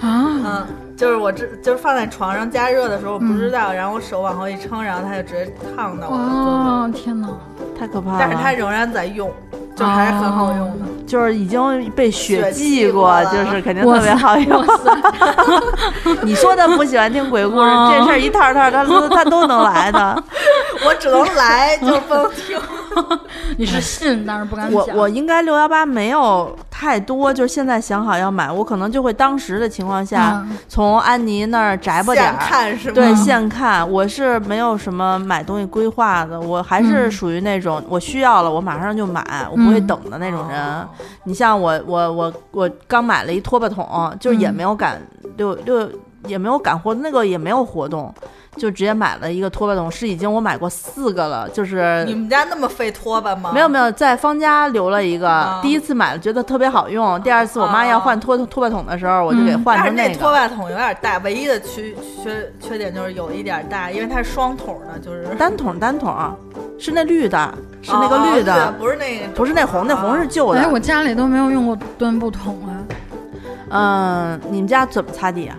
Speaker 2: 啊，
Speaker 3: 嗯，就是我这就是放在床上加热的时候我不
Speaker 1: 嗯
Speaker 3: 知道，然后我手往后一撑，然后它就直接烫到我的胳
Speaker 1: 哦
Speaker 3: 膊，
Speaker 2: 哇，天哪，
Speaker 1: 太可怕了。
Speaker 3: 但是它仍然在用，就是还是很好用的。
Speaker 1: 就是已经被血
Speaker 3: 血
Speaker 1: 祭
Speaker 3: 祭
Speaker 1: 过
Speaker 3: 过，了
Speaker 1: 就是肯定
Speaker 2: 哇
Speaker 1: 特别
Speaker 2: 塞
Speaker 1: 好用。
Speaker 2: 哇塞，
Speaker 1: 你说他不喜欢听鬼故事，
Speaker 2: 哦
Speaker 1: 这事儿一套套他 都他都能来的。
Speaker 3: 我只能来，
Speaker 1: 哦
Speaker 3: 就 不能听。
Speaker 2: 你
Speaker 3: 哎
Speaker 2: 是信，但是不敢
Speaker 1: 我
Speaker 2: 讲，
Speaker 1: 我应该六幺八没有太多，就是现在想好要买，我可能就会当时的情况下、
Speaker 2: 嗯
Speaker 1: 从安妮那儿摘吧点
Speaker 3: 想
Speaker 1: 儿。
Speaker 3: 看是吗？
Speaker 1: 对，现看我是没有什么买东西规划的，我还是
Speaker 2: 嗯
Speaker 1: 属于那种我需要了我马上就买，我不会
Speaker 2: 嗯
Speaker 1: 等的那种人。你像我，我我我刚买了一拖把桶，就是也
Speaker 2: 嗯
Speaker 1: 没有赶六六，也没有赶活，那个也没有活动，就直接买了一个拖把桶，是已经我买过四个了，就是
Speaker 3: 你们家那么费拖把吗？
Speaker 1: 没有没有在方家留了一个，
Speaker 3: 啊
Speaker 1: 第一次买了觉得特别好用，第二次我妈要换拖、拖把桶的时候，我就给
Speaker 2: 嗯
Speaker 1: 换
Speaker 3: 但是
Speaker 1: 成
Speaker 3: 那
Speaker 1: 个。
Speaker 3: 拖把桶有点大，唯一的缺缺缺点就是有一点大，因为它是双筒的，就是
Speaker 1: 单桶单桶，是那绿的，是那个绿的，
Speaker 3: 哦不是那个，啊哦
Speaker 1: 不是那红，那红是旧
Speaker 2: 哎，
Speaker 1: 的。
Speaker 2: 我家里都没有用过墩布桶啊，
Speaker 1: 嗯，你们家怎么擦地啊？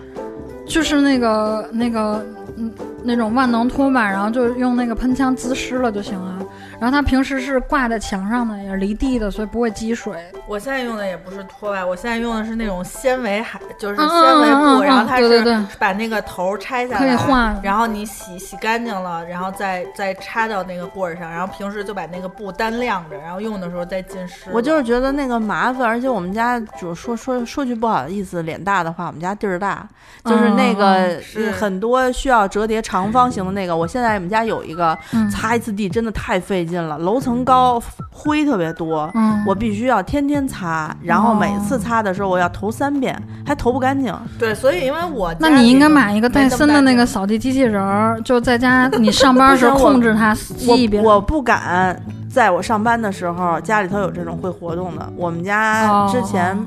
Speaker 2: 就是那个那个嗯那种万能拖把，然后就用那个喷枪滋湿了就行啊。然后它平时是挂在墙上的，也是离地的，所以不会积水。
Speaker 3: 我现在用的也不是拖把，我现在用的是那种纤维海，就是
Speaker 2: 嗯嗯
Speaker 3: 纤维
Speaker 2: 嗯嗯
Speaker 3: 布，
Speaker 2: 嗯
Speaker 3: 然后它
Speaker 2: 对对对
Speaker 3: 是把那个头拆下来，
Speaker 2: 可以换
Speaker 3: 然后你洗洗干净了，然后再再插到那个棍儿上，然后平时就把那个布单晾着，然后用的时候再浸湿。
Speaker 1: 我就是觉得那个麻烦，而且我们家主说说说句不好意思，脸大的话，我们家地儿大，就是那
Speaker 2: 嗯
Speaker 1: 个呃
Speaker 3: 是
Speaker 1: 很多需要折叠长方形的那个。我现在我们家有一个，
Speaker 2: 嗯
Speaker 1: 擦一次地真的太费劲了，楼层高，灰特别多。
Speaker 2: 嗯，
Speaker 1: 我必须要天天擦，然后
Speaker 2: 哦
Speaker 1: 每次擦的时候我要投三遍，还投不干净。
Speaker 3: 对，所以因为我
Speaker 2: 那
Speaker 3: 家
Speaker 2: 你
Speaker 3: 里
Speaker 2: 应该
Speaker 3: 就
Speaker 2: 买一个
Speaker 3: 没
Speaker 2: 戴
Speaker 3: 这么
Speaker 2: 森的
Speaker 3: 干
Speaker 2: 那个
Speaker 3: 净
Speaker 2: 扫地机器人儿，就在家你上班的时候
Speaker 1: 不行我
Speaker 2: 控制它吸一遍。
Speaker 1: 我我不敢在我上班的时候家里头有这种会活动的。我们家
Speaker 2: 哦
Speaker 1: 之前，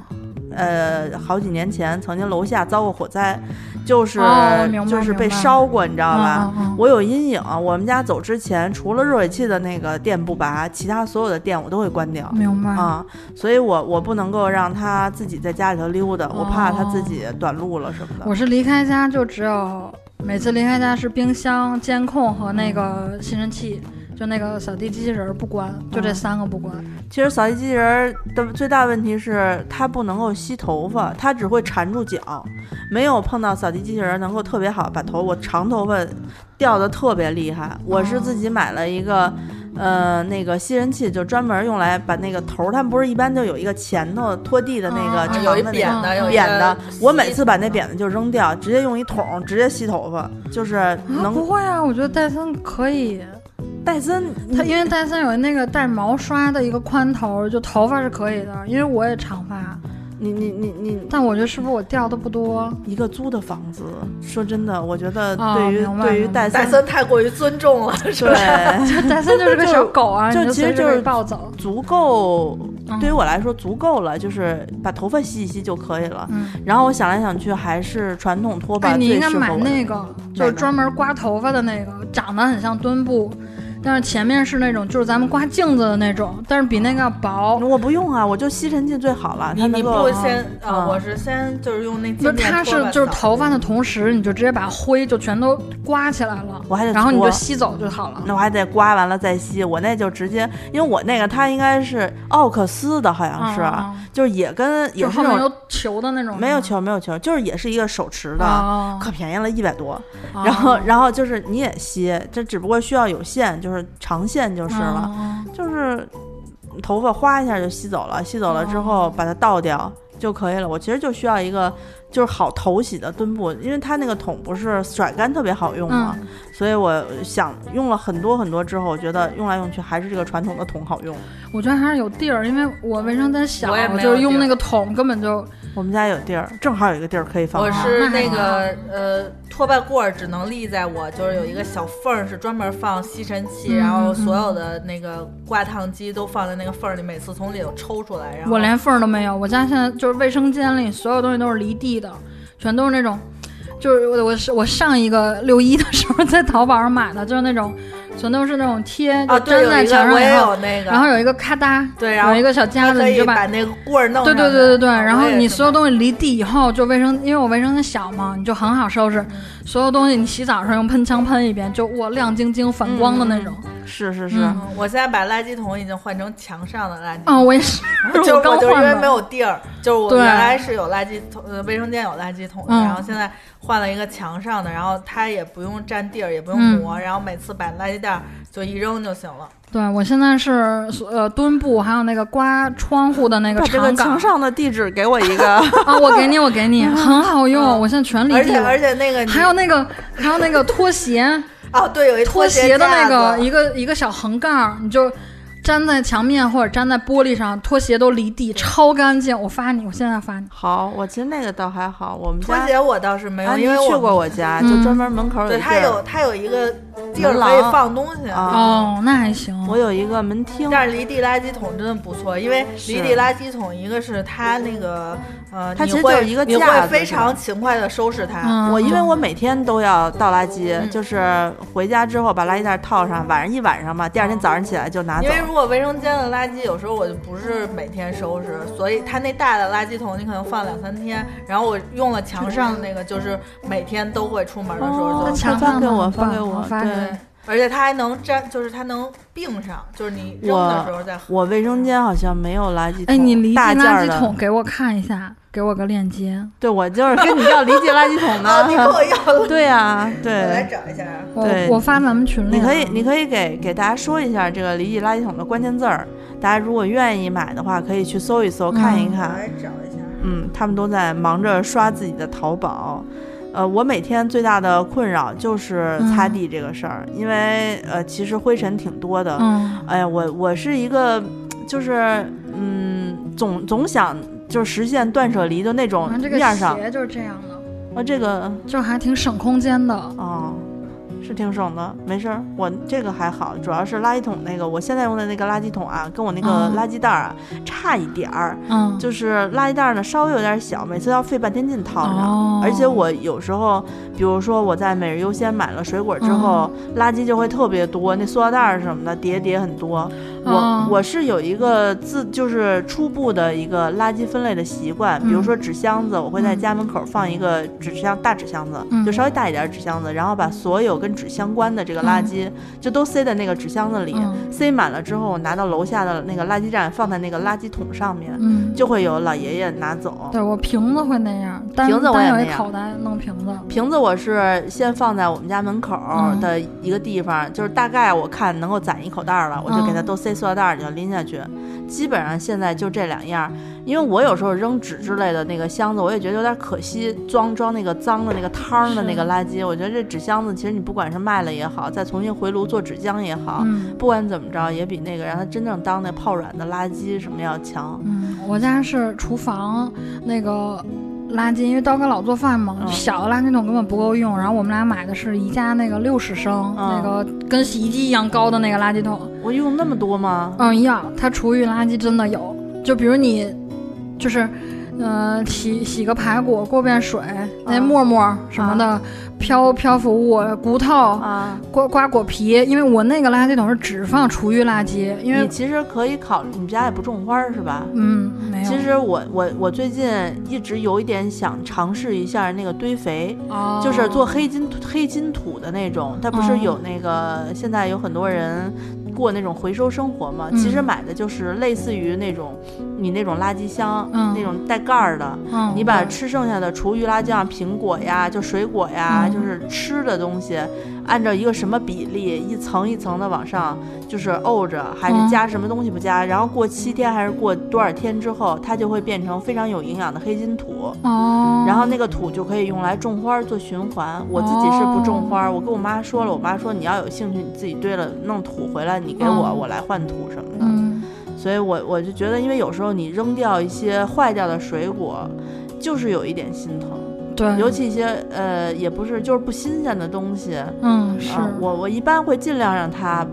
Speaker 1: 呃，好几年前曾经楼下遭过火灾，就是、
Speaker 2: 哦明白
Speaker 1: 就是被
Speaker 2: 明白
Speaker 1: 烧过，你知道吧？
Speaker 2: 嗯嗯嗯
Speaker 1: 我有阴影，我们家走之前，除了热水器的那个电不拔，其他所有的电我都会关掉。
Speaker 2: 明白。
Speaker 1: 啊、所以我我不能够让他自己在家里头溜达，我怕他自
Speaker 2: 哦
Speaker 1: 己短路了什么的。
Speaker 2: 我是离开家就只有每次离开家是冰箱、监控和那个吸尘器，就那个扫地机器人儿不关，就这
Speaker 1: 嗯
Speaker 2: 三个不关。
Speaker 1: 其实扫地机器人儿的最大问题是它不能够吸头发，它只会缠住脚，没有碰到扫地机器人儿能够特别好把头。我长头发掉的特别厉害，我
Speaker 3: 哦
Speaker 1: 是自己买了一个。呃，那个吸尘器就专门用来把那个头儿，他们不是一般就有一个前头拖地的那个
Speaker 2: 啊
Speaker 1: 长
Speaker 3: 哦有一
Speaker 1: 的那
Speaker 3: 扁
Speaker 1: 个
Speaker 3: 的，有一
Speaker 1: 扁
Speaker 3: 个
Speaker 1: 的，我每
Speaker 3: 细
Speaker 1: 次把那
Speaker 3: 的
Speaker 1: 扁的就扔掉，直接用一桶直接吸头发，就是
Speaker 2: 啊，不
Speaker 1: 能。
Speaker 2: 会啊，我觉得戴森可以，
Speaker 1: 戴森
Speaker 2: 它因为戴森有那个带毛刷的一个宽头，就头发是可以的，因为我也长发，
Speaker 1: 你你你你
Speaker 2: 但我觉得是不是我掉的 不多？
Speaker 1: 一个租的房子，说真的，我觉得
Speaker 2: 啊
Speaker 1: 对于、
Speaker 2: 明白
Speaker 1: 对于
Speaker 2: 明白嗯
Speaker 1: 戴
Speaker 3: 戴
Speaker 1: 森，
Speaker 3: 森太过于尊重了， 是吧？
Speaker 1: 对
Speaker 2: 就戴森就是个小狗啊，
Speaker 1: 就
Speaker 2: 你
Speaker 1: 其实
Speaker 2: 随时
Speaker 1: 就
Speaker 2: 可以
Speaker 1: 是
Speaker 2: 抱走。
Speaker 1: 足够，
Speaker 2: 嗯
Speaker 1: 对于我来说足够了，就是把头发吸一吸就可以了。
Speaker 2: 嗯，
Speaker 1: 然后我想来想去，还是传统拖把
Speaker 2: 哎，你
Speaker 1: 最
Speaker 2: 应
Speaker 1: 适合
Speaker 2: 该买
Speaker 1: 我的。
Speaker 2: 那个，就是专门刮头发的那个，长得很像墩布，但是前面是那种就是咱们刮镜子的那种，但是比那个要薄。
Speaker 1: 我不用啊，我就吸尘器最好了，
Speaker 3: 你
Speaker 1: 它
Speaker 3: 你
Speaker 1: 能够
Speaker 3: 不先啊，
Speaker 1: 嗯
Speaker 3: 我是先就是用那
Speaker 2: 就
Speaker 3: 金
Speaker 2: 它
Speaker 3: 面
Speaker 2: 是
Speaker 3: 拖把
Speaker 2: 就是
Speaker 3: 扫
Speaker 2: 头发的同时，你就直接把灰就全都刮起来了，
Speaker 1: 我还得
Speaker 2: 然后你
Speaker 1: 搓
Speaker 2: 就吸走就好了。
Speaker 1: 那我还得刮完了再吸，我那就直接，因为我那个它应该是奥克斯的，好像是，啊
Speaker 2: 嗯嗯嗯
Speaker 1: 就是也跟也
Speaker 2: 就是后
Speaker 1: 那
Speaker 2: 面
Speaker 1: 种
Speaker 2: 有球的那种，
Speaker 1: 没有，球没有球，就是也是一个手持的，
Speaker 2: 哦
Speaker 1: 可便宜了，一百多。
Speaker 2: 啊
Speaker 1: 然后，然后就是你也吸，这只不过需要有线，就是长线就是了，
Speaker 2: 了。
Speaker 1: 就是头发哗一下就吸走了，吸走了之
Speaker 2: 哦
Speaker 1: 后把它倒掉就可以了。我其实就需要一个就是好头洗的墩布，因为它那个桶不是甩干特别好用嘛，
Speaker 2: 嗯，
Speaker 1: 所以我想用了很多很多之后，我觉得用来用去还是这个传统的桶好用。
Speaker 2: 我觉得还是有地儿，因为我卫生间小
Speaker 3: 我也，没
Speaker 2: 就
Speaker 3: 有
Speaker 2: 是
Speaker 3: 地
Speaker 2: 用
Speaker 3: 儿
Speaker 2: 那个桶根本就
Speaker 1: 我们家有地儿，正好有一个地儿可以放
Speaker 3: 我
Speaker 1: 它。
Speaker 2: 那
Speaker 3: 是
Speaker 2: 还
Speaker 3: 那
Speaker 2: 好
Speaker 3: 个呃，拖把棍儿只能立在我就是有一个小缝儿，是专门放吸尘器，
Speaker 2: 嗯
Speaker 3: 然后
Speaker 2: 嗯
Speaker 3: 所有的那个挂烫机都放在那个缝儿里，每次从里头抽出来。然后
Speaker 2: 我连缝儿都没有，我家现在就是卫生间里所有东西都是离地的，全都是那种，就是我我是我上一个六一的时候在淘宝上买的，就是那种全都是那种贴，
Speaker 3: 啊，
Speaker 2: 就
Speaker 3: 对，
Speaker 2: 粘
Speaker 3: 有
Speaker 2: 在
Speaker 3: 一
Speaker 2: 墙
Speaker 3: 个
Speaker 2: 上
Speaker 3: 我也
Speaker 2: 以后，
Speaker 3: 有那个，
Speaker 2: 然后有一个咔嗒，
Speaker 3: 对，然后
Speaker 2: 有一个小夹子，
Speaker 3: 可
Speaker 2: 你
Speaker 3: 以
Speaker 2: 就
Speaker 3: 把那个棍儿弄
Speaker 2: 对
Speaker 3: 上
Speaker 2: 对
Speaker 3: 来。
Speaker 2: 对对对，
Speaker 3: 啊
Speaker 2: 然后
Speaker 3: 我也
Speaker 2: 你
Speaker 3: 是
Speaker 2: 所有
Speaker 3: 那
Speaker 2: 东西离地以后，就卫生，因为我卫生间小嘛，你就很好收
Speaker 3: 嗯
Speaker 2: 拾。所有东西你洗澡的时候用喷枪喷一遍，就哇亮晶晶反光的那
Speaker 3: 嗯
Speaker 2: 种。
Speaker 1: 是是是，
Speaker 2: 嗯
Speaker 3: 样我现在把垃圾桶已经换成墙上的垃圾，
Speaker 2: 嗯，我也是，
Speaker 3: 就是
Speaker 2: 我刚
Speaker 3: 就是因
Speaker 2: 换
Speaker 3: 为
Speaker 2: 的
Speaker 3: 没有地儿，就是我
Speaker 2: 对
Speaker 3: 原来是有垃圾桶，呃，卫生间有垃圾桶的，
Speaker 2: 嗯
Speaker 3: 然后现在换了一个墙上的，然后它也不用占地儿，也不用
Speaker 2: 嗯
Speaker 3: 磨，然后每次把垃圾袋儿就一扔就行了。
Speaker 2: 对我现在是呃墩布，还有那个刮窗户的那个
Speaker 1: 把这个
Speaker 2: 长杆
Speaker 1: 墙上的嗯地址给我一个。
Speaker 2: 啊，我给你，我给你，很好用，我现在全离
Speaker 3: 而
Speaker 2: 地
Speaker 3: 且
Speaker 2: 了。
Speaker 3: 而且那个你
Speaker 2: 还有那个，还有那个拖鞋，
Speaker 3: 哦，对，有一
Speaker 2: 拖
Speaker 3: 鞋
Speaker 2: 鞋的那
Speaker 3: 架
Speaker 2: 个
Speaker 3: 子
Speaker 2: 一个一个小横杠儿，你就粘在墙面或者粘在玻璃上，拖鞋都离地，超干净。我发你，我现在发你。
Speaker 1: 好，我其实那个倒还好，我们
Speaker 3: 拖
Speaker 1: 家
Speaker 3: 鞋我倒是没有，
Speaker 1: 安妮
Speaker 3: 哎因为
Speaker 1: 啊去
Speaker 3: 我
Speaker 1: 过我家，就
Speaker 2: 嗯
Speaker 1: 专门门口有
Speaker 3: 对
Speaker 1: 一
Speaker 3: 它
Speaker 1: 地儿
Speaker 3: 有它有一个地儿
Speaker 1: 门廊
Speaker 3: 可以放东西。
Speaker 1: 啊
Speaker 2: 哦，那还行。
Speaker 1: 我有一个门厅，
Speaker 3: 但是离地垃圾桶真的不错，因为
Speaker 1: 是
Speaker 3: 离地垃圾桶，一个是它那个呃，
Speaker 1: 它
Speaker 3: 你
Speaker 1: 其实
Speaker 3: 会
Speaker 1: 就是一个
Speaker 3: 你
Speaker 1: 架
Speaker 3: 会
Speaker 1: 子
Speaker 3: 非
Speaker 1: 是吧
Speaker 3: 常勤快的收拾它。
Speaker 2: 嗯
Speaker 1: 我因为我每天都要倒垃圾，
Speaker 3: 嗯
Speaker 1: 就是回家之后把垃圾袋套上，晚上一晚上吧，第二天早上起来就拿走
Speaker 3: 因。为如果卫生间的垃圾，有时候我就不是每天收拾，所以它那大的垃圾桶你可能放两三天，然后我用了墙上的那个，就是每天都会出门的时候
Speaker 1: 哦
Speaker 3: 就，
Speaker 2: 墙
Speaker 1: 发
Speaker 2: 上
Speaker 1: 给我，
Speaker 2: 很
Speaker 1: 发给
Speaker 2: 棒
Speaker 1: 我
Speaker 2: 我，发给
Speaker 1: 对
Speaker 2: 你。
Speaker 3: 而且它还能粘，就是它能并上，就是你扔的时候再。
Speaker 1: 我卫生间好像没有垃圾桶，
Speaker 2: 哎，你离地
Speaker 1: 大件
Speaker 2: 垃
Speaker 1: 儿
Speaker 2: 圾
Speaker 1: 的
Speaker 2: 桶给我看一下，给我个链接，
Speaker 1: 对我就是跟你要离地垃圾桶
Speaker 3: 哦，你给
Speaker 1: 呢。
Speaker 3: 我要了，
Speaker 1: 对呀、
Speaker 3: 我来
Speaker 1: 对，
Speaker 3: 找一下。啊
Speaker 2: 我
Speaker 1: 对
Speaker 2: 我发咱们群里
Speaker 1: 你
Speaker 2: 了。
Speaker 1: 可以，你可以给给大家说一下这个离地垃圾桶的关键字儿。大家如果愿意买的话，可以去搜一搜，看一
Speaker 2: 嗯
Speaker 1: 看
Speaker 3: 我。来找一下。
Speaker 1: 嗯，他们都在忙着刷自己的淘宝。呃，我每天最大的困扰就是擦地这个事儿，因为呃，其实灰尘挺多的。
Speaker 2: 嗯，
Speaker 1: 哎呀，我我是一个，就是嗯，总总想就是实现断舍离的那种
Speaker 2: 啊反正
Speaker 1: 哦
Speaker 2: 这
Speaker 1: 面儿
Speaker 2: 个
Speaker 1: 上。
Speaker 2: 鞋就是这样的，
Speaker 1: 啊，这个
Speaker 2: 就还挺省空间的。
Speaker 1: 哦，是挺省的，没事儿。我这个还好，主要是垃圾桶那个，我现在用的那个垃圾桶啊，跟我那个
Speaker 2: 嗯
Speaker 1: 垃圾袋儿啊、差一点儿，
Speaker 2: 嗯，
Speaker 1: 就是垃圾袋儿呢稍微有点小，每次要费半天劲套上。
Speaker 2: 哦
Speaker 1: 而且我有时候，比如说我在每日优先买了水果之后，
Speaker 2: 嗯
Speaker 1: 垃圾就会特别多，那塑料袋儿什么的叠叠很多。我
Speaker 2: 哦
Speaker 1: 我是有一个自就是初步的一个垃圾分类的习惯，比如
Speaker 2: 嗯
Speaker 1: 说纸箱子，我会在家门口放一个纸箱大纸箱子，
Speaker 2: 嗯
Speaker 1: 就稍微大一点的纸箱子，然后把所有跟纸相关的这个垃圾就都塞在那个纸箱子里，
Speaker 2: 嗯
Speaker 1: 塞满了之后，我拿到楼下的那个垃圾站，放在那个垃圾桶上面，
Speaker 2: 嗯，
Speaker 1: 就会有老爷爷拿走。
Speaker 2: 对我瓶子会那样，单
Speaker 1: 瓶子我也
Speaker 2: 单有
Speaker 1: 那
Speaker 2: 一
Speaker 1: 样
Speaker 2: 口袋弄瓶子。
Speaker 1: 瓶子我是先放在我们家门口
Speaker 2: 嗯
Speaker 1: 的一个地方，就是大概我看能够攒一口袋儿了，我就给它
Speaker 2: 嗯
Speaker 1: 都塞塑料袋儿里就拎下去。基本上现在就这两样儿，因为我有时候扔纸之类的那个箱子，我也觉得有点可惜，装装那个脏的那个汤儿的
Speaker 2: 是
Speaker 1: 那个垃圾，我觉得这纸箱子其实你不管是卖了也好，再重新回炉做纸浆也好，
Speaker 2: 嗯
Speaker 1: 不管怎么着也比那个让它真正当那泡软的垃圾什么要强。
Speaker 2: 嗯，我家是厨房那个垃圾，因为刀哥老做饭嘛，
Speaker 1: 嗯
Speaker 2: 小的垃圾桶根本不够用。然后我们俩买的是宜家那个六十升、
Speaker 1: 嗯
Speaker 2: 那个跟洗衣机一样高的那个垃圾桶。
Speaker 1: 我用那么多吗？
Speaker 2: 嗯，要它厨余垃圾真的有，就比如你，就是，呃，洗洗个排骨，过遍水，那
Speaker 1: 啊
Speaker 2: 沫沫什么的，漂漂浮物、骨头、
Speaker 1: 啊，
Speaker 2: 瓜瓜果皮，因为我那个垃圾桶是只放厨余垃圾，
Speaker 1: 你
Speaker 2: 因为
Speaker 1: 其实可以考虑，你们家也不种花儿是吧？
Speaker 2: 嗯没有，
Speaker 1: 其实我我我最近一直有一点想尝试一下那个堆肥，
Speaker 2: 哦
Speaker 1: 就是做黑金土黑金土的那种。它不是
Speaker 2: 哦
Speaker 1: 有那个现在有很多人过那种回收生活嘛？
Speaker 2: 嗯
Speaker 1: 其实买的就是类似于那种你那种垃圾箱，
Speaker 2: 嗯
Speaker 1: 那种带盖儿的。
Speaker 2: 嗯
Speaker 1: 你把吃剩下的厨余垃圾，像苹果呀、就水果呀，
Speaker 2: 嗯
Speaker 1: 就是吃的东西，按照一个什么比例，一层一层的往上，就是沤着，还是
Speaker 2: 嗯
Speaker 1: 加什么东西不加，然后过七天还是过多少天之后，它就会变成非常有营养的黑金土。
Speaker 2: 哦，
Speaker 1: 然后那个土就可以用来种花儿做循环。我自己是
Speaker 2: 哦
Speaker 1: 不种花儿，我跟我妈说了，我妈说你要有兴趣，你自己堆了弄土回来，你给我，
Speaker 2: 嗯
Speaker 1: 我来换土什么的。
Speaker 2: 嗯
Speaker 1: 所以我我就觉得，因为有时候你扔掉一些坏掉的水果，就是有一点心疼，
Speaker 2: 对，
Speaker 1: 尤其一些呃也不是就是不新鲜的东西。
Speaker 2: 嗯是、
Speaker 1: 啊我我一般会尽量让它。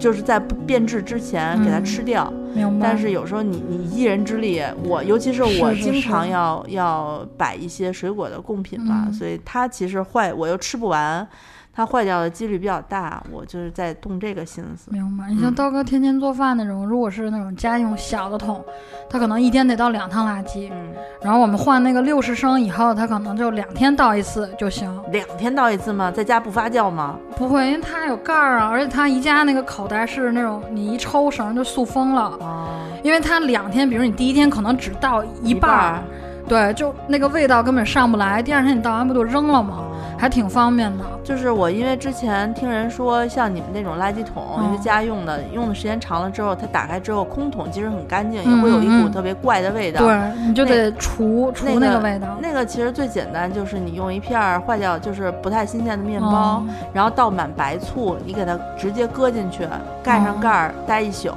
Speaker 1: 就是在不变质之前给它
Speaker 2: 嗯
Speaker 1: 吃掉，
Speaker 2: 明白，
Speaker 1: 但是有时候你你一人之力，我尤其是我
Speaker 2: 是是
Speaker 1: 经常
Speaker 2: 是
Speaker 1: 要要摆一些水果的贡品嘛，
Speaker 2: 嗯
Speaker 1: 所以它其实坏我又吃不完，它坏掉的几率比较大，我就是在动这个心思。
Speaker 2: 明白，你像
Speaker 1: 嗯
Speaker 2: 刀哥天天做饭那种，如果是那种家用小的桶，他可能一天得倒两趟垃圾，
Speaker 1: 嗯，
Speaker 2: 然后我们换那个六十升以后，他可能就两天倒一次就行，
Speaker 1: 两天倒一次吗？在家不发酵吗？
Speaker 2: 不会，因为它有盖儿啊，而且它宜家那个口袋是那种你一抽绳就塑封了，
Speaker 1: 哦，
Speaker 2: 因为它两天，比如你第一天可能只倒一半儿，
Speaker 1: 儿，
Speaker 2: 对，就那个味道根本上不来，第二天你倒完不就扔了吗？还挺方便的，
Speaker 1: 就是我因为之前听人说，像你们那种垃圾桶，
Speaker 2: 嗯
Speaker 1: 因为家用的，用的时间长了之后，它打开之后，空桶其实很干净，
Speaker 2: 嗯
Speaker 1: 也会有一股
Speaker 2: 嗯
Speaker 1: 特别怪的味道。。
Speaker 2: 对，你就得除除
Speaker 1: 那
Speaker 2: 那
Speaker 1: 个
Speaker 2: 个味道。
Speaker 1: 那个其实最简单，就是你用一片儿坏掉，就是不太新鲜的面
Speaker 2: 哦
Speaker 1: 包，然后倒满白醋，你给它直接搁进去，盖上
Speaker 2: 哦
Speaker 1: 盖儿，待一宿。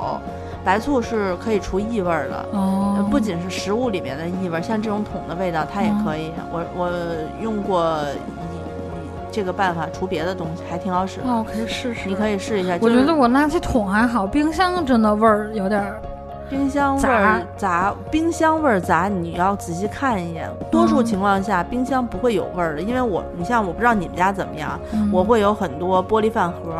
Speaker 1: 白醋是可以除异味儿的，
Speaker 2: 哦，
Speaker 1: 呃
Speaker 2: 哦，
Speaker 1: 不仅是食物里面的异味儿，像这种桶的味道它也可以。我我用过一这个办法除别的东西，还挺好使的。
Speaker 2: 那我可以试试。
Speaker 1: 你可以试一下。
Speaker 2: 哦我
Speaker 1: 就是
Speaker 2: 觉得我垃圾桶还好，冰箱真的味儿有点儿。
Speaker 1: 冰箱味儿杂，冰箱味儿杂，你要仔细看一眼。多
Speaker 2: 哦
Speaker 1: 数情况下，冰箱不会有味儿的，因为我，你像我不知道你们家怎么样，
Speaker 2: 嗯
Speaker 1: 我会有很多玻璃饭盒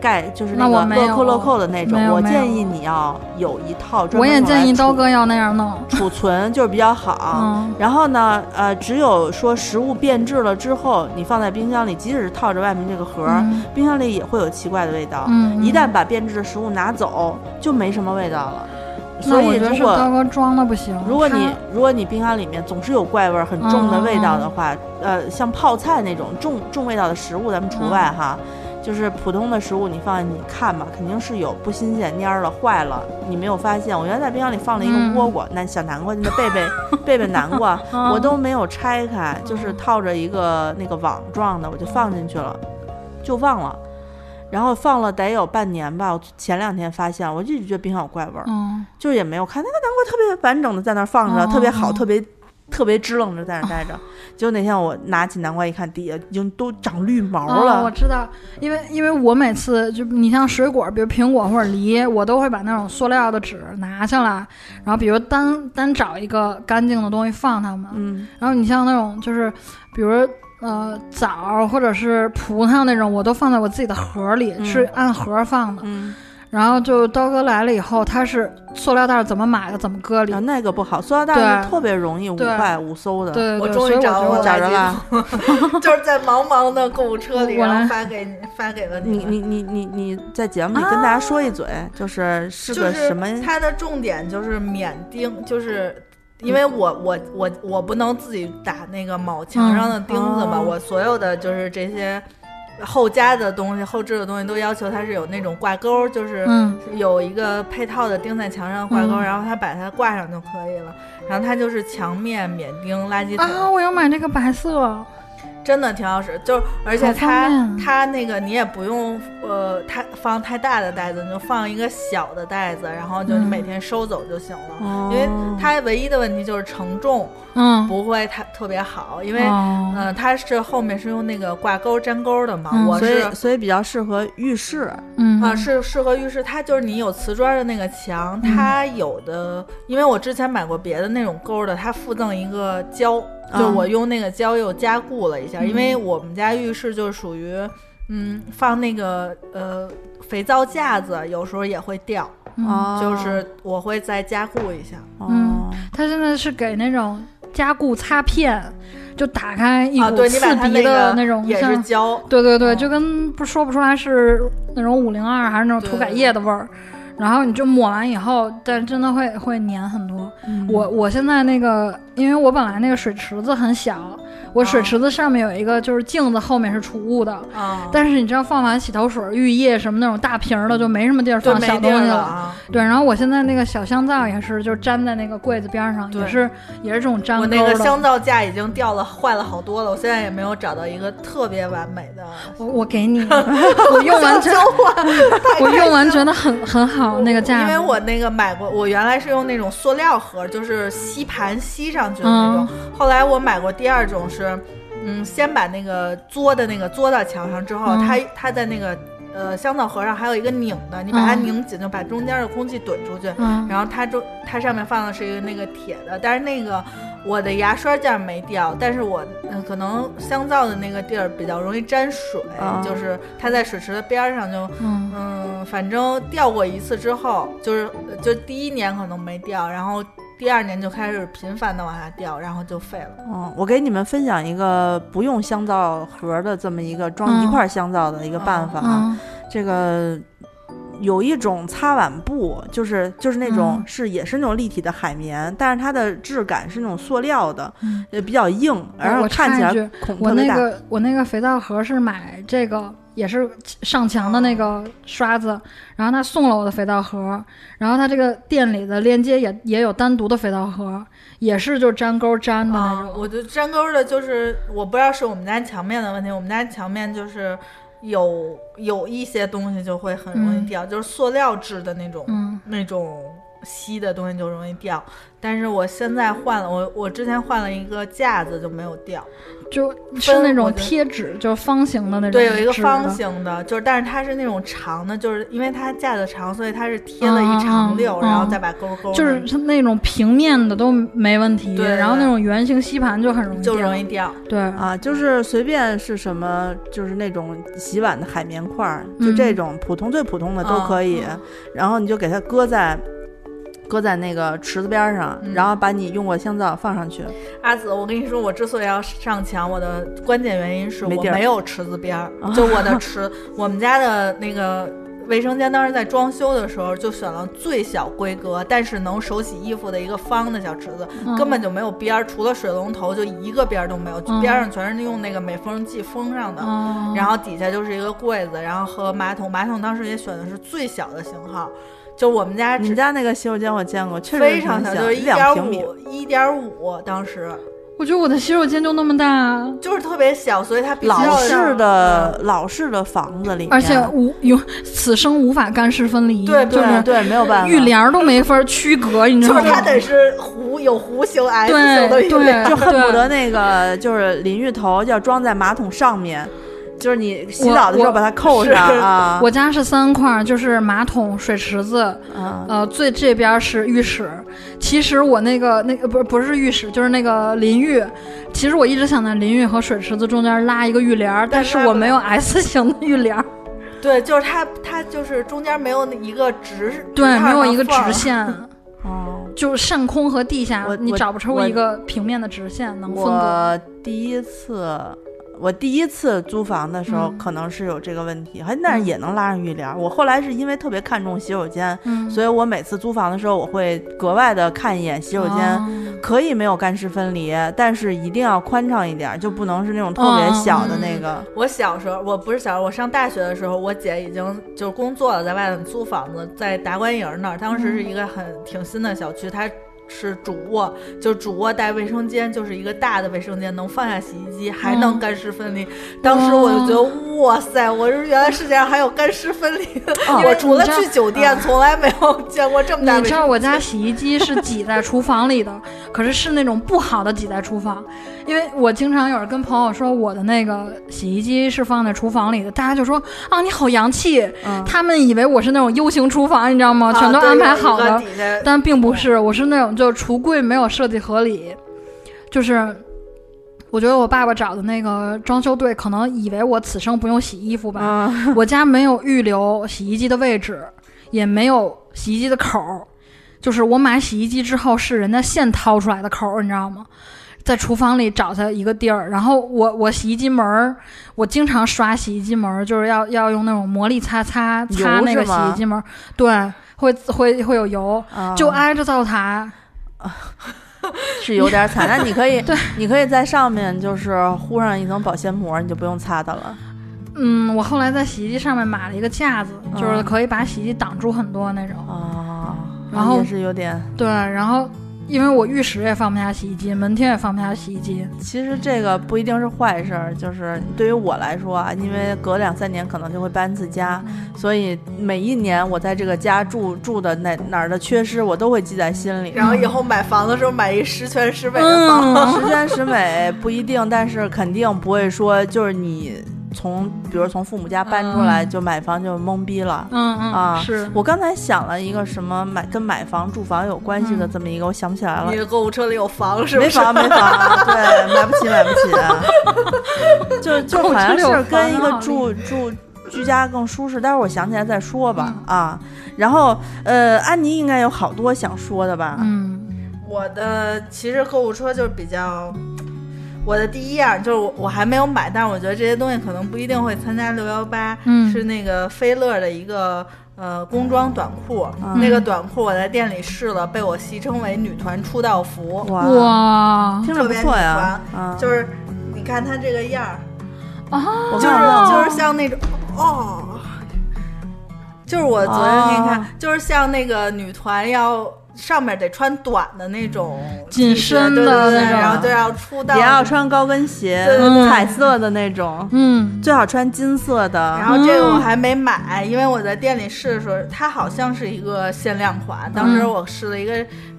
Speaker 1: 盖，就是
Speaker 2: 那我
Speaker 1: 个
Speaker 2: 没
Speaker 1: 乐
Speaker 2: 有
Speaker 1: 扣乐扣的那种
Speaker 2: 没。有
Speaker 1: 我
Speaker 2: 没有
Speaker 1: 建议你要有一套专
Speaker 2: 我
Speaker 1: 门
Speaker 2: 也
Speaker 1: 用来啊
Speaker 2: 建议
Speaker 1: 储
Speaker 2: 刀哥要那样弄。
Speaker 1: 储存就是比较好。
Speaker 2: 嗯，
Speaker 1: 然后呢，呃，只有说食物变质了之后，你放在冰箱里，即使是套着外面这个盒儿，
Speaker 2: 嗯
Speaker 1: 冰箱里也会有奇怪的味道。
Speaker 2: 嗯
Speaker 1: 一旦把变质的食物拿走，就没什么味道了。所
Speaker 2: 嗯那我
Speaker 1: 以
Speaker 2: 觉得
Speaker 1: 如
Speaker 2: 是刀
Speaker 1: 果
Speaker 2: 哥装的不行。
Speaker 1: 如果你
Speaker 2: 他
Speaker 1: 如果你冰箱里面总是有怪味儿、很重的味道的
Speaker 2: 嗯
Speaker 1: 话，呃，像泡菜那种重重味道的食物咱们除外哈，
Speaker 2: 嗯
Speaker 1: 就是普通的食物你放在你看吧，肯定是有不新鲜、蔫儿了、坏了，你没有发现。我原来在冰箱里放了一个
Speaker 2: 嗯
Speaker 1: 倭瓜，那、小南瓜，那贝贝贝贝南瓜，我都没有拆开，
Speaker 2: 嗯
Speaker 1: 就是套着一个那个网状的，我就放进去了，就忘了。然后放了得有半年吧，我前两天发现，我一直觉得冰箱有怪味儿，
Speaker 2: 嗯，
Speaker 1: 就是也没有看那个南瓜特别完整的在那儿放着，
Speaker 2: 哦
Speaker 1: 特别好，
Speaker 2: 哦
Speaker 1: 特别特别支棱着在那儿待着。结果那天我拿起南瓜一看，底下已经都长绿毛
Speaker 2: 哦，我
Speaker 1: 了。
Speaker 2: 知道，因为因为我每次就你像水果，比如苹果或者梨，我都会把那种塑料的纸拿下来，然后比如单单找一个干净的东西放它们。
Speaker 1: 嗯，
Speaker 2: 然后你像那种就是，比如呃枣儿或者是葡萄那种，我都放在我自己的盒里，
Speaker 1: 嗯
Speaker 2: 是按盒放的。
Speaker 1: 嗯，
Speaker 2: 然后就刀哥来了以后，他是塑料袋儿怎么买的怎么搁里
Speaker 1: 然后。那个不好，塑料袋
Speaker 2: 对
Speaker 1: 是特别容易捂
Speaker 2: 对
Speaker 1: 坏、捂馊的。
Speaker 2: 对对
Speaker 3: 我
Speaker 2: 对，
Speaker 3: 终
Speaker 2: 所以
Speaker 3: 于
Speaker 2: 我觉得我
Speaker 3: 找到我
Speaker 1: 找
Speaker 3: 垃
Speaker 1: 着了
Speaker 3: 圾桶，就是在茫茫的购物车里，
Speaker 2: 我来
Speaker 3: 然后发给你，发给了
Speaker 1: 你
Speaker 3: 你。
Speaker 1: 你你你你在节目里
Speaker 2: 啊
Speaker 1: 跟大家说一嘴，就是是
Speaker 3: 就
Speaker 1: 个
Speaker 3: 是
Speaker 1: 什么？
Speaker 3: 它的重点就是免钉，就是。因为我我我我不能自己打那个铆墙上的钉子嘛，
Speaker 1: 嗯哦
Speaker 3: 我所有的就是这些后加的东西、后置的东西都要求它是有那种挂钩，就是
Speaker 2: 嗯
Speaker 3: 有一个配套的钉在墙上挂钩，
Speaker 2: 嗯
Speaker 3: 然后它把它挂上就可以了。然后它就是墙面免钉垃圾桶，
Speaker 2: 啊，我要买这个白色，
Speaker 3: 真的挺好使，就是而且
Speaker 2: 好方
Speaker 3: 它
Speaker 2: 便啊
Speaker 3: 它那个你也不用呃太放太大的袋子，你就放一个小的袋子，然后就你
Speaker 2: 嗯
Speaker 3: 每天收走就行了。
Speaker 1: 哦
Speaker 3: 因为它唯一的问题就是承重
Speaker 2: 嗯，
Speaker 3: 不会太特别好，因为、
Speaker 2: 哦
Speaker 3: 呃它是后面是用那个挂钩粘钩的嘛，
Speaker 2: 嗯
Speaker 3: 我
Speaker 1: 所
Speaker 3: 是
Speaker 1: 以所以比较适合浴室。
Speaker 2: 嗯
Speaker 3: 啊，是适合浴室，它就是你有瓷砖的那个墙，
Speaker 2: 嗯
Speaker 3: 它有的，因为我之前买过别的那种钩的，它附赠一个胶，就
Speaker 1: 嗯
Speaker 3: 我用那个胶又加固了一下，因
Speaker 2: 嗯
Speaker 3: 为我们家浴室就是属于，嗯，放那个呃肥皂架子，有时候也会掉，
Speaker 2: 嗯
Speaker 1: 哦
Speaker 3: 就是我会再加固一下。
Speaker 1: 哦
Speaker 2: 嗯，他现在是给那种加固擦片，就打开一
Speaker 3: 啊，
Speaker 2: 股
Speaker 3: 对你把
Speaker 2: 刺
Speaker 3: 它
Speaker 2: 鼻的
Speaker 3: 那
Speaker 2: 种
Speaker 3: 也
Speaker 2: 像，
Speaker 3: 是胶，
Speaker 2: 对对对，
Speaker 3: 嗯
Speaker 2: 就跟不说不出来是那种五零二还是那种涂改液的味儿。然后你就抹完以后，但真的会会粘很多。
Speaker 1: 嗯
Speaker 2: 我我现在那个，因为我本来那个水池子很小，我水池子上面有一个就是镜子，后面是储物的。
Speaker 3: 啊，
Speaker 2: 但是你知道，放完洗头水、浴液什么那种大瓶儿的，就没什么地儿
Speaker 3: 就
Speaker 2: 放
Speaker 3: 没
Speaker 2: 小
Speaker 3: 地
Speaker 2: 东
Speaker 3: 儿
Speaker 2: 西
Speaker 3: 了
Speaker 2: 了。
Speaker 3: 啊。
Speaker 2: 对，然后我现在那个小香皂也是，就粘在那个柜子边儿上，
Speaker 3: 对
Speaker 2: 也是也是这种
Speaker 3: 我
Speaker 2: 粘
Speaker 3: 那
Speaker 2: 钩
Speaker 3: 个
Speaker 2: 的。
Speaker 3: 香皂架已经掉了，坏了好多了，我现在也没有找到一个特别完美的。
Speaker 2: 我我给 你，我用完觉得我用完觉得很很好， 那个架
Speaker 3: 因
Speaker 2: 子。
Speaker 3: 为我那个买过，我原来是用那种塑料盒，就是吸盘吸上去的那种。
Speaker 2: 嗯
Speaker 3: 后来我买过第二种是，嗯，先把那个嘬的那个嘬到墙上之后，
Speaker 2: 嗯
Speaker 3: 它它在那个呃香皂盒上还有一个拧的，你把它
Speaker 2: 嗯
Speaker 3: 拧紧，就把中间的空气怼出去。
Speaker 2: 嗯
Speaker 3: 然后它中它上面放的是一个那个铁的，但是那个我的牙刷架没掉，但是我、呃、可能香皂的那个地儿比较容易沾水，
Speaker 1: 啊
Speaker 2: 哦
Speaker 3: 就是它在水池的边儿上就。
Speaker 2: 嗯
Speaker 3: 嗯，反正掉过一次之后，就是呃就第一年可能没掉，然后第二年就开始频繁的往下掉，然后就废了。
Speaker 1: 嗯，我给你们分享一个不用香皂盒的这么一个装
Speaker 2: 嗯
Speaker 1: 一块香皂的一个办法啊。
Speaker 2: 嗯
Speaker 1: 这个有一种擦碗布，就是就是那种、
Speaker 2: 嗯
Speaker 1: 是也是那种立体的海绵，但是它的质感是那种塑料的，
Speaker 2: 嗯，
Speaker 1: 也比较硬，然后
Speaker 2: 我
Speaker 1: 看起
Speaker 2: 插一
Speaker 1: 来
Speaker 2: 句
Speaker 1: 孔
Speaker 2: 我
Speaker 1: 特别
Speaker 2: 那
Speaker 1: 大。
Speaker 2: 个我那个肥皂盒是买这个也是上墙的那个刷子，然后他送了我的肥皂盒，然后他这个店里的链接也也有单独的肥皂盒，也是就粘钩粘的那
Speaker 3: 啊，
Speaker 2: 种。
Speaker 3: 我就粘钩的，就是我不知道是我们家墙面的问题，我们家墙面就是有有一些东西就会很容易
Speaker 2: 嗯
Speaker 3: 掉，就是塑料制的那种、
Speaker 2: 嗯
Speaker 3: 那种吸的东西就容易掉。但是我现在换了，我我之前换了一个架子就没有掉，
Speaker 2: 就是那种贴纸，就是方形的那种，
Speaker 3: 对，有一个
Speaker 2: 纸的
Speaker 3: 方形的，就是但是它是那种长的，就是因为它架子长，所以它是贴了
Speaker 2: 嗯
Speaker 3: 一
Speaker 2: 嗯
Speaker 3: 长溜，
Speaker 2: 嗯
Speaker 3: 然后再把勾勾
Speaker 2: 就是它那种平面的都没问题，
Speaker 3: 对
Speaker 2: 然后那种圆形吸盘就很容易
Speaker 3: 就
Speaker 2: 掉
Speaker 3: 容易掉。
Speaker 2: 对，
Speaker 1: 啊，就是随便是什么，就是那种洗碗的海绵块儿，就
Speaker 2: 嗯
Speaker 1: 这种普通最普通的都
Speaker 3: 嗯
Speaker 1: 可以。然后你就给它搁在搁在那个池子边儿上，
Speaker 3: 嗯
Speaker 1: 然后把你用过的香皂放上去。
Speaker 3: 阿紫，我跟你说，我之所以要上墙，我的关键原因是
Speaker 1: 没
Speaker 3: 我
Speaker 1: 地儿
Speaker 3: 没有池 子边儿，就我的池，我们家的那个卫生间当时在装修的时候就选了最小规格，但是能手洗衣服的一个方的小池子，
Speaker 2: 嗯
Speaker 3: 根本就没有边儿，除了水龙头就一个边儿都没有，
Speaker 2: 嗯
Speaker 3: 边上全是用那个美缝剂封上的。
Speaker 2: 嗯，
Speaker 3: 然后底下就是一个柜子，然后和马桶，马桶当时也选的是最小的型号，就我们家
Speaker 1: 你
Speaker 3: 只
Speaker 1: 们家那个洗手间我见过，确实
Speaker 3: 非
Speaker 1: 挺
Speaker 3: 常小，
Speaker 1: 小，
Speaker 3: 就是一
Speaker 1: 两
Speaker 3: 点
Speaker 1: 平米。
Speaker 3: 五，一点五当时。
Speaker 2: 我觉得我的洗手间就那么大，啊
Speaker 3: 就是特别小，所以它比较嗯
Speaker 1: 老式
Speaker 3: 像
Speaker 1: 的、老式的房子里面，
Speaker 2: 而且无有此生无法干湿分离，
Speaker 3: 啊对
Speaker 2: 就
Speaker 1: 对
Speaker 2: 是
Speaker 1: 对，没有办法，
Speaker 2: 浴帘都没法区隔，你
Speaker 3: 嗯，
Speaker 2: 知
Speaker 3: 就
Speaker 2: 道
Speaker 3: 是它
Speaker 2: 吗？
Speaker 3: 得是弧有弧形 S
Speaker 2: 对
Speaker 3: 型的浴帘，
Speaker 2: 对，
Speaker 1: 就恨不
Speaker 2: 对
Speaker 1: 得那个就是淋浴头要装在马桶上面，就是你洗
Speaker 2: 我
Speaker 1: 澡的时候
Speaker 2: 我
Speaker 1: 把它扣
Speaker 3: 是
Speaker 1: 上啊。
Speaker 2: 我家是三块儿，就是马桶、水池子，
Speaker 1: 啊
Speaker 2: 呃，最这边儿是浴室。其实我那个那个不是不是浴室，就是那个淋浴。其实我一直想在淋浴和水池子中间拉一个浴帘儿，但
Speaker 3: 但
Speaker 2: 是
Speaker 3: 拉
Speaker 2: 我
Speaker 3: 不
Speaker 2: 没有 S 型的浴帘儿，
Speaker 3: 对，就是它它就是中间没有那一个直，
Speaker 2: 对，
Speaker 3: 直
Speaker 2: 没有一个
Speaker 3: 缝儿
Speaker 2: 直，线，
Speaker 1: 哦，
Speaker 2: 就是上空和地下
Speaker 1: 我，
Speaker 2: 你
Speaker 1: 我
Speaker 2: 找不出
Speaker 1: 我
Speaker 2: 一个平面的直线能分割。
Speaker 1: 我第一次，我第一次租房的时候
Speaker 2: 嗯
Speaker 1: 可能是有这个问题，还但是
Speaker 2: 嗯
Speaker 1: 也能拉上浴帘儿。我后来是因为特别看重洗手间，
Speaker 2: 嗯，
Speaker 1: 所以我每次租房的时候，我会格外的看一眼洗手间。
Speaker 2: 哦
Speaker 1: 可以没有干湿分离，但是一定要宽敞一点，就不能是那种特别小的那个。
Speaker 3: 我小时候，我不是小时候，我上大学的时候，我姐已经就是工作了，在外头租房子，在达官营那儿，当时是一个很挺新的小区，它是主卧，就主卧带卫生间，就是一个大的卫生间，能放下洗衣机，还
Speaker 2: 嗯
Speaker 3: 能干湿分离。当时我就觉得，
Speaker 2: 哦
Speaker 3: 哇塞，我说原来世界上还有干湿分离的，
Speaker 1: 哦
Speaker 3: 啊我除了
Speaker 2: 你知
Speaker 3: 去
Speaker 2: 道嗯
Speaker 3: 酒店，从来没有见过这么大
Speaker 2: 你
Speaker 3: 卫
Speaker 2: 知
Speaker 3: 生
Speaker 2: 道我家洗衣机是挤在厨房里的， 可是是那种不好的挤在厨房，因为我经常有人跟朋友说我的那个洗衣机是放在厨房里的，大家就说啊你好洋气，
Speaker 1: 嗯，
Speaker 2: 他们以为我是那种 U 型厨房，你知道吗？
Speaker 3: 间，
Speaker 2: 全都
Speaker 3: 啊对
Speaker 2: 安排
Speaker 3: 有一
Speaker 2: 好嗯
Speaker 3: 个
Speaker 2: 的，
Speaker 3: 底下
Speaker 2: 但并不是，我是那种就是橱柜没有设计合理，就是我觉得我爸爸找的那个装修队可能以为我此生不用洗衣服吧，
Speaker 1: 嗯
Speaker 2: 我家没有预留洗衣机的位置，也没有洗衣机的口儿，就是我买洗衣机之后是人家现掏出来的口儿，你知道吗？在厨房里找它一个地儿，然后我我洗衣机门儿，我经常刷洗衣机门儿，就是要要用那种魔力擦擦擦
Speaker 1: 油
Speaker 2: 那个
Speaker 1: 是
Speaker 2: 洗
Speaker 1: 吗
Speaker 2: 衣机门儿，对，会会会有油，
Speaker 1: 啊
Speaker 2: 就挨着灶台，
Speaker 1: 是有点惨。但你可 以，你可以在上面就是糊上一层保鲜膜，你就不用擦它了。
Speaker 2: 嗯，我后来在洗衣机上面买了一个架子，就是
Speaker 1: 嗯
Speaker 2: 可以把洗衣机挡住很多那种。
Speaker 1: 啊，
Speaker 2: 然后
Speaker 1: 也是有点。
Speaker 2: 对，然后因为我浴室也放不下洗衣机，门厅也放不下洗衣机。
Speaker 1: 其实这个不一定是坏事儿，就是对于我来说啊，因为隔两三年可能就会搬次家，
Speaker 2: 嗯
Speaker 1: 所以每一年我在这个家住住的哪哪儿的缺失，我都会记在心里。
Speaker 3: 然后以后买房的时候买一十全十美的房。
Speaker 2: 嗯，
Speaker 1: 十全十美不一定，但是肯定不会说就是你从比如从父母家搬出来
Speaker 2: 嗯
Speaker 1: 就买房就懵逼了。
Speaker 2: 嗯嗯
Speaker 1: 啊
Speaker 2: 是
Speaker 1: 我刚才想了一个什么买跟买房住房有关系的
Speaker 2: 嗯
Speaker 1: 这么一个，我想不起来了
Speaker 3: 你。的购物车里有房是不
Speaker 1: 没
Speaker 3: 是？
Speaker 1: 房没房啊，对，买不起买不起啊，就就好像是跟一个住住居家更舒适，待会儿我想起来再说吧、啊。然后呃，安妮应该有好多想说的吧？
Speaker 2: 嗯
Speaker 3: 我的其实购物车就是比较，我的第一样就是我我还没有买，但是我觉得这些东西可能不一定会参加六幺八，
Speaker 2: 嗯
Speaker 3: 是那个菲乐的一个呃工装短裤，
Speaker 1: 嗯
Speaker 3: 那个短裤我在店里试了，被我戏称为女团出道服，
Speaker 1: 哇，
Speaker 2: 哇
Speaker 1: 听着不错呀，啊，
Speaker 3: 就是你看它这个样儿，
Speaker 1: 我
Speaker 3: 就是
Speaker 1: 看到
Speaker 3: 就是像那种哦，就是我昨天给你看，
Speaker 1: 哦
Speaker 3: 就是像那个女团要上面得穿短的那种
Speaker 2: 紧
Speaker 3: T 恤
Speaker 2: 身
Speaker 3: 对对
Speaker 2: 的
Speaker 3: 对
Speaker 2: 那种
Speaker 3: 然后就要出道，
Speaker 1: 也要穿高跟鞋
Speaker 3: 对对，
Speaker 2: 对
Speaker 1: 彩色的那种，
Speaker 2: 嗯，
Speaker 1: 最好穿金色
Speaker 3: 然
Speaker 1: 的。
Speaker 3: 后这个我还没买，因为我在店里试的时候，它好像是一个限量款。当
Speaker 2: 嗯
Speaker 3: 时我试了一个，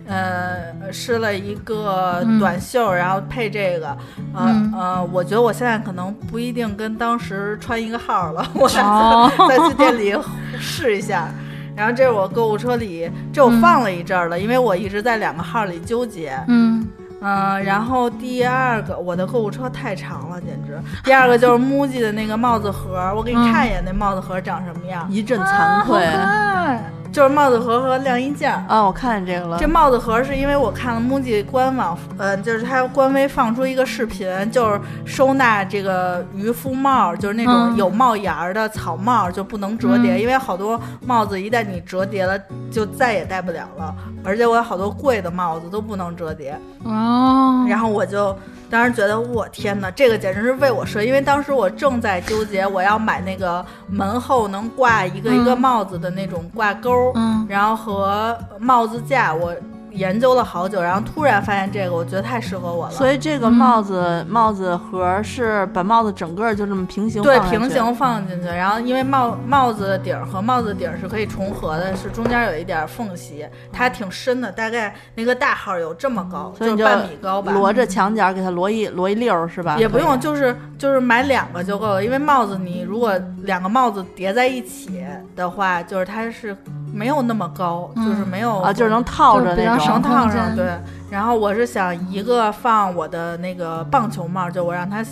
Speaker 3: 呃，试了一个短袖，然后配这个，呃、
Speaker 2: 嗯
Speaker 3: 呃，我觉得我现在可能不一定跟当时穿一个号了，我 再、
Speaker 2: 哦
Speaker 3: 再去店里试一下。然后这是我购物车里，这我放了一阵儿了，因为我一直在两个号里纠结。
Speaker 2: 嗯，
Speaker 3: 嗯、然后第二个，我的购物车太长了，简直。第二个就是 MUJI 的那个帽子盒 儿，我给你看一眼那帽子盒儿长什么样，
Speaker 1: 一阵惭愧啊
Speaker 2: 哎，
Speaker 3: 就是帽子盒和晾衣架儿。
Speaker 1: 我看见这个了
Speaker 3: 这。帽子盒儿是因为我看了 MUJI 官网，呃，就是它官微放出一个视频，就是收纳这个渔夫帽，就是那种
Speaker 2: 嗯
Speaker 3: 有帽檐儿的草帽，就不能折叠，
Speaker 2: 嗯
Speaker 3: 因为好多帽子一旦你折叠了，就再也戴不了了。而且我有好多贵的帽子都不能折叠，
Speaker 2: 哦，
Speaker 3: 然后
Speaker 1: 嗯
Speaker 3: 我就当时觉得，我天哪，这个简直是为我设，因为当时我正在纠结，我要买那个门后能挂一个一个
Speaker 2: 嗯
Speaker 3: 帽子的那种挂钩，
Speaker 2: 嗯
Speaker 3: 然后和帽子架，我研究了好久，然后突然发现这个，我觉得太适合我了。
Speaker 1: 所以这
Speaker 3: 嗯
Speaker 1: 个帽子、帽子盒是把帽子整个就这么平行
Speaker 3: 对
Speaker 1: 放下去嗯
Speaker 3: 平行放进去，然后因为帽帽子顶儿和帽子顶儿是可以重合的，是中间有一点儿缝隙，它挺深的，大概那个大号有这么高，
Speaker 1: 所以
Speaker 3: 就
Speaker 1: 你
Speaker 3: 是
Speaker 1: 就
Speaker 3: 半米高吧。
Speaker 1: 摞着墙角给它摞一摞一溜儿是吧？
Speaker 3: 嗯也不用，就是就是买两个就够了，因为帽子你如果两个帽子叠在一起的话，就是它是没有那么高，
Speaker 2: 嗯
Speaker 3: 就是没有
Speaker 1: 啊，就是能套着
Speaker 2: 就比较
Speaker 1: 那
Speaker 2: 省
Speaker 1: 种
Speaker 3: 能。套上
Speaker 2: 空间
Speaker 3: 对。然后我是想一个放我的那个棒球帽，就我让它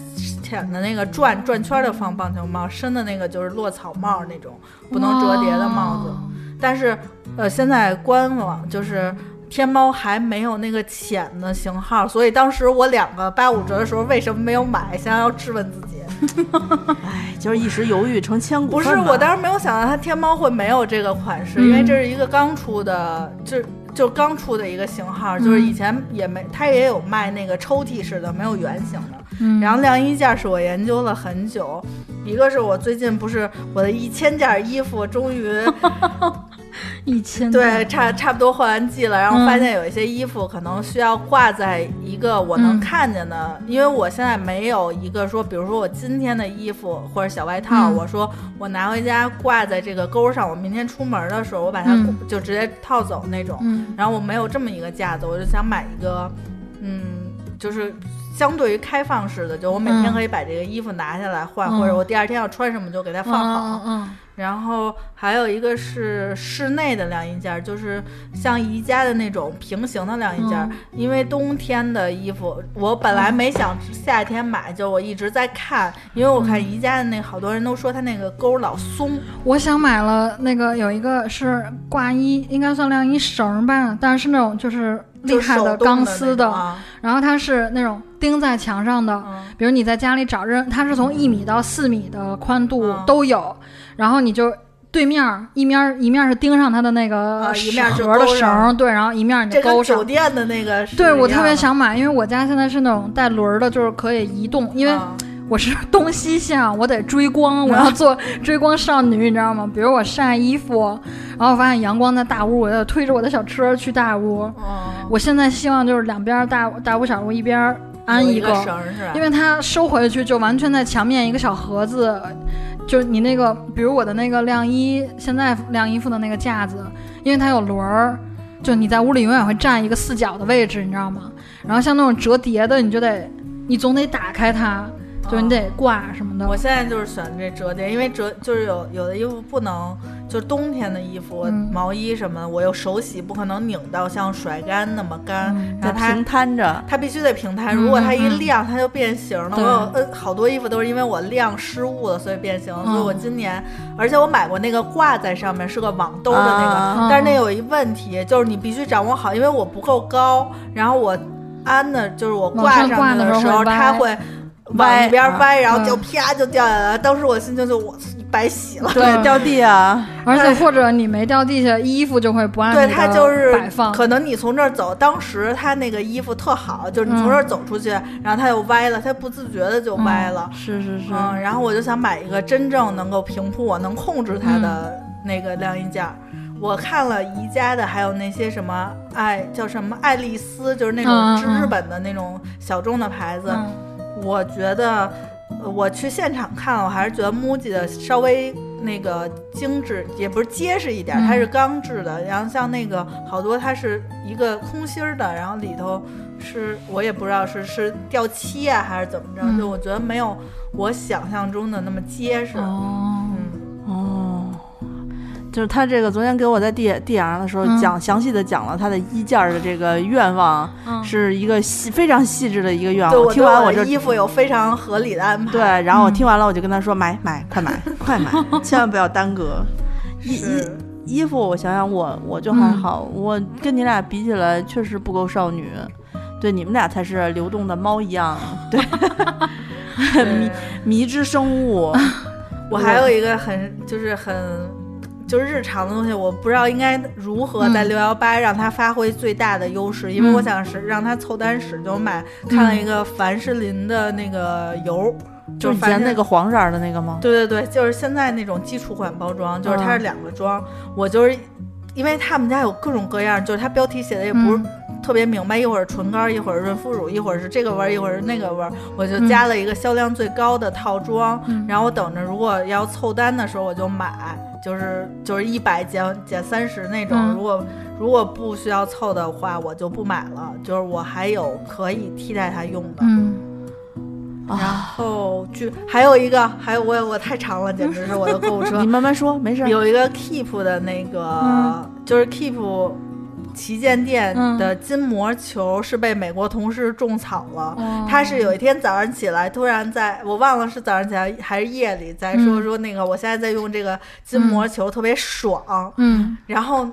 Speaker 3: 浅的那个转转圈的放棒球帽，深的那个就是落草帽那种不能折叠的帽子。
Speaker 2: 子，
Speaker 3: 但是呃，现在官网就是天猫还没有那个浅的型号，所以当时我两个八五折的时候为什么没有买？想要质问 自己，
Speaker 1: 哎，就是一时犹豫成千古
Speaker 3: 不是
Speaker 1: 恨嘛
Speaker 3: 我当时没有想到它天猫会没有这个款式，
Speaker 2: 嗯
Speaker 3: 因为这是一个刚出的，这。就刚出的一个型号，就是以前也没，它也有卖那个抽屉式的，没有圆形的。
Speaker 2: 嗯，
Speaker 3: 然后晾衣架是我研究了很久，一个是我最近不是我的一千件衣服终于
Speaker 2: 一千
Speaker 3: 对，差差不多换完季了，然后发现有一些衣服可能需要挂在一个我能
Speaker 2: 嗯
Speaker 3: 看见的，因为我现在没有一个说，比如说我今天的衣服或者小外套，
Speaker 2: 嗯
Speaker 3: 我说我拿回家挂在这个钩上，我明天出门的时候我把它
Speaker 2: 嗯
Speaker 3: 就直接套走那种。
Speaker 2: 嗯
Speaker 3: 然后我没有这么一个架子，我就想买一个，嗯，就是相对于开放式的，就我每天
Speaker 2: 嗯
Speaker 3: 可以把这个衣服拿下来换，
Speaker 2: 嗯
Speaker 3: 或者我第二天要穿什么就给它放好。
Speaker 2: 嗯
Speaker 3: 然后还有一个是室内的晾衣架，就是像宜家的那种平行的晾衣架。
Speaker 2: 嗯
Speaker 3: 因为冬天的衣服，我本来没想夏天买，就我一直在看，因为我看宜家的那好多人都说它那个钩老松，
Speaker 2: 嗯，我想买了那个有一个是挂衣，应该算晾衣绳吧，但是是那种就是厉
Speaker 3: 就是
Speaker 2: 害
Speaker 3: 手动的
Speaker 2: 钢丝
Speaker 3: 那种啊、
Speaker 2: 然后它是那种钉在墙上的，
Speaker 3: 嗯
Speaker 2: 比如你在家里找任，它是从一米到四米的宽度
Speaker 3: 嗯
Speaker 2: 都有，然后你就对面儿一面儿一面儿是钉上它的那个
Speaker 3: 啊一面儿就
Speaker 2: 盒的
Speaker 3: 勾
Speaker 2: 绳
Speaker 3: 上
Speaker 2: 儿，对，然后一面儿你就
Speaker 3: 这
Speaker 2: 勾
Speaker 3: 跟
Speaker 2: 上
Speaker 3: 酒。店的那个是
Speaker 2: 对，我
Speaker 3: 一样
Speaker 2: 特别
Speaker 3: 的
Speaker 2: 想买，因为我家现在是那种带轮儿的，就是可以移动，因为
Speaker 3: 啊
Speaker 2: 我是东西向，我得追光，我要做 追光少女，你知道吗？比如我晒衣服，然后我发现阳光在大屋，我要推着我的小车去大屋。
Speaker 3: 嗯
Speaker 2: 我现在希望就是两边儿大大屋小屋一边儿安
Speaker 3: 有
Speaker 2: 一
Speaker 3: 一
Speaker 2: 个，
Speaker 3: 绳儿是吧？
Speaker 2: 因为它收回去就完全在墙面一个小盒子，就是你那个，比如我的那个晾衣，现在晾衣服的那个架子，因为它有轮儿，就你在屋里永远会占一个四角的位置，你知道吗？然后像那种折叠的，你就得，你总得打开它，就是你得挂什么的。
Speaker 3: 我现在就是选这折叠，因为折就是有有的衣服不能，就是冬天的衣服、
Speaker 2: 嗯
Speaker 3: 毛衣什么的，我又手洗不可能拧到像甩干那么干，
Speaker 2: 嗯
Speaker 3: 然
Speaker 1: 得
Speaker 3: 后它
Speaker 1: 平摊着。
Speaker 3: 它必须得平摊。
Speaker 2: 嗯
Speaker 3: 如果它一
Speaker 2: 嗯嗯
Speaker 3: 晾，它就变形了。我
Speaker 2: 对
Speaker 3: 有呃好多衣服都是因为我晾失误了，所以变形。
Speaker 2: 嗯
Speaker 3: 所以我今年，而且我买过那个挂在上面是个网兜的那个，
Speaker 2: 嗯
Speaker 1: 啊
Speaker 3: 但是那有一问题，就是你必须掌握好，因为我不够高，然后我安的就是我挂
Speaker 2: 往上挂
Speaker 3: 上去
Speaker 2: 的时候
Speaker 3: 时候，
Speaker 2: 会歪
Speaker 3: 它会往
Speaker 1: 歪
Speaker 3: 一边歪，然后
Speaker 2: 嗯
Speaker 3: 就啪就掉下来了。当时我心情就我白洗了。
Speaker 2: 对
Speaker 1: 掉地啊，
Speaker 2: 而且或者你没掉地下，衣服就会不按
Speaker 3: 对，
Speaker 2: 你
Speaker 3: 它
Speaker 2: 的
Speaker 3: 就是
Speaker 2: 摆放。
Speaker 3: 可能你从这儿走，当时他那个衣服特好，就是你从
Speaker 2: 嗯
Speaker 3: 这儿走出去，然后它又歪了，它不自觉的就歪了。
Speaker 1: 是是是，
Speaker 3: 嗯，
Speaker 2: 嗯
Speaker 3: 然后我就想买一个真正能够平铺我、能控制它的那个晾衣架。我看了宜家的，还有那些什么爱叫什么爱丽丝，就是那种
Speaker 2: 嗯
Speaker 3: 日
Speaker 2: 嗯嗯
Speaker 3: 日本的那种小众的牌子，
Speaker 2: 嗯
Speaker 3: 我觉得呃我去现场看了，我还是觉得 MUJI 的稍微那个精致，也不是结实一点，
Speaker 2: 嗯
Speaker 3: 它是钢制的。然后像那个好多它是一个空心儿的，然后里头是我也不知道是是掉漆啊还是怎么着，
Speaker 2: 嗯
Speaker 3: 就我觉得没有我想象中的那么结实。
Speaker 2: 哦，
Speaker 3: 嗯，
Speaker 1: 哦，就是他这个昨天给我在地地上的时候
Speaker 2: 嗯
Speaker 1: 讲、详细的讲了他的衣架儿的这个愿望，
Speaker 2: 嗯
Speaker 1: 是一个细非常细致的一个愿
Speaker 3: 对
Speaker 1: 望。
Speaker 3: 我
Speaker 1: 听
Speaker 3: 对
Speaker 1: 完
Speaker 3: 我
Speaker 1: 就
Speaker 3: 的衣服有非常合理的安排。
Speaker 1: 对，然后我
Speaker 2: 嗯
Speaker 1: 听完了我就跟他说买买快 买快买，千万不要耽搁。衣衣
Speaker 3: 是，
Speaker 1: 衣服，我想想我我就还
Speaker 2: 嗯
Speaker 1: 好，我跟你俩比起来确实不够少女。对，你们俩才是流动的猫一样，对，
Speaker 3: 对
Speaker 1: 迷之生 物。
Speaker 3: 我还有一个很就是很就是日常的东西，我不知道应该如何在
Speaker 2: 嗯
Speaker 3: 六幺八让它发挥最大的优势，因为
Speaker 2: 嗯
Speaker 3: 我想是让它凑单使，就买看了一个凡士林的那个油，
Speaker 1: 嗯就是以
Speaker 3: 凡
Speaker 1: 前
Speaker 3: 士
Speaker 1: 那个。黄色儿的那个吗？
Speaker 3: 对对对，就是现在那种基础款包装，就是它是
Speaker 1: 嗯
Speaker 3: 两个装，我就是因为他们家有各种各样，就是它标题写的也不是
Speaker 2: 嗯
Speaker 3: 特别明白，一会儿唇膏，一会儿润肤乳，一会儿是这个味儿，一会儿是那个味儿，我
Speaker 1: 嗯
Speaker 3: 就加了一个销量最高的套装，
Speaker 2: 嗯
Speaker 3: 然后我等着如果要凑单的时候我就买，就是就是一百减减三十那种，
Speaker 2: 嗯
Speaker 3: 如果如果不需要凑的话我就不买了，就是我还有可以替代它用的。
Speaker 2: 嗯，
Speaker 3: 然
Speaker 1: 啊
Speaker 3: 后就还有一个，还有我我太长了，简直是我的购物车
Speaker 1: 你。慢慢说，没事儿。
Speaker 3: 有一个 Keep 的那个，
Speaker 2: 嗯
Speaker 3: 就是 Keep 旗舰店
Speaker 2: 嗯
Speaker 3: 的筋膜球是被美国同事种草了。
Speaker 2: 哦
Speaker 3: 他是有一天早上起来，突然在我忘了是早上起来还是夜里，在说
Speaker 2: 嗯
Speaker 3: 说那个我现在在用这个筋膜球，特别爽。
Speaker 2: 嗯
Speaker 3: 然后，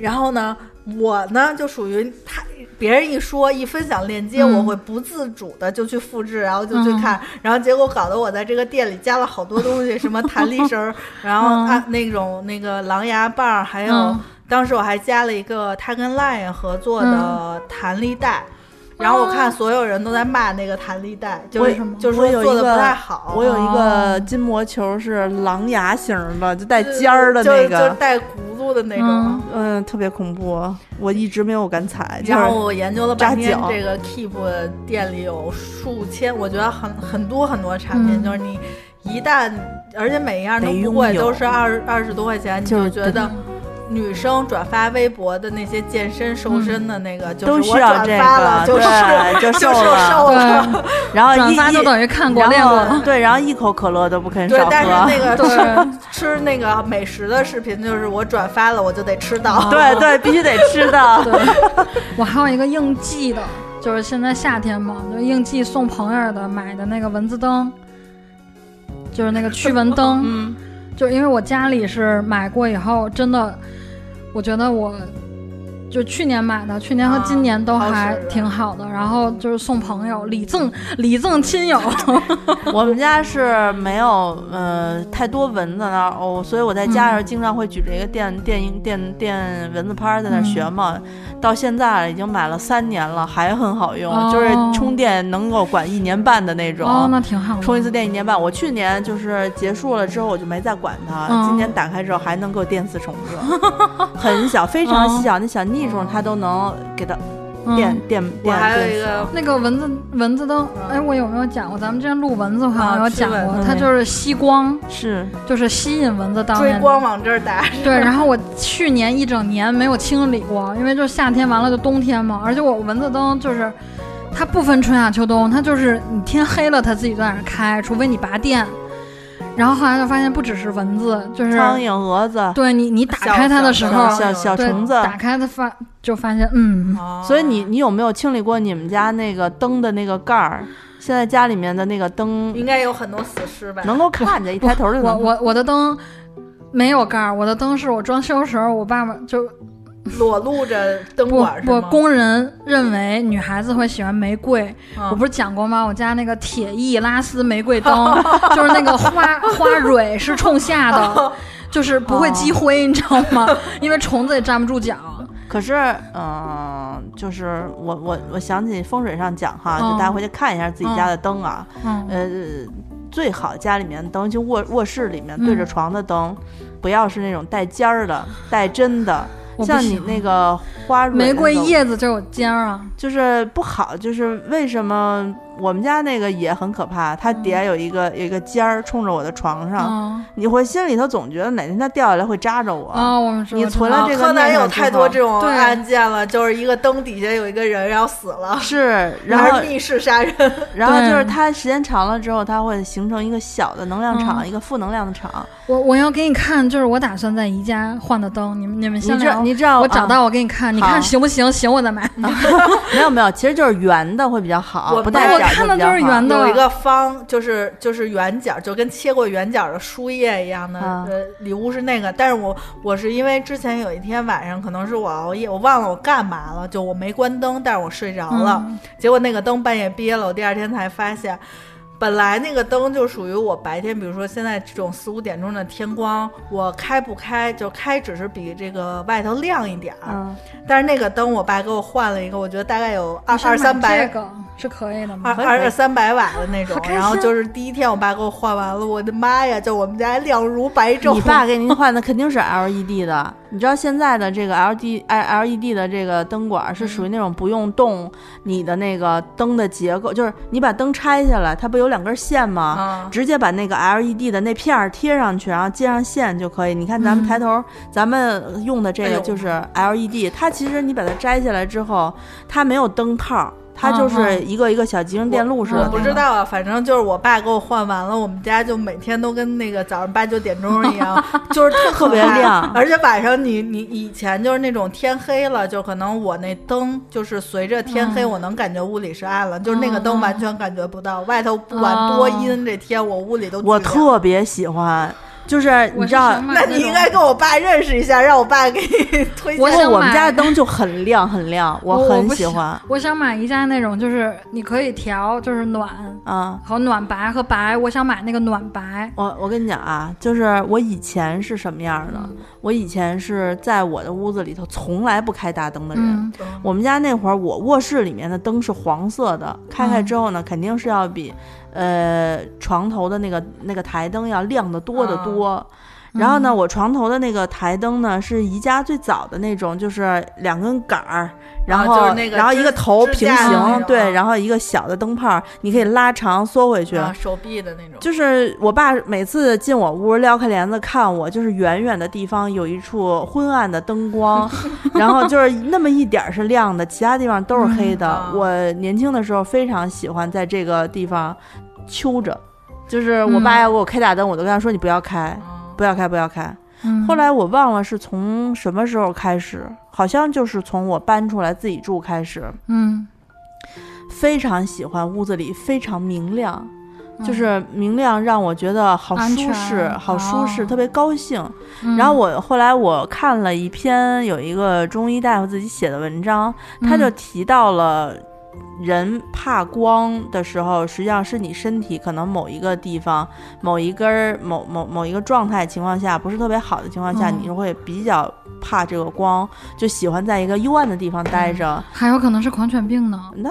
Speaker 3: 然后呢，我呢就属于他，别人一说一分享链接，
Speaker 2: 嗯
Speaker 3: 我会不自主的就去复制，然后就去看，然后结果搞得我在这个店里加了好多东西，什么弹力 绳儿，然后
Speaker 2: 嗯
Speaker 3: 啊那种那个狼牙棒儿，还有、
Speaker 2: 嗯
Speaker 3: 当时我还加了一个他跟 Lion 合作
Speaker 1: 嗯
Speaker 3: 的弹力带。然后我看所有人都在骂那个弹力带，就
Speaker 1: 哦我
Speaker 3: 是
Speaker 1: 有
Speaker 3: 就是
Speaker 1: 我
Speaker 3: 说
Speaker 1: 有一
Speaker 3: 做的
Speaker 1: 个
Speaker 3: 不太好。
Speaker 1: 我有一个
Speaker 2: 哦
Speaker 1: 筋膜球是狼牙型的，呃就带尖儿的那
Speaker 3: 就就
Speaker 1: 个，
Speaker 3: 带轱辘的那种。
Speaker 2: 嗯
Speaker 1: 嗯，特别恐怖，我一直没有敢踩。
Speaker 3: 然后
Speaker 1: 就是
Speaker 3: 我研究了半天
Speaker 1: 扎，脚
Speaker 3: 这个 Keep 店里有数千，我觉得很很多很多产品，
Speaker 2: 嗯
Speaker 3: 就是你一旦，而且每一样都
Speaker 1: 得
Speaker 3: 不
Speaker 1: 拥
Speaker 3: 贵，
Speaker 1: 有
Speaker 3: 都是二二十多块钱，你
Speaker 1: 就
Speaker 3: 就是觉得女生转发微博的那些健身瘦身的那个，就
Speaker 1: 都
Speaker 3: 是
Speaker 1: 需
Speaker 3: 我
Speaker 1: 要
Speaker 3: 转
Speaker 1: 这
Speaker 3: 发了，
Speaker 1: 个，
Speaker 3: 就是
Speaker 1: 对，就
Speaker 3: 就
Speaker 1: 瘦了。
Speaker 3: 瘦了。
Speaker 2: 对，
Speaker 1: 然后一
Speaker 2: 转发
Speaker 1: 一
Speaker 2: 就等于看过
Speaker 1: 然
Speaker 2: 练
Speaker 1: 后
Speaker 2: 过，
Speaker 1: 对，然后一口可乐都不肯
Speaker 3: 对
Speaker 1: 少，
Speaker 3: 但是
Speaker 1: 喝。
Speaker 3: 那个
Speaker 2: 对
Speaker 3: 吃吃那个美食的视频，就是我转发了，我就得吃
Speaker 2: 哦
Speaker 3: 到。
Speaker 1: 哦对对，必须得吃 的。
Speaker 2: 对，我还有一个应季的，就是现在夏天嘛，就应季送朋友的买的那个蚊子灯，就是那个驱蚊灯，
Speaker 1: 嗯，
Speaker 2: 就是因为我家里是买过以后，真的，我觉得我就去年买的，去年和今年都
Speaker 3: 啊
Speaker 2: 还
Speaker 3: 好使
Speaker 2: 挺好的。然后就是送朋友，礼
Speaker 1: 嗯
Speaker 2: 赠礼赠亲友，
Speaker 1: 我们家是没有呃太多蚊子那儿哦，所以我在家的时候经常会举着一个电电电电蚊子拍儿在那儿学嘛。到现在已经买了三年了，还很好用，
Speaker 2: 嗯哦
Speaker 1: 就是充电能够管一年半的那种。
Speaker 2: 哦，那挺好的。
Speaker 1: 充一次电一年半，我去年就是结束了之后我就没再管它，
Speaker 2: 嗯
Speaker 1: 今年打开之后还能够电死虫 子，很小，非常细小，那小腻虫它都能给它
Speaker 2: 嗯
Speaker 1: 电、电
Speaker 3: 我
Speaker 1: 电。
Speaker 3: 还有一
Speaker 1: 电死
Speaker 3: 个
Speaker 2: 那个蚊子蚊子灯，哎，我有没有讲过？咱们之前录蚊子，我好像有讲
Speaker 3: 啊驱
Speaker 2: 过
Speaker 1: 蚊，
Speaker 2: 它就是吸光，
Speaker 1: 是
Speaker 2: 就是吸引蚊子到那
Speaker 3: 追
Speaker 2: 里。
Speaker 3: 光往这儿打，
Speaker 2: 对，然后我去年一整年没有清理过，因为就是夏天完了就冬天嘛，而且我蚊子灯就是它不分春夏秋冬，它就是你天黑了它自己就在那儿开，除非你拔电。然后后来就发现不只是蚊子，就是
Speaker 1: 苍蝇、蛾子、
Speaker 2: 对你你打开它的时候
Speaker 1: 小，小小
Speaker 2: 对
Speaker 1: 虫子。
Speaker 2: 打开它发就发现嗯，
Speaker 3: 哦
Speaker 1: 所以你你有没有清理过你们家那个灯的那个盖儿？现在家里面的那个灯
Speaker 3: 应该有很多死尸吧？
Speaker 1: 能够看见，一抬头就
Speaker 2: 嗯我
Speaker 1: 能。
Speaker 2: 我我的灯没有盖儿，我的灯是我装修时候我爸爸就
Speaker 3: 裸露着灯
Speaker 2: 不
Speaker 3: 管儿是
Speaker 2: 不
Speaker 3: 吗？
Speaker 2: 工人认为女孩子会喜欢玫瑰，
Speaker 3: 嗯
Speaker 2: 我不是讲过吗？我家那个铁艺拉丝玫瑰灯，就是那个花花蕊是冲下的，就是不会积灰，你知道吗？因为虫子也站不住脚。
Speaker 1: 可是，嗯、就是我我我想起风水上讲哈，
Speaker 2: 嗯
Speaker 1: 就大家回去看一下自己家的灯啊。
Speaker 2: 嗯
Speaker 1: 呃，最好家里面灯就卧卧室里面
Speaker 2: 嗯
Speaker 1: 对着床的灯，不要是那种带尖儿的、带针的。
Speaker 2: 我不
Speaker 1: 像你
Speaker 2: 行
Speaker 1: 那个花蕊
Speaker 2: 玫
Speaker 1: 那
Speaker 2: 瑰
Speaker 1: 种
Speaker 2: 叶子就有尖儿啊，
Speaker 1: 就是不好，就是为什么我们家那个也很可怕，它
Speaker 2: 嗯
Speaker 1: 底下有一个、有一个尖儿冲着我的床上，
Speaker 2: 啊
Speaker 1: 你会心里头总觉得哪天它掉下来会扎着我。
Speaker 2: 啊，我们说
Speaker 1: 你
Speaker 2: 我知
Speaker 1: 存
Speaker 2: 道
Speaker 1: 了
Speaker 3: 啊
Speaker 1: 这个
Speaker 3: 柯南
Speaker 1: 念
Speaker 3: 有
Speaker 1: 想之
Speaker 3: 太多
Speaker 1: 后
Speaker 3: 这种
Speaker 2: 对
Speaker 3: 案件了，就是一个灯底下有一个人，然后死了，
Speaker 1: 是，然后
Speaker 3: 还是密室杀人，
Speaker 1: 然后就是
Speaker 2: 对
Speaker 1: 它时间长了之后，它会形成一个小的能量场，
Speaker 2: 嗯
Speaker 1: 一个负能量的场。
Speaker 2: 我我要给你看，就是我打算在宜家换的灯，你们你们
Speaker 1: 你
Speaker 2: 先
Speaker 1: 这
Speaker 2: 聊。
Speaker 1: 你知道
Speaker 2: 我找
Speaker 1: 啊
Speaker 2: 到，我给你看，你
Speaker 1: 好
Speaker 2: 看行不行？行，我再买。
Speaker 1: 没有没有，其实就是圆的会比较好，
Speaker 3: 我
Speaker 1: 不
Speaker 3: 对
Speaker 1: 带
Speaker 2: 我
Speaker 1: 角
Speaker 2: 看到
Speaker 1: 比
Speaker 2: 就
Speaker 1: 较
Speaker 2: 是
Speaker 1: 好
Speaker 2: 圆的
Speaker 3: 有一个方，就是就是圆角，就跟切过圆角的书页一样的。
Speaker 1: 啊
Speaker 3: 呃，礼物是那个，但是我我是因为之前有一天晚上，可能是我熬夜，我忘了我干嘛了，就我没关灯，但是我睡着了，
Speaker 2: 嗯
Speaker 3: 结果那个灯半夜憋了，我第二天才发现。本来那个灯就属于我白天，比如说现在这种四五点钟的天光，我开不开就开，只是比这个外头亮一点儿。
Speaker 1: 嗯，
Speaker 3: 但是那个灯我爸给我换了一个，我觉得大概有二
Speaker 2: 你是
Speaker 3: 二三
Speaker 2: 买
Speaker 3: 百
Speaker 2: 这个是可以的吗？
Speaker 3: 二
Speaker 1: 可以
Speaker 3: 二
Speaker 1: 可以
Speaker 3: 二三百瓦的 那种
Speaker 2: 好，开
Speaker 3: 然后
Speaker 2: 心
Speaker 3: 就是第一天我爸给我换完了，我的妈呀，就我们家亮如白昼。
Speaker 1: 你爸给您换的肯定是 LED 的，你知道现在的这个 LED L LED 的这个灯管是
Speaker 3: 嗯
Speaker 1: 属于那种不用动你的那个灯的结构，就是你把灯拆下来，它不有两根线吗？
Speaker 3: 啊，
Speaker 1: 直接把那个 LED 的那片儿贴上去，然后接上线就可以。你看咱们
Speaker 2: 嗯
Speaker 1: 抬头，咱们用的这
Speaker 3: 哎
Speaker 1: 个
Speaker 3: 呦
Speaker 1: 就是 LED，它其实你把它摘下来之后，它没有灯泡，它就是一个一个小集成电路似
Speaker 3: 嗯我
Speaker 1: 的。
Speaker 3: 不知道啊，反正就是我爸给我换完了，我们家就每天都跟那个早上八九点钟一 样，就是特
Speaker 1: 特别
Speaker 3: 可怕
Speaker 1: 亮
Speaker 3: 而且晚上你你以前就是那种天黑了，就可能我那灯就是随着天黑，
Speaker 2: 嗯
Speaker 3: 我能感觉屋里是暗了，就是那个
Speaker 2: 嗯
Speaker 3: 灯
Speaker 2: 嗯
Speaker 3: 完全感觉不到，外头不管多阴，这天我屋里都
Speaker 1: 我
Speaker 3: 巨亮
Speaker 1: 特别喜欢，就是你
Speaker 2: 我
Speaker 1: 知
Speaker 2: 是
Speaker 1: 道
Speaker 2: 想。买那
Speaker 3: 那你应
Speaker 2: 种
Speaker 3: 该跟我爸认识一下，让我爸给你推荐。
Speaker 2: 我想
Speaker 1: 我们
Speaker 2: 买
Speaker 1: 家的灯就很亮很亮，
Speaker 2: 我我
Speaker 1: 很
Speaker 2: 不
Speaker 1: 喜
Speaker 2: 想
Speaker 1: 欢
Speaker 2: 我想买宜家那种，就是你可以调，就是暖
Speaker 1: 啊。
Speaker 2: 和暖白和白，我想买那个暖白。
Speaker 1: 我我跟你讲啊，就是我以前是什么样的？我以前是在我的屋子里头从来不开大灯的人，
Speaker 2: 嗯，
Speaker 3: 啊
Speaker 1: 我们家那会儿，我卧室里面的灯是黄色的，开开之后呢，肯定是要比呃床头的那个那个台灯要亮得多得
Speaker 3: 啊
Speaker 1: 多。然后呢，我床头的那个台灯呢是宜家最早的那种，就是两根杆儿，然后、
Speaker 3: 啊就是那个
Speaker 1: 然后一个
Speaker 3: 支
Speaker 1: 头
Speaker 3: 支
Speaker 1: 平
Speaker 3: 架
Speaker 2: 的那
Speaker 1: 行，
Speaker 3: 种啊
Speaker 1: 对，然后一个小的灯泡儿，你可以拉长缩回去。
Speaker 3: 啊，手臂的那种。
Speaker 1: 就是我爸每次进我屋撩开帘子看我，就是远远的地方有一处昏暗的灯光，然后就是那么一点儿是亮的，其他地方都是黑的。
Speaker 3: 嗯啊
Speaker 1: 我年轻的时候非常喜欢在这个地方揪着，就是我爸
Speaker 2: 嗯
Speaker 1: 要给我开大灯，我都跟他说你不要开，
Speaker 3: 嗯
Speaker 1: 不要开，不要开。
Speaker 2: 嗯
Speaker 1: 后来我忘了是从什么时候开始，好像就是从我搬出来自己住开始，
Speaker 2: 嗯，
Speaker 1: 非常喜欢屋子里非常明亮。
Speaker 2: 嗯
Speaker 1: 就是明亮，让我觉得好
Speaker 2: 安
Speaker 1: 舒
Speaker 2: 全
Speaker 1: 适，好舒适，
Speaker 2: 哦
Speaker 1: 特别高兴。
Speaker 2: 嗯
Speaker 1: 然后我后来我看了一篇有一个中医大夫自己写的文章，他就
Speaker 2: 嗯
Speaker 1: 提到了。人怕光的时候，实际上是你身体可能某一个地方、某一根儿、某某某一个状态情况下不是特别好的情况下，
Speaker 2: 嗯
Speaker 1: 你就会比较怕这个光，就喜欢在一个幽暗的地方待着。
Speaker 2: 还有可能是狂犬病呢。
Speaker 1: 那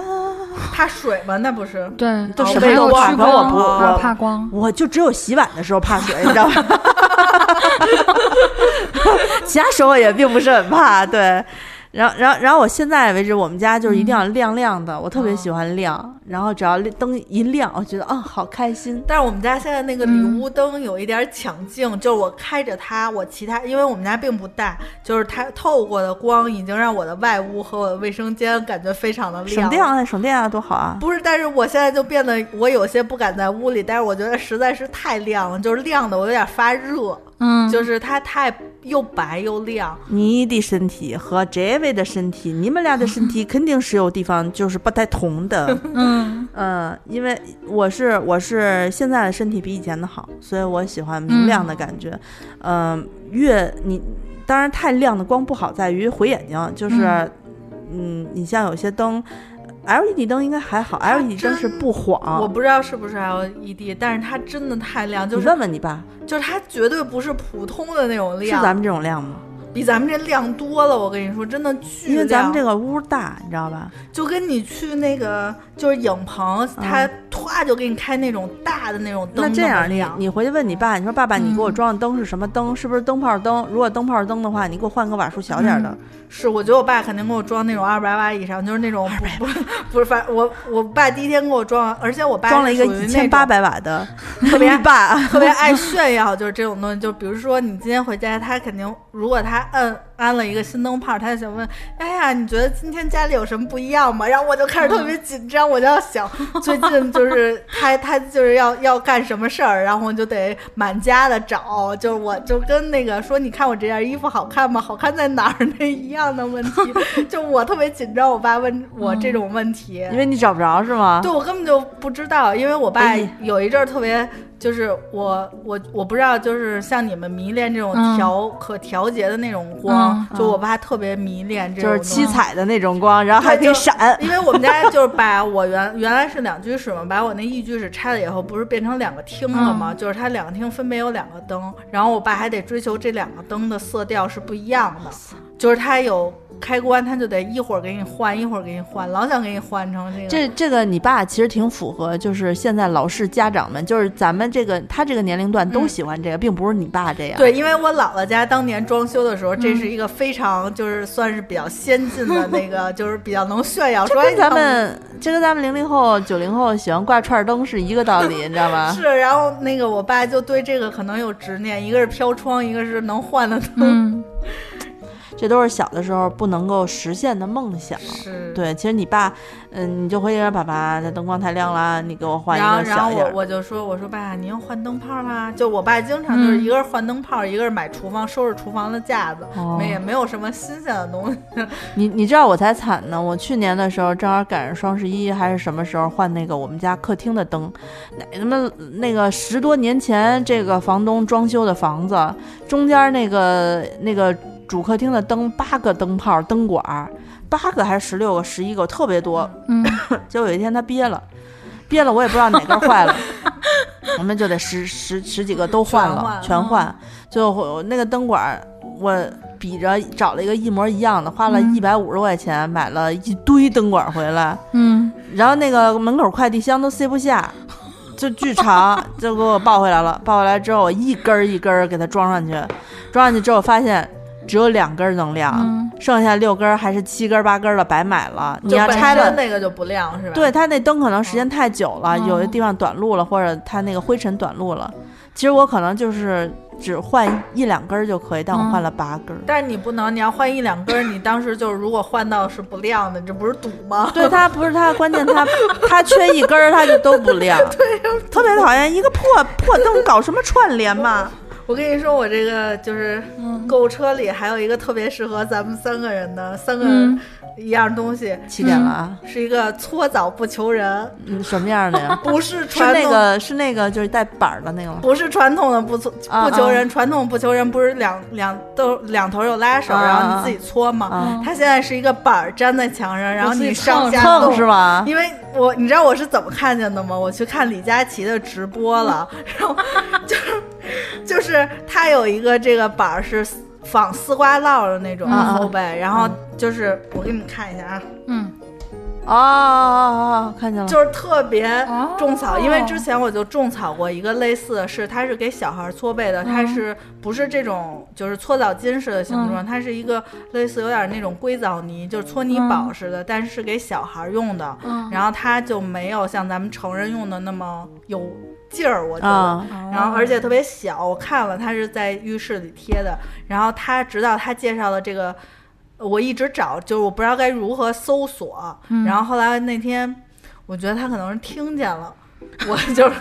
Speaker 3: 怕水吗？那不是。
Speaker 2: 对，
Speaker 1: 嗯都
Speaker 2: 我
Speaker 1: 什
Speaker 2: 还
Speaker 1: 么
Speaker 2: 有
Speaker 1: 都怕
Speaker 2: 屈
Speaker 1: 光我
Speaker 2: 光，
Speaker 1: 不
Speaker 2: 还有
Speaker 1: 我
Speaker 2: 怕光。
Speaker 1: 我就只有洗碗的时候 怕水，你知道吧？ 其他时候也并不是很怕，对。然后，然后，然后我现在为止，我们家就是一定要亮亮
Speaker 3: 嗯
Speaker 1: 的，我特别喜欢亮。然后只要灯一亮，我觉得嗯，好开心。
Speaker 3: 但是我们家现在那个
Speaker 2: 嗯
Speaker 3: 里屋灯有一点抢镜，就是我开着它，我其他因为我们家并不大，就是它透过的光已经让我的外屋和我的卫生间感觉非常的亮。
Speaker 1: 省电啊，省电啊，多好啊！
Speaker 3: 不是，但是我现在就变得我有些不敢在屋里，但是我觉得实在是太亮了，就是亮的我有点发热，
Speaker 2: 嗯，
Speaker 3: 就是它太又白又亮。
Speaker 1: 你的身体和这位的身体，你们俩的身 体肯定是有地方就是不太同的。
Speaker 2: 嗯
Speaker 1: 嗯，因为我是我是现在的身体比以前的好，所以我喜欢明亮的感觉。嗯，越你当然太亮的光不好，在于毁眼睛，就是
Speaker 2: 嗯
Speaker 1: 嗯你像有些灯。LED 灯应该还好
Speaker 3: 它
Speaker 1: ，LED 灯是不
Speaker 3: 啊我
Speaker 1: 晃。
Speaker 3: 不知道是不是 LED，但是它真的太亮，就
Speaker 1: 你
Speaker 3: 是
Speaker 1: 问问你爸，
Speaker 3: 就是它绝对不是普通的那种
Speaker 1: 是
Speaker 3: 亮，
Speaker 1: 咱们这种亮吗？
Speaker 3: 比咱们这亮多了。我跟你说，真的巨亮。
Speaker 1: 因为咱们这个屋大，你知道吧？嗯
Speaker 3: 就跟你去那个就是影棚，它突爸就给你开那种大的那啊种灯
Speaker 1: 那
Speaker 3: 么亮。嗯
Speaker 1: 这样，你你回去问你爸，你说爸爸，你给我装的灯是什么灯？是不是灯泡灯？如果灯泡灯的话，你给我换个瓦数小点儿的。
Speaker 3: 嗯是，我觉得我爸肯定给我装那种二百瓦以上，就是那种不不不是， 反正我我爸第一天给我装，而且我爸
Speaker 1: 装了
Speaker 3: 是
Speaker 1: 一个
Speaker 3: 属于
Speaker 1: 一
Speaker 3: 那
Speaker 1: 千
Speaker 3: 种
Speaker 1: 八百瓦的，
Speaker 3: 特别
Speaker 1: 爸，
Speaker 3: 特别爱炫耀，就是这种东西。就比如说，你今天回家，他肯定如果他摁安了一个新灯泡，他就想问：“哎呀，你觉得今天家里有什么不一样吗？”然后我就开始特别紧张，我就要想最近就是他他就是要要干什么事儿，然后我就得满家的找，就我就跟那个说：“你看我这件衣服好看吗？好看在哪儿？”那一样的问题，就我特别紧张，我爸问我这种问题，
Speaker 1: 因为你找不着是吗？
Speaker 3: 对，我根本就不知道，因为我爸
Speaker 1: 啊哎
Speaker 3: 有一阵儿特别，就是我我我不知道，就是像你们迷恋这种
Speaker 2: 嗯
Speaker 3: 调、可调节的那种光，
Speaker 1: 嗯
Speaker 3: 就
Speaker 1: 嗯
Speaker 3: 我爸特别迷恋这
Speaker 1: 就
Speaker 3: 种
Speaker 1: 是
Speaker 3: 东
Speaker 1: 七
Speaker 3: 西。
Speaker 1: 彩的那种光，然后还可以闪。
Speaker 3: 因为我们家就是把我原 原来是两居室嘛，把我那一居室拆了以后，不是变成两个厅了吗？
Speaker 1: 嗯
Speaker 3: 就是它两个厅分别有两个灯，然后我爸还得追求这两个灯的色调是不一样的，就是它有开关，它就得一会儿给你换，一会儿给你换，老想给你换成这个。
Speaker 1: 这这个你爸其实挺符合，就是现在老式家长们，就是咱们这个他这个年龄段都喜欢这个，并不是你爸这样。
Speaker 3: 嗯对，因为我姥姥家当年装修的时候，这
Speaker 1: 嗯
Speaker 3: 是一个非常就是算是比较先进的那 个，就是比较能炫耀。
Speaker 1: 这
Speaker 3: 说哎
Speaker 1: 跟
Speaker 3: 你看
Speaker 1: 咱们这跟咱们零零后、九零后喜欢挂串灯是一个道理，你知道
Speaker 3: 我
Speaker 1: 吗？
Speaker 3: 是，然后那个我爸就对这个可能有执念，一个是飘窗，一个是能换的灯。
Speaker 2: 嗯，
Speaker 1: 这都是小的时候不能够实现的梦想。
Speaker 3: 是，。
Speaker 1: 嗯对，其实你爸，嗯，你就回去说爸爸，这灯光太亮了，你给我换一
Speaker 3: 然后，
Speaker 1: 个
Speaker 3: 然
Speaker 1: 小
Speaker 3: 后
Speaker 1: 一点
Speaker 3: 我
Speaker 1: 儿。
Speaker 3: 我就说，我说爸，您要换灯泡啦。就我爸经常就是
Speaker 2: 嗯
Speaker 3: 一个是换灯泡，一个是买厨房收拾厨房的架子，
Speaker 1: 哦
Speaker 3: 没也没有什么新鲜的东西。
Speaker 1: 你你知道我才惨呢！我去年的时候正好赶上双十一还是什么时候换那个我们家客厅的灯，那他妈那个十多年前这个房东装修的房子，中间那个那个主客厅的灯八个灯泡灯管儿，八个还是十六个十一个特别多，
Speaker 2: 嗯，
Speaker 1: 结果有一天他憋了，憋了我也不知道哪根儿坏了，我们就得十十十几个都换
Speaker 3: 全
Speaker 1: 了
Speaker 3: 换，
Speaker 1: 全换。最后我那个灯管儿，我比着找了一个一模一样的，花了
Speaker 2: 嗯
Speaker 1: 一百五十块钱买了一堆灯管儿回来，
Speaker 2: 嗯，
Speaker 1: 然后那个门口快递箱都塞不下。就巨长，就给我抱回来了。抱回来之后，我一根儿一根儿给它装上去，装上去之后发现只有两根儿能亮，
Speaker 2: 嗯
Speaker 1: 剩下六根儿还是七根儿八根儿的白买了。你
Speaker 3: 就
Speaker 1: 要
Speaker 3: 本
Speaker 1: 拆了
Speaker 3: 身，那个就不亮是吧？
Speaker 1: 对，它那灯可能时间太久了，
Speaker 2: 哦
Speaker 1: 有的地方短路了，或者它那个灰尘短路了。其实我可能就是只换一两根儿就可以，但我
Speaker 2: 嗯
Speaker 1: 换了八根儿。
Speaker 3: 但是你不能，你要换一两根儿，你当时就是如果换到是不亮的，这不是赌吗？
Speaker 1: 对它不是它，关键 它它缺一根儿，它就都不 亮。特别讨厌一个破破灯搞什么串联嘛？
Speaker 3: 我跟你说，我这个就是
Speaker 2: 嗯
Speaker 3: 购物车里还有一个特别适合咱们三个人的三个
Speaker 2: 嗯
Speaker 3: 一样东西，
Speaker 1: 七点了啊，
Speaker 3: 是一个搓澡不求人，？
Speaker 1: 嗯，什么样的呀
Speaker 3: 不是
Speaker 1: 是
Speaker 3: 传统，
Speaker 1: 那个是那个就是带板儿的那个吗？
Speaker 3: 不是传统的不搓
Speaker 1: 啊
Speaker 3: 不求人，传统不求人不是两两都两头有拉手，
Speaker 1: 啊
Speaker 3: 然后你自己搓嘛。
Speaker 1: 啊
Speaker 3: 它现在是一个板儿粘在墙上，然后
Speaker 2: 我自己
Speaker 3: 你上
Speaker 2: 蹭
Speaker 3: 下动
Speaker 1: 蹭是吧？
Speaker 3: 因为我你知道我是怎么看见的吗？我去看李佳琦的直播了， 然后就是就是他有一个这个板儿是仿丝瓜烙的那种
Speaker 1: 嗯嗯
Speaker 3: 后背，然后就是我给你们看一下啊，
Speaker 2: 嗯，
Speaker 1: 哦哦哦，看见了。
Speaker 3: 就是特别
Speaker 2: 哦
Speaker 3: 种草，因为之前我就种草过一个类似的是，它是给小孩搓背
Speaker 1: 嗯
Speaker 3: 的，它是不是这种就是搓澡巾似的形
Speaker 1: 嗯
Speaker 3: 状？它是一个类似有点那种硅藻泥，就是搓泥
Speaker 1: 嗯
Speaker 3: 宝似的，但是是给小孩用的。
Speaker 2: 嗯
Speaker 3: 然后它就没有像咱们成人用的那么有劲儿，我觉得。
Speaker 1: 啊，
Speaker 3: 然后而且特别小，我看了，它是在浴室里贴的。然后他直到他介绍的这个，我一直找，就是我不知道该如何搜索。
Speaker 2: 嗯
Speaker 3: 然后后来那天，我觉得他可能是听 见了。我就是，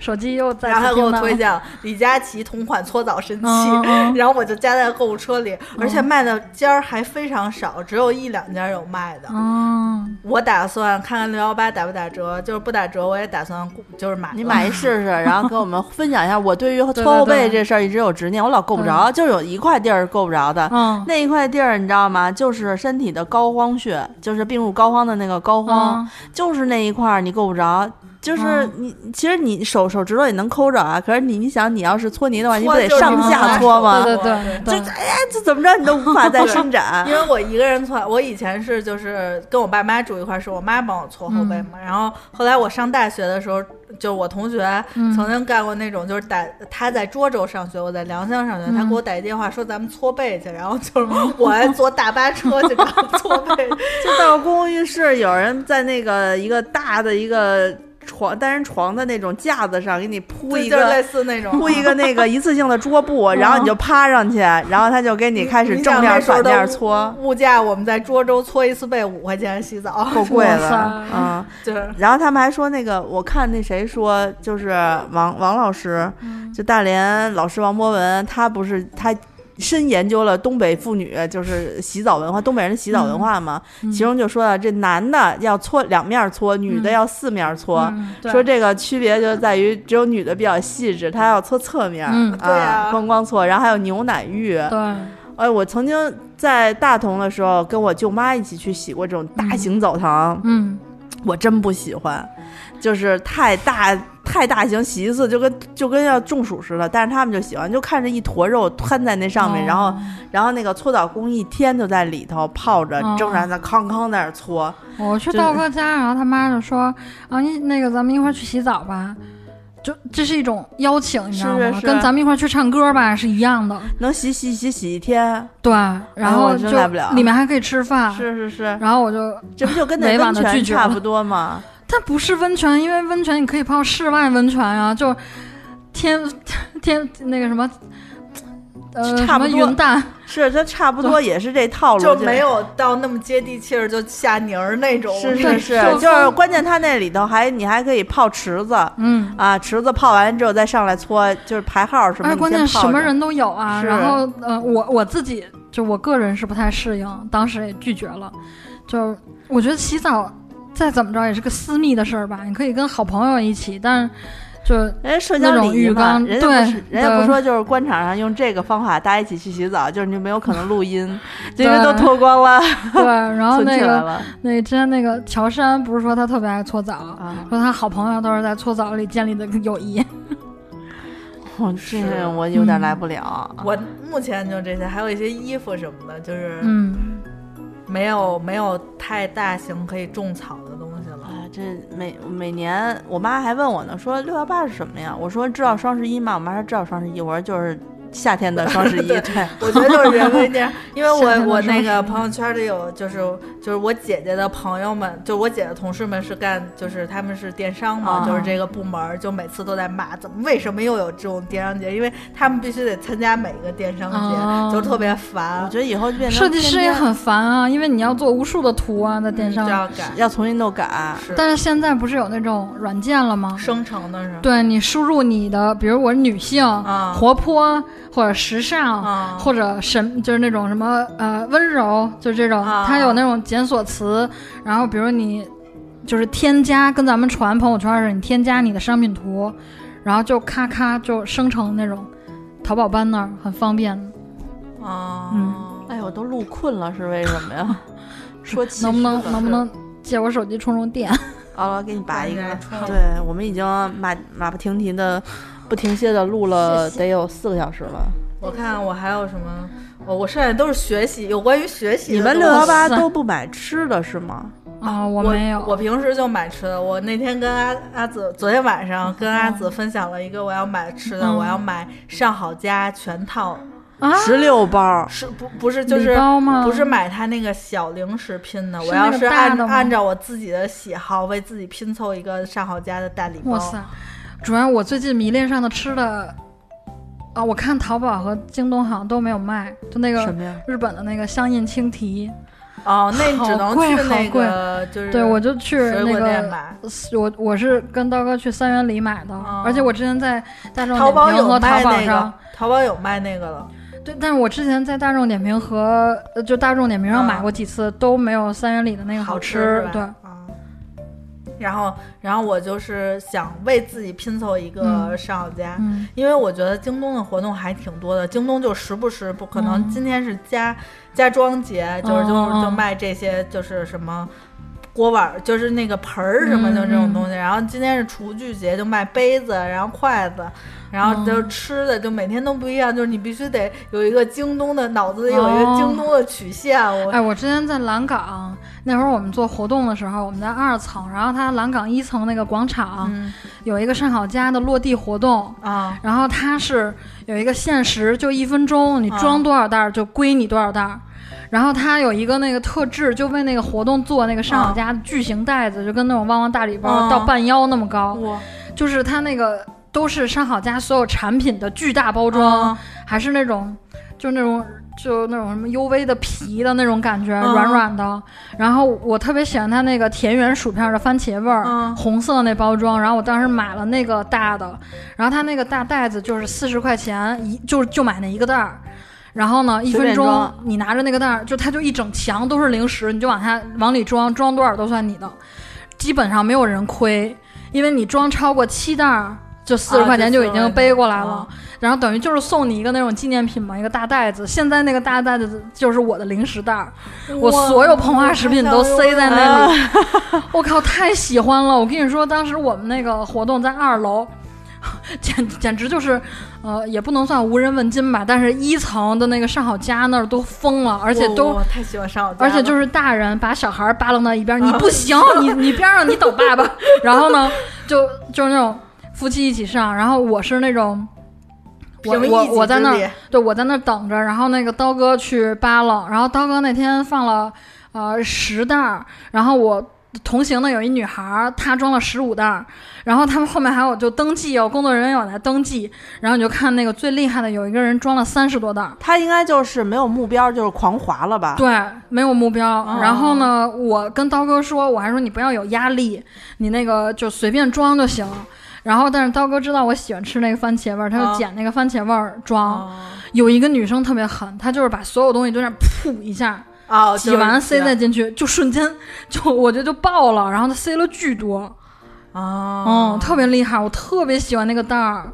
Speaker 2: 手机又在，
Speaker 3: 然后他给我推荐了李佳琦同款搓澡神器，
Speaker 2: 嗯嗯嗯
Speaker 3: 然后我就加在购物车里，而且卖的家儿还非常少，只有一两家有卖的。
Speaker 2: 哦，
Speaker 3: 我打算看看六幺八打不打折，就是不打折我也打算就是买了。
Speaker 1: 你买一试试，然后给我们分享一下。我对于
Speaker 2: 对
Speaker 1: 搓后
Speaker 2: 对
Speaker 1: 背这事儿一直有执念，我老够不着，就是有一块地儿够不着的。
Speaker 2: 嗯，
Speaker 1: 那一块地儿你知道吗？就是身体的膏肓穴，就是病入膏肓的那个膏肓，
Speaker 2: 嗯
Speaker 1: 就是那一块儿你够不着。就是你，其实你手手指头也能抠着啊，可是你你想，你要是搓泥的话，你不得
Speaker 3: 搓就是
Speaker 1: 上下搓吗？
Speaker 2: 对
Speaker 3: 对
Speaker 2: 对
Speaker 1: 就
Speaker 2: 对
Speaker 1: 哎，这怎么着你都无法再伸
Speaker 3: 因
Speaker 1: 展。
Speaker 3: 为我一个人搓，我以前是就是跟我爸妈住一块儿，是我妈帮我搓后背
Speaker 1: 嗯
Speaker 3: 嘛。然后后来我上大学的时候，就是我同学
Speaker 1: 嗯
Speaker 3: 曾经干过那种，就是打他在涿州上学，我在良乡上学，
Speaker 1: 嗯
Speaker 3: 他给我打一电话说咱们搓 背去，然后就是我还坐大巴车去找搓 背，
Speaker 1: 就到公共浴室，有人在那个一个大的一个床单人床的那种架子上给你铺
Speaker 3: 就
Speaker 1: 一
Speaker 3: 就是类
Speaker 1: 个。
Speaker 3: 似那种。
Speaker 1: 铺一个那个一次性的桌 布，然后你就趴上去，然后他就给你开始
Speaker 3: 嗯你
Speaker 1: 正
Speaker 3: 想
Speaker 1: 面
Speaker 3: 那时候
Speaker 1: 反
Speaker 3: 的
Speaker 1: 面搓，
Speaker 3: 物价我们在涿州搓一次背五块钱洗澡，
Speaker 1: 够贵
Speaker 2: 哇
Speaker 1: 了
Speaker 2: 塞
Speaker 1: 啊！嗯
Speaker 3: 就是
Speaker 1: 然后他们还说那个，我看那谁说，就是王王老师，
Speaker 3: 嗯
Speaker 1: 就大连老师王博文，他不是他深研究了东北妇女就是洗澡文化，东北人的洗澡文化嘛，
Speaker 3: 嗯
Speaker 1: 其中就说到这男的要搓两面搓，女的要四面搓，
Speaker 2: 嗯
Speaker 3: 嗯对
Speaker 1: 说这个区别就在于只有女的比较细致，她要搓侧面，
Speaker 2: 嗯
Speaker 1: 啊，
Speaker 3: 对啊
Speaker 1: 光光搓，然后还有牛奶浴，
Speaker 2: 对，
Speaker 1: 哎，我曾经在大同的时候跟我舅妈一起去洗过这种大型澡堂。
Speaker 2: 嗯，
Speaker 1: 我真不喜欢，就是太大太大型洗一次就跟就跟要中暑似的，但是他们就喜欢，就看着一坨肉摊在那上面，
Speaker 2: 哦
Speaker 1: 然后然后那个搓澡工一天就在里头泡着，
Speaker 2: 哦
Speaker 1: 正然在康康在那儿搓，
Speaker 2: 我去
Speaker 1: 就
Speaker 2: 道哥家，然后他妈就说啊，你那个咱们一块儿去洗澡吧。就这是一种邀请，你知道吗？
Speaker 1: 是是是
Speaker 2: 跟咱们一块儿去唱歌吧是一样的，
Speaker 1: 能洗洗洗洗一天，
Speaker 2: 对。然
Speaker 1: 哎我
Speaker 2: 后
Speaker 1: 真
Speaker 2: 就
Speaker 1: 来不了
Speaker 2: 里面还可以吃饭，
Speaker 1: 是是是，
Speaker 2: 然后我就
Speaker 1: 这不就 跟那
Speaker 2: 委婉
Speaker 1: 温
Speaker 2: 地拒
Speaker 1: 泉
Speaker 2: 绝
Speaker 1: 差
Speaker 2: 了
Speaker 1: 不多吗？
Speaker 2: 它不是温泉，因为温泉你可以泡室外温泉啊，就天天那个什么，呃，
Speaker 1: 差
Speaker 2: 什
Speaker 1: 不
Speaker 2: 么
Speaker 1: 多
Speaker 2: 云淡，
Speaker 1: 是，它差不多也是这套路，
Speaker 3: 就没。有到那么接地气儿就下泥儿那种。
Speaker 1: 是是
Speaker 2: 对
Speaker 1: 是
Speaker 2: 就，
Speaker 1: 就是
Speaker 2: 风
Speaker 1: 关键它那里头还你还可以泡池子
Speaker 2: 嗯，
Speaker 1: 啊，池子泡完之后再上来搓，就是排号什么。
Speaker 2: 哎，
Speaker 1: 你
Speaker 2: 关
Speaker 1: 先
Speaker 2: 键
Speaker 1: 泡
Speaker 2: 什么
Speaker 1: 着
Speaker 2: 人都有啊。
Speaker 1: 是
Speaker 2: 然后，呃，我我自己就我个人是不太适应，当时也拒绝了。就我觉得洗澡再怎么着也是个私密的事儿吧，你可以跟好朋友一起，但是 就
Speaker 1: 人家社交
Speaker 2: 那
Speaker 1: 礼
Speaker 2: 种
Speaker 1: 仪
Speaker 2: 浴
Speaker 1: 嘛，
Speaker 2: 缸
Speaker 1: 人家不
Speaker 2: 对
Speaker 1: 是人家不
Speaker 2: 对
Speaker 1: 说就是官场上用这个方法大家一起去洗澡，就是你没有可能录 音，这些
Speaker 2: 对
Speaker 1: 都脱光了，
Speaker 2: 对。然后
Speaker 1: 存
Speaker 2: 那
Speaker 1: 起来
Speaker 2: 个
Speaker 1: 了
Speaker 2: 那之前那个乔杉不是说他特别爱搓澡，
Speaker 1: 啊！
Speaker 2: 说他好朋友都是在搓澡里建立的友谊。
Speaker 1: 我
Speaker 3: 是
Speaker 1: 这我有点
Speaker 2: 嗯
Speaker 1: 来不了，啊
Speaker 3: 我目前就这些，还有一些衣服什么的，就是
Speaker 2: 嗯，
Speaker 3: 没有没有太大型可以种草的东 西了。
Speaker 1: 啊，这每每年我妈还问我呢，说六幺八是什么呀？我说知道双十一吗？我妈说知道双十一，我说就是夏天的双十 一，对，
Speaker 3: 我觉得就是人为这样，因
Speaker 2: 夏
Speaker 3: 为
Speaker 2: 天
Speaker 3: 我
Speaker 2: 的
Speaker 3: 我
Speaker 2: 时候
Speaker 3: 那
Speaker 2: 是
Speaker 3: 个朋友圈里有，就是就是我姐姐的朋友们，就我姐的同事们是干，就是他们是电商嘛，
Speaker 1: 啊
Speaker 2: 嗯
Speaker 3: 就是这个部门儿，就每次都在骂，怎么为什么又有这种电商节？因为他们必须得参加每一个电商
Speaker 2: 哦
Speaker 3: 节，就特别
Speaker 1: 我
Speaker 3: 烦，
Speaker 1: 觉得以后就变成
Speaker 2: 设计师
Speaker 1: 天
Speaker 2: 也
Speaker 1: 天嗯
Speaker 2: 很烦啊，因为你要做无数的图啊，在电
Speaker 3: 就
Speaker 2: 商。
Speaker 3: 要改
Speaker 1: 要重新都改，
Speaker 3: 是
Speaker 2: 但是现在不是有那种软件了吗？
Speaker 3: 生成的是
Speaker 2: 对你输入你的，比如我是女性、
Speaker 3: 啊
Speaker 2: 活泼或者时尚，
Speaker 3: 啊
Speaker 2: 或者神，就是那种什么呃温柔，就是这种，
Speaker 3: 啊
Speaker 2: 它有那种检索词，然后比如你就是添加，跟咱们传朋友圈似的，你添加你的商品图，然后就咔咔就生成那种淘宝 banner，很方便的。
Speaker 3: 啊，
Speaker 2: 嗯
Speaker 1: 哎，我都录困了，是为什么呀？ 说气
Speaker 2: 能不能
Speaker 1: 虚了
Speaker 2: 能不能借我手机充充电？
Speaker 1: 好了，给你拔一个
Speaker 3: 拔一个。
Speaker 1: 对，我们已经马马不停蹄的、不停歇的录了得有四个小时了。
Speaker 3: 我看我还有什么，我我剩下都是学习，有关于学习的
Speaker 1: 你们
Speaker 3: 东
Speaker 1: 六
Speaker 3: 西
Speaker 1: 幺
Speaker 2: 哇
Speaker 1: 八
Speaker 2: 塞
Speaker 1: 都不买吃的是吗？
Speaker 2: 啊、我
Speaker 3: 我
Speaker 2: 没有，
Speaker 3: 我平时就买吃的。我那天跟阿阿紫，昨天晚上跟阿紫分享了一个我要买吃的，
Speaker 2: 嗯
Speaker 3: 我要买上好佳全套，
Speaker 2: 啊，
Speaker 1: 十六包，
Speaker 3: 是不不是就是
Speaker 2: 礼包吗
Speaker 3: 不是买它那个小零食拼的，
Speaker 2: 是
Speaker 3: 我要是
Speaker 2: 那个大
Speaker 3: 按
Speaker 2: 的吗
Speaker 3: 按照我自己的喜好为自己拼凑一个上好佳的大礼包。
Speaker 2: 哇塞！主要我最近迷恋上的吃的啊，我看淘宝和京东好像都没有卖，就那
Speaker 1: 什
Speaker 2: 个
Speaker 1: 么呀？
Speaker 2: 日本的那个香印青提，
Speaker 3: 哦，那你只能
Speaker 2: 好贵
Speaker 3: 去那
Speaker 2: 好贵
Speaker 3: 个就是
Speaker 2: 对我就去
Speaker 3: 水
Speaker 2: 那
Speaker 3: 果店
Speaker 2: 个。
Speaker 3: 买。
Speaker 2: 我我是跟刀哥去三元里买的，
Speaker 3: 哦
Speaker 2: 而且我之前在大众
Speaker 3: 淘宝
Speaker 2: 点评
Speaker 3: 有
Speaker 2: 和淘
Speaker 3: 卖
Speaker 2: 宝
Speaker 3: 那
Speaker 2: 上
Speaker 3: 个，，淘宝有卖那个了。
Speaker 2: 对，但是我之前在大众点评和呃就大众点评上
Speaker 3: 嗯
Speaker 2: 买过几次，都没有三元里的那个
Speaker 3: 好
Speaker 2: 吃。
Speaker 3: 是吧
Speaker 2: 对，
Speaker 3: 啊。然后，然后我就是想为自己拼凑一个
Speaker 2: 嗯
Speaker 3: 上好佳，
Speaker 2: 嗯，
Speaker 3: 因为我觉得京东的活动还挺多的。京东就时不时不可能
Speaker 2: 嗯
Speaker 3: 今天是家、家装节，就是就是
Speaker 2: 嗯嗯
Speaker 3: 就卖这些，就是什么锅碗儿，就是那个盆儿什么
Speaker 2: 嗯
Speaker 3: 的这种东西。然后今天是厨具节，就卖杯子，然后筷子，然后
Speaker 2: 嗯
Speaker 3: 就吃的，就每天都不一样。就是你必须得有一个京东的脑子，里有
Speaker 2: 哦
Speaker 3: 一个京东的曲线。我
Speaker 2: 哎，我之前在蓝港那会儿，我们做活动的时候，我们在二层，然后它蓝港一层那个广场、
Speaker 3: 嗯
Speaker 2: 有一个上好佳的落地活动，
Speaker 3: 啊，
Speaker 2: 然后它是有一个限时，就一分钟，你装多少袋儿就归你多少袋儿。然后它有一个那个特制，就为那个活动做那个上好佳的巨型袋子，就跟那种旺旺大礼包、
Speaker 3: 啊
Speaker 2: 到半腰那么高，
Speaker 3: 我
Speaker 2: 就是它那个都是上好佳所有产品的巨大包装，
Speaker 3: 嗯
Speaker 2: 还是那种就那种就那种什么 UV 的皮的那种感觉，
Speaker 3: 嗯
Speaker 2: 软软的。然后我特别喜欢它那个田园薯片的番茄味儿，
Speaker 3: 嗯
Speaker 2: 红色那包装。然后我当时买了那个大的，然后它那个大袋子就是四十块钱一，就就买那一个袋儿。然后呢，一
Speaker 1: 随便
Speaker 2: 分钟
Speaker 1: 装
Speaker 2: 你拿着那个袋儿，就它就一整墙都是零食，你就往下往里装，装多少都算你的，基本上没有人亏，因为你装超过七袋儿，就四十
Speaker 3: 啊
Speaker 2: 块钱
Speaker 3: 就
Speaker 2: 就已
Speaker 3: 40
Speaker 2: 经背过来
Speaker 3: 块钱
Speaker 2: 了。
Speaker 3: 啊
Speaker 2: 然后等于就是送你一个那种纪念品嘛，一个大袋子。现在那个大袋子就是我的零食袋儿，我所有膨化食品都塞在那里。 我靠，太喜欢了！我跟你说，当时我们那个活动在二楼， 简简直就是，呃，也不能算无人问津吧，但是一层的那个上好佳那儿都疯了，而
Speaker 3: 而
Speaker 2: 且都。
Speaker 3: 太喜欢上我家
Speaker 2: 而且
Speaker 3: 了
Speaker 2: 就是大人把小孩扒拉到一边，你
Speaker 3: 啊
Speaker 2: 不行，你你边上你等爸爸。然后呢，就就是那种夫妻一起上，然后我是那种。我
Speaker 3: 凭
Speaker 2: 我
Speaker 3: 一己
Speaker 2: 我在
Speaker 3: 之
Speaker 2: 那
Speaker 3: 力
Speaker 2: 儿，对我在那儿等着，然后那个刀哥去扒拉，然后刀哥那天放了呃十袋儿，然后我同行的有一女孩儿，她装了十五袋儿，然后他们后面还有就登记，有工作人员有来登记，然后你就看那个最厉害的有一个人装了三十多袋儿，
Speaker 1: 他应该就是没有目标，就是狂滑了吧？
Speaker 2: 对，没有目标。
Speaker 3: 哦
Speaker 2: 然后呢，我跟刀哥说，我还说你不要有压力，你那个就随便装就行。然后，但是刀哥知道我喜欢吃那个番茄味儿，他
Speaker 3: 啊
Speaker 2: 就捡那个番茄味儿装。
Speaker 3: 哦
Speaker 2: 有一个女生特别狠，她就是把所有东西都在那噗一下
Speaker 3: 哦，
Speaker 2: 挤完塞
Speaker 3: 在
Speaker 2: 在进去，就瞬间就我觉得就爆了，然后她塞了巨多，
Speaker 3: 哦
Speaker 2: 嗯，，特别厉害，我特别喜欢那个袋儿。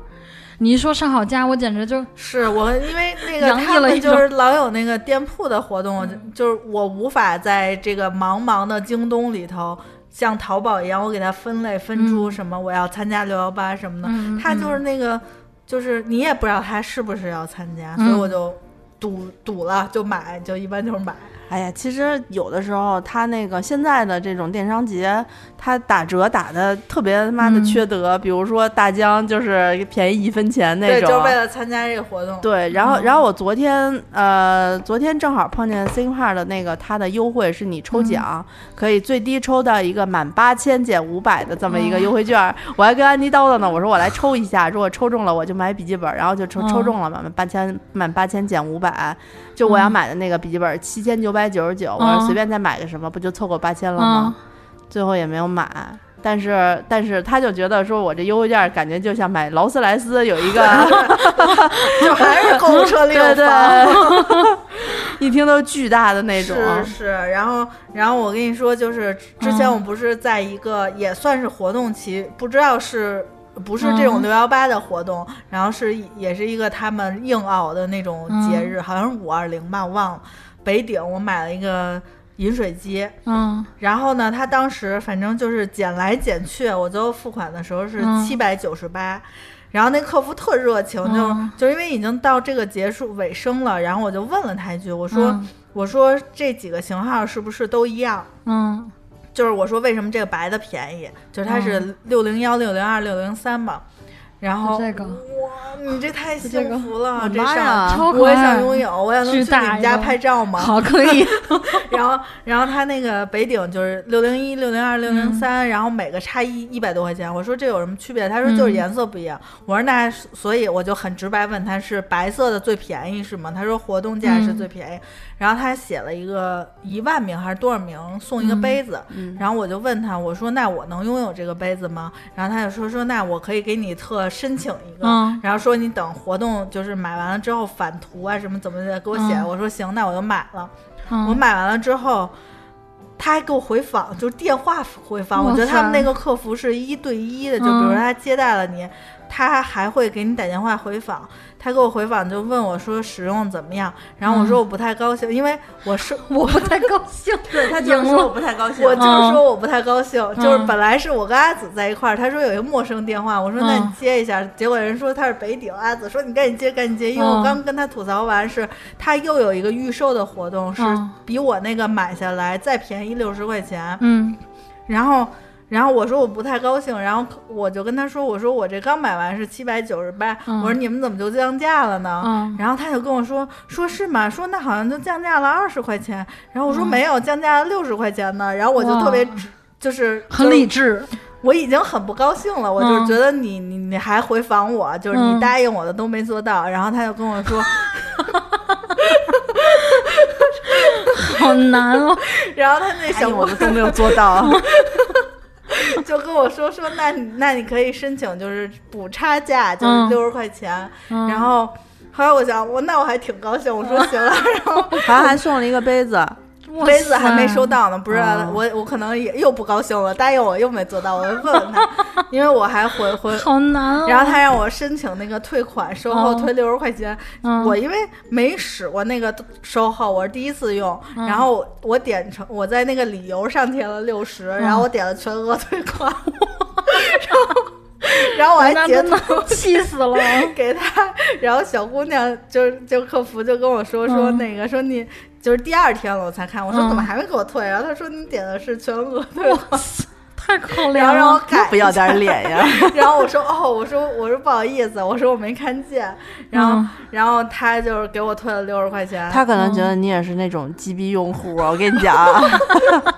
Speaker 2: 你一说上好佳，我简直就是
Speaker 3: 我，因为那个
Speaker 2: 洋溢
Speaker 3: 他
Speaker 2: 了
Speaker 3: 们
Speaker 2: 一
Speaker 3: 就
Speaker 2: 种嗯
Speaker 3: 是老有那个店铺的活动，就是我无法在这个茫茫的京东里头。像淘宝一样，我给它分类分出什么，我要参加六幺八什么的，
Speaker 2: 嗯嗯
Speaker 3: 他就是那个，就是你也不知道他是不是要参加，所以
Speaker 2: 嗯
Speaker 3: 我就赌赌了，就买，就一般就是买。
Speaker 1: 哎呀，其实有的时候他那个现在的这种电商节，他打折打的特别他妈的
Speaker 2: 嗯
Speaker 1: 缺德，比如说大疆就是便宜一分钱那
Speaker 3: 对，
Speaker 1: 种，啊
Speaker 3: 就是为了参加这个活动。
Speaker 1: 对，然后然后我昨天呃，昨天正好碰见 t h i n k p a d 的那个它的优惠是你抽奖、可以最低抽到一个满八千减五百的这么一个优惠券儿。我还跟安迪叨叨呢，我说我来抽一下，如果抽中了我就买笔记本儿，然后就抽、抽
Speaker 2: 嗯
Speaker 1: 中了嘛，满八千满八千减五百，就我要买的那个笔记本七千九百九十九，我说
Speaker 2: 嗯
Speaker 1: 随便再买个什么不就凑够八千了吗？
Speaker 2: 嗯，
Speaker 1: 最后也没有买。但是，但是他就觉得说，我这优惠券儿感觉就像买劳斯莱斯有一个
Speaker 3: 就还是购物车里有
Speaker 1: 对
Speaker 3: 房。
Speaker 1: 对， 一听都是巨大的那种。
Speaker 3: 是是，然后然后我跟你说，就是之前
Speaker 2: 啊嗯
Speaker 3: 我不是在一个也算是活动期，不知道是。不是这种
Speaker 2: 嗯
Speaker 3: 六幺八的活动，然后是也是一个他们硬熬的那种
Speaker 2: 嗯
Speaker 3: 节日，好像是五二零吧，我忘了。北鼎我买了一个饮水机，
Speaker 2: 嗯
Speaker 3: 然后呢，他当时反正就是减来减去，我最后付款的时候是
Speaker 2: 嗯
Speaker 3: 七百九十八。然后那客服特热情，
Speaker 2: 嗯
Speaker 3: 就就因为已经到这个结束尾声了，然后我就问了他一句，我说、
Speaker 2: 嗯
Speaker 3: 我说这几个型号是不是都一样？
Speaker 2: 嗯
Speaker 3: 就是我说为什么这个白的便宜？就是它是六零幺、六零二、六零三嘛。然后
Speaker 2: 哦就这个
Speaker 3: 哇，你这太
Speaker 2: 这个
Speaker 3: 幸福了，
Speaker 1: 我
Speaker 3: 这
Speaker 1: 妈
Speaker 3: 上
Speaker 1: 呀
Speaker 2: 超可
Speaker 3: 啊我也想
Speaker 2: 爱
Speaker 3: 拥有，啊我也能去
Speaker 2: 巨
Speaker 3: 你
Speaker 2: 大
Speaker 3: 们
Speaker 2: 一
Speaker 3: 家
Speaker 2: 个
Speaker 3: 拍照吗？
Speaker 2: 好可以，
Speaker 3: 然后，然后他那个北鼎就是六零一、六零二、六
Speaker 2: 嗯
Speaker 3: 零三，然后每个差一一百多块钱。我说这有什么区别？他说就是
Speaker 2: 嗯
Speaker 3: 颜色不一样。我说那所以我就很直白问他是白色的最便宜是吗？他说活动价是
Speaker 2: 嗯
Speaker 3: 最便宜。然后他写了一个一万名还是多少名送一个杯子。
Speaker 1: 嗯
Speaker 3: 然后我就问他，我说那我能拥有这个杯子吗？然后他就说说那我可以给你特申请一个，
Speaker 2: 嗯
Speaker 3: 然后说你等活动就是买完了之后返图啊什么怎么的给我写。
Speaker 2: 嗯
Speaker 3: 我说行，那我就买了。
Speaker 2: 嗯
Speaker 3: 我买完 了之后，他还给我回访，就是电话回访。
Speaker 2: 哇
Speaker 3: 我
Speaker 2: 塞
Speaker 3: 觉得他们那个客服是一对一的，就比如
Speaker 2: 嗯
Speaker 3: 说他接待了你，他还会给你打电话回访。他给我回访就问我说使用怎么样，然后
Speaker 2: 嗯
Speaker 3: 我说我不太高兴，因为我是
Speaker 2: 我不太高兴。
Speaker 3: 对他
Speaker 2: 就是说我
Speaker 3: 不太高兴，
Speaker 1: 啊
Speaker 3: 我
Speaker 2: 嗯
Speaker 3: 就是说我不太高兴，就是本来是我跟阿紫在一块儿，他说有一个陌生电话，我说那
Speaker 2: 嗯
Speaker 3: 你接一下，结果人说他是北鼎，阿紫说你赶紧接赶紧接，因为我
Speaker 2: 嗯
Speaker 3: 刚跟他吐槽完是他又有一个预售的活动，是
Speaker 2: 嗯
Speaker 3: 比我那个买下来再便宜六十块钱，
Speaker 2: 嗯
Speaker 3: 然后。然后我说我不太高兴，然后我就跟他说，我说我这刚买完是七百九十八，
Speaker 2: 嗯
Speaker 3: 我说你们怎么就降价了呢？
Speaker 2: 嗯
Speaker 3: 然后他就跟我说，说是吗？说那好像就降价了二十块钱。然后我说没有，降价了六十块钱呢。然后我就
Speaker 2: 嗯哇
Speaker 3: 特别直就是
Speaker 2: 很理，智，
Speaker 3: 我已经很不高兴了。我就是觉得你你你还回访我，就是你
Speaker 2: 嗯
Speaker 3: 答应我的都没做到。然后他就跟我 说，
Speaker 2: 好难 哦。
Speaker 3: 然后他那
Speaker 1: 哎
Speaker 3: 小
Speaker 1: 呦我
Speaker 3: 姑
Speaker 1: 们都没有做 到。
Speaker 3: 就跟我说说，那你那你可以申请就是补差价，就是
Speaker 2: 嗯
Speaker 3: 六十块钱。
Speaker 2: 嗯
Speaker 3: 然后后来我想，我那我还挺高兴，我说行了。 然后
Speaker 1: 好像还送了一个杯子，
Speaker 2: 哇
Speaker 3: 杯子还没
Speaker 2: 塞
Speaker 3: 收，到呢，不是、啊
Speaker 1: 哦
Speaker 3: 我，我可能也又不高兴了，答应我又没做到，我就问问他，因为我还回 回，
Speaker 2: 好难哦。
Speaker 3: 然后他让我申请那个退款，售后
Speaker 2: 哦
Speaker 3: 退六十块钱，
Speaker 2: 嗯
Speaker 3: 我因为没使过那个售后，我是第一次用，
Speaker 2: 嗯
Speaker 3: 然后我我点成我在那个理由上填了六十、然
Speaker 2: 嗯
Speaker 3: 后我点了全额退款， 然后然 后我还
Speaker 2: 那
Speaker 3: 截
Speaker 2: 真
Speaker 3: 图
Speaker 2: 的气死 了。
Speaker 3: 给他，然后小姑娘就就客服就跟我说说
Speaker 2: 嗯
Speaker 3: 那个、说你就是第二天了我才看，我说
Speaker 2: 嗯
Speaker 3: 怎么还没给我退、啊？然后他说你点的是全额退款，
Speaker 2: 太可
Speaker 3: 然后
Speaker 2: 怜
Speaker 3: 让我
Speaker 2: 了，
Speaker 1: 真
Speaker 3: 改，
Speaker 1: 不要点脸 呀！
Speaker 3: 然后我说哦，我说我说不好意思，我说我没看见，然后、
Speaker 2: 嗯
Speaker 3: 然后他就是给我退了六十块钱，
Speaker 1: 他可能觉得你也是那种鸡逼用户，
Speaker 2: 嗯
Speaker 1: 我跟你讲啊，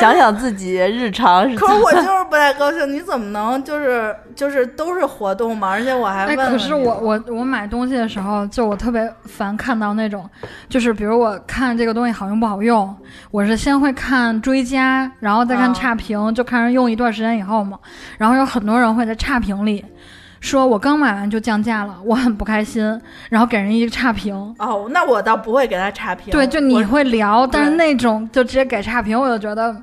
Speaker 1: 想想自己日常 是怎
Speaker 3: 可是
Speaker 1: 么
Speaker 3: 我就是不太高兴，你怎么能就是就是都是活动嘛，而且我还
Speaker 2: 哎，
Speaker 3: 问了你、
Speaker 2: 可是我我我买东西的时候，就我特别烦看到那种，就是比如我看这个东西好用不好用，我是先会看追加，然后再看
Speaker 3: 啊
Speaker 2: 差评，就看人用一段时间以后嘛。然后有很多人会在差评里说，我刚买完就降价了，我很不开心，然后给人一个差评。
Speaker 3: 哦，那我倒不会给他差评，
Speaker 2: 对，就
Speaker 3: 我
Speaker 2: 你会聊，但是
Speaker 3: 对
Speaker 2: 那种就直接给差评，我就觉得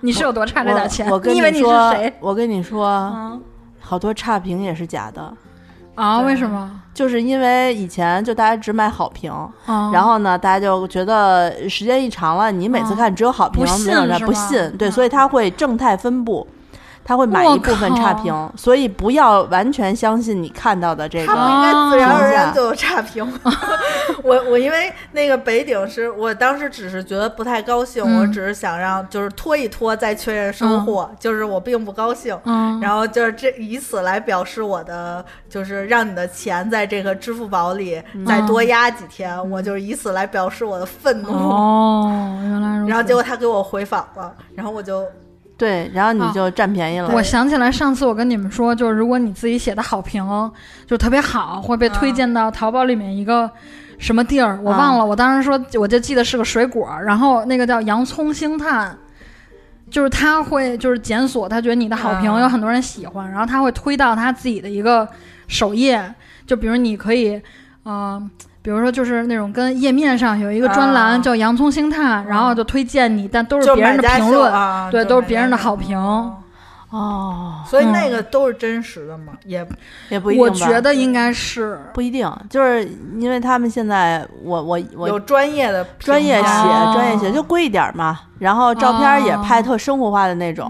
Speaker 2: 你是有多差这点钱？
Speaker 1: 我我跟
Speaker 2: 以为你是
Speaker 1: 说，
Speaker 2: 谁？
Speaker 1: 我跟你说，
Speaker 2: 嗯
Speaker 1: 好多差评也是假的，
Speaker 2: 啊，
Speaker 3: 对
Speaker 2: 为什么？
Speaker 1: 就是因为以前就大家只买好评，
Speaker 2: 啊，
Speaker 1: 然后呢，大家就觉得时间一长了，你每次
Speaker 2: 嗯
Speaker 1: 看只有好评
Speaker 2: 不，信
Speaker 1: 没有人
Speaker 2: 是
Speaker 1: 不
Speaker 2: 吗嗯
Speaker 1: 信，对，所以他会正态分布。他会买
Speaker 2: 我
Speaker 1: 一部分差
Speaker 2: 靠
Speaker 1: 评，所以不要完全相信你看到的这
Speaker 3: 他们
Speaker 1: 个。
Speaker 3: 应该自然而
Speaker 1: 哦
Speaker 3: 然就有差评。 我我因为那个北鼎是我当时只是觉得不太高兴，
Speaker 2: 嗯
Speaker 3: 我只是想让就是拖一拖再确认收货，就是我并不高兴。
Speaker 2: 嗯，
Speaker 3: 然后就是这以此来表示我的，就是让你的钱在这个支付宝里
Speaker 2: 嗯
Speaker 3: 再多压几天，我就是以此来表示我的愤怒。
Speaker 2: 哦，原来如此。
Speaker 3: 然后结果他给我回访了，然后我就
Speaker 1: 对，然后你
Speaker 2: 哦
Speaker 1: 就占便宜了。
Speaker 2: 我想起来上次我跟你们说，就是如果你自己写的好评就特别好，会被推荐到淘宝里面一个什么地儿，
Speaker 3: 啊
Speaker 2: 我忘了。我当时说，我就记得是个水果，然后那个叫洋葱星探。就是他会就是检索，他觉得你的好评
Speaker 3: 啊
Speaker 2: 有很多人喜欢，然后他会推到他自己的一个首页，就比如你可以，呃，比如说就是那种跟页面上有一个专栏
Speaker 3: 啊
Speaker 2: 叫洋葱星探，然后就推荐你，但都是
Speaker 3: 就
Speaker 2: 别人的
Speaker 3: 买家
Speaker 2: 评
Speaker 3: 秀
Speaker 2: 论，
Speaker 3: 啊，
Speaker 2: 对，
Speaker 3: 就
Speaker 2: 都是
Speaker 3: 买
Speaker 2: 别
Speaker 3: 家
Speaker 2: 人的
Speaker 3: 秀
Speaker 2: 好评。嗯
Speaker 3: 哦
Speaker 1: 哦，
Speaker 3: 所以那个都是真实的嘛，也
Speaker 1: 也不一定吧。
Speaker 2: 我觉得应该是，
Speaker 1: 不一定，就是因为他们现在我我
Speaker 3: 有
Speaker 1: 我
Speaker 3: 专业的啊评
Speaker 1: 专业写、
Speaker 3: 价
Speaker 2: 哦
Speaker 1: 专业写就贵一点嘛，然后照片也拍特生活化的那种，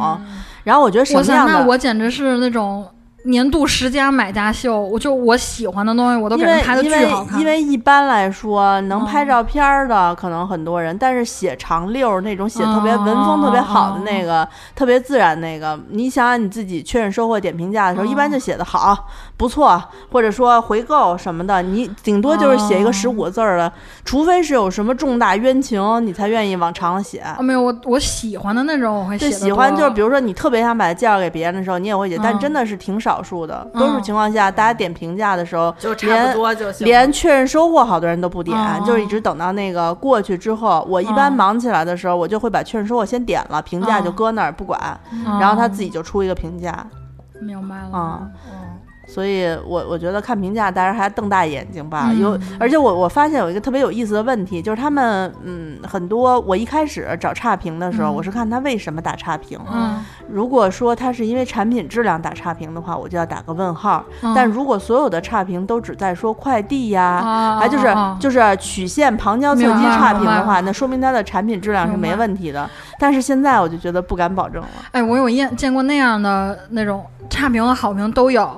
Speaker 1: 然后我觉得什
Speaker 2: 啊嗯我
Speaker 1: 么
Speaker 2: 想
Speaker 1: 样
Speaker 2: 那
Speaker 1: 的。
Speaker 2: 我简直是那种年度十佳买家秀，我就我喜欢的东西我都
Speaker 1: 因
Speaker 2: 给人
Speaker 1: 为
Speaker 2: 拍的
Speaker 1: 因
Speaker 2: 巨
Speaker 1: 为
Speaker 2: 好看，
Speaker 1: 因为一般来说，能拍
Speaker 2: 嗯
Speaker 1: 照片儿的可能很多人，但是写长溜儿那种写特别
Speaker 2: 哦
Speaker 1: 文风特别好的
Speaker 2: 哦
Speaker 1: 那个，特别自然那个，你想想你自己确认收货点评价的时候，一般
Speaker 2: 嗯
Speaker 1: 就写的好、不错，或者说回购什么的，你顶多就是写一个
Speaker 2: 哦
Speaker 1: 十五字儿的，除非是有什么重大冤情，你才愿意往长了写。
Speaker 2: 哦没有我我喜欢的那种我会写
Speaker 1: 就
Speaker 2: 得
Speaker 1: 喜欢，
Speaker 2: 多
Speaker 1: 就是比如说你特别想把它介绍给别人的时候，你也会写，但
Speaker 2: 嗯
Speaker 1: 真的是挺少数的。多数
Speaker 2: 嗯
Speaker 1: 情况下，大家点评价的时候，
Speaker 3: 就差不多就行。
Speaker 1: 连确认收货好多人都不点，
Speaker 2: 哦
Speaker 1: 就是一直等到那个过去之后，我一般
Speaker 2: 嗯
Speaker 1: 忙起来的时候，我就会把确认收货先点了，评价就
Speaker 2: 嗯
Speaker 1: 搁那儿不管，
Speaker 2: 嗯
Speaker 1: 然后他自己就出一个评价。
Speaker 2: 明白了
Speaker 1: 啊，
Speaker 3: 嗯
Speaker 1: 所以我我觉得看评价，大家还瞪大眼睛吧。
Speaker 2: 嗯
Speaker 1: 有，而且我我发现有一个特别有意思的问题，就是他们嗯，很多我一开始找差评的时候，
Speaker 2: 嗯
Speaker 1: 我是看他为什么打差评。
Speaker 2: 嗯，
Speaker 1: 如果说他是因为产品质量打差评的话，我就要打个问号。
Speaker 2: 嗯
Speaker 1: 但如果所有的差评都只在说快递呀，
Speaker 2: 啊，
Speaker 1: 还就是
Speaker 2: 啊
Speaker 1: 就是曲线旁敲侧击
Speaker 2: 明白
Speaker 1: 差评
Speaker 2: 明白
Speaker 1: 的话，那哦说明它的产品质量是
Speaker 2: 明白
Speaker 1: 没问题的。但是现在我就觉得不敢保证了。
Speaker 2: 哎，我有见见过那样的那种差评和好评都有，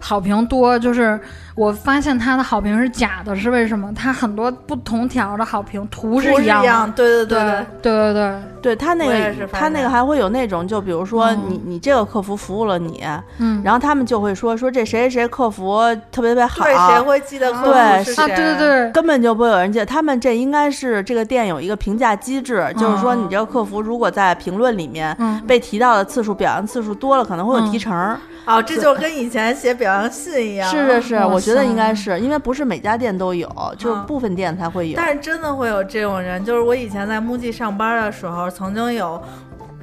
Speaker 2: 好评多就是我发现他的好评是假的，是为什么？他很多不同条的好评图是
Speaker 3: 不是一
Speaker 2: 样的，
Speaker 3: 样，
Speaker 2: 对
Speaker 3: 对对对
Speaker 2: 对对对，
Speaker 1: 对他那
Speaker 3: 我也是
Speaker 1: 个，
Speaker 3: 发
Speaker 1: 他那
Speaker 3: 现
Speaker 1: 个还会有那种，就比如说
Speaker 2: 嗯
Speaker 1: 你、你这个客服服务了你，
Speaker 2: 嗯，
Speaker 1: 然后他们就会说说这谁谁谁客服特别特别好，
Speaker 3: 对，谁会记得客户
Speaker 1: 对
Speaker 3: 是谁？
Speaker 2: 啊，对对对，
Speaker 1: 根本就不会有人记得。他们这应该是这个店有一个评价机制，就是说你这个客服如果在评论里面
Speaker 2: 嗯
Speaker 1: 被提到的次数、表扬次数多了，可能会有提成。
Speaker 3: 哦，这就跟以前写表扬信一样，啊
Speaker 1: 是是是，
Speaker 2: 哇
Speaker 1: 我觉得
Speaker 2: 塞
Speaker 1: 应该是因为不是每家店都有，就是
Speaker 3: 嗯
Speaker 1: 部分店才会有。
Speaker 3: 但是真的会有这种人，就是我以前在木记上班的时候，曾经有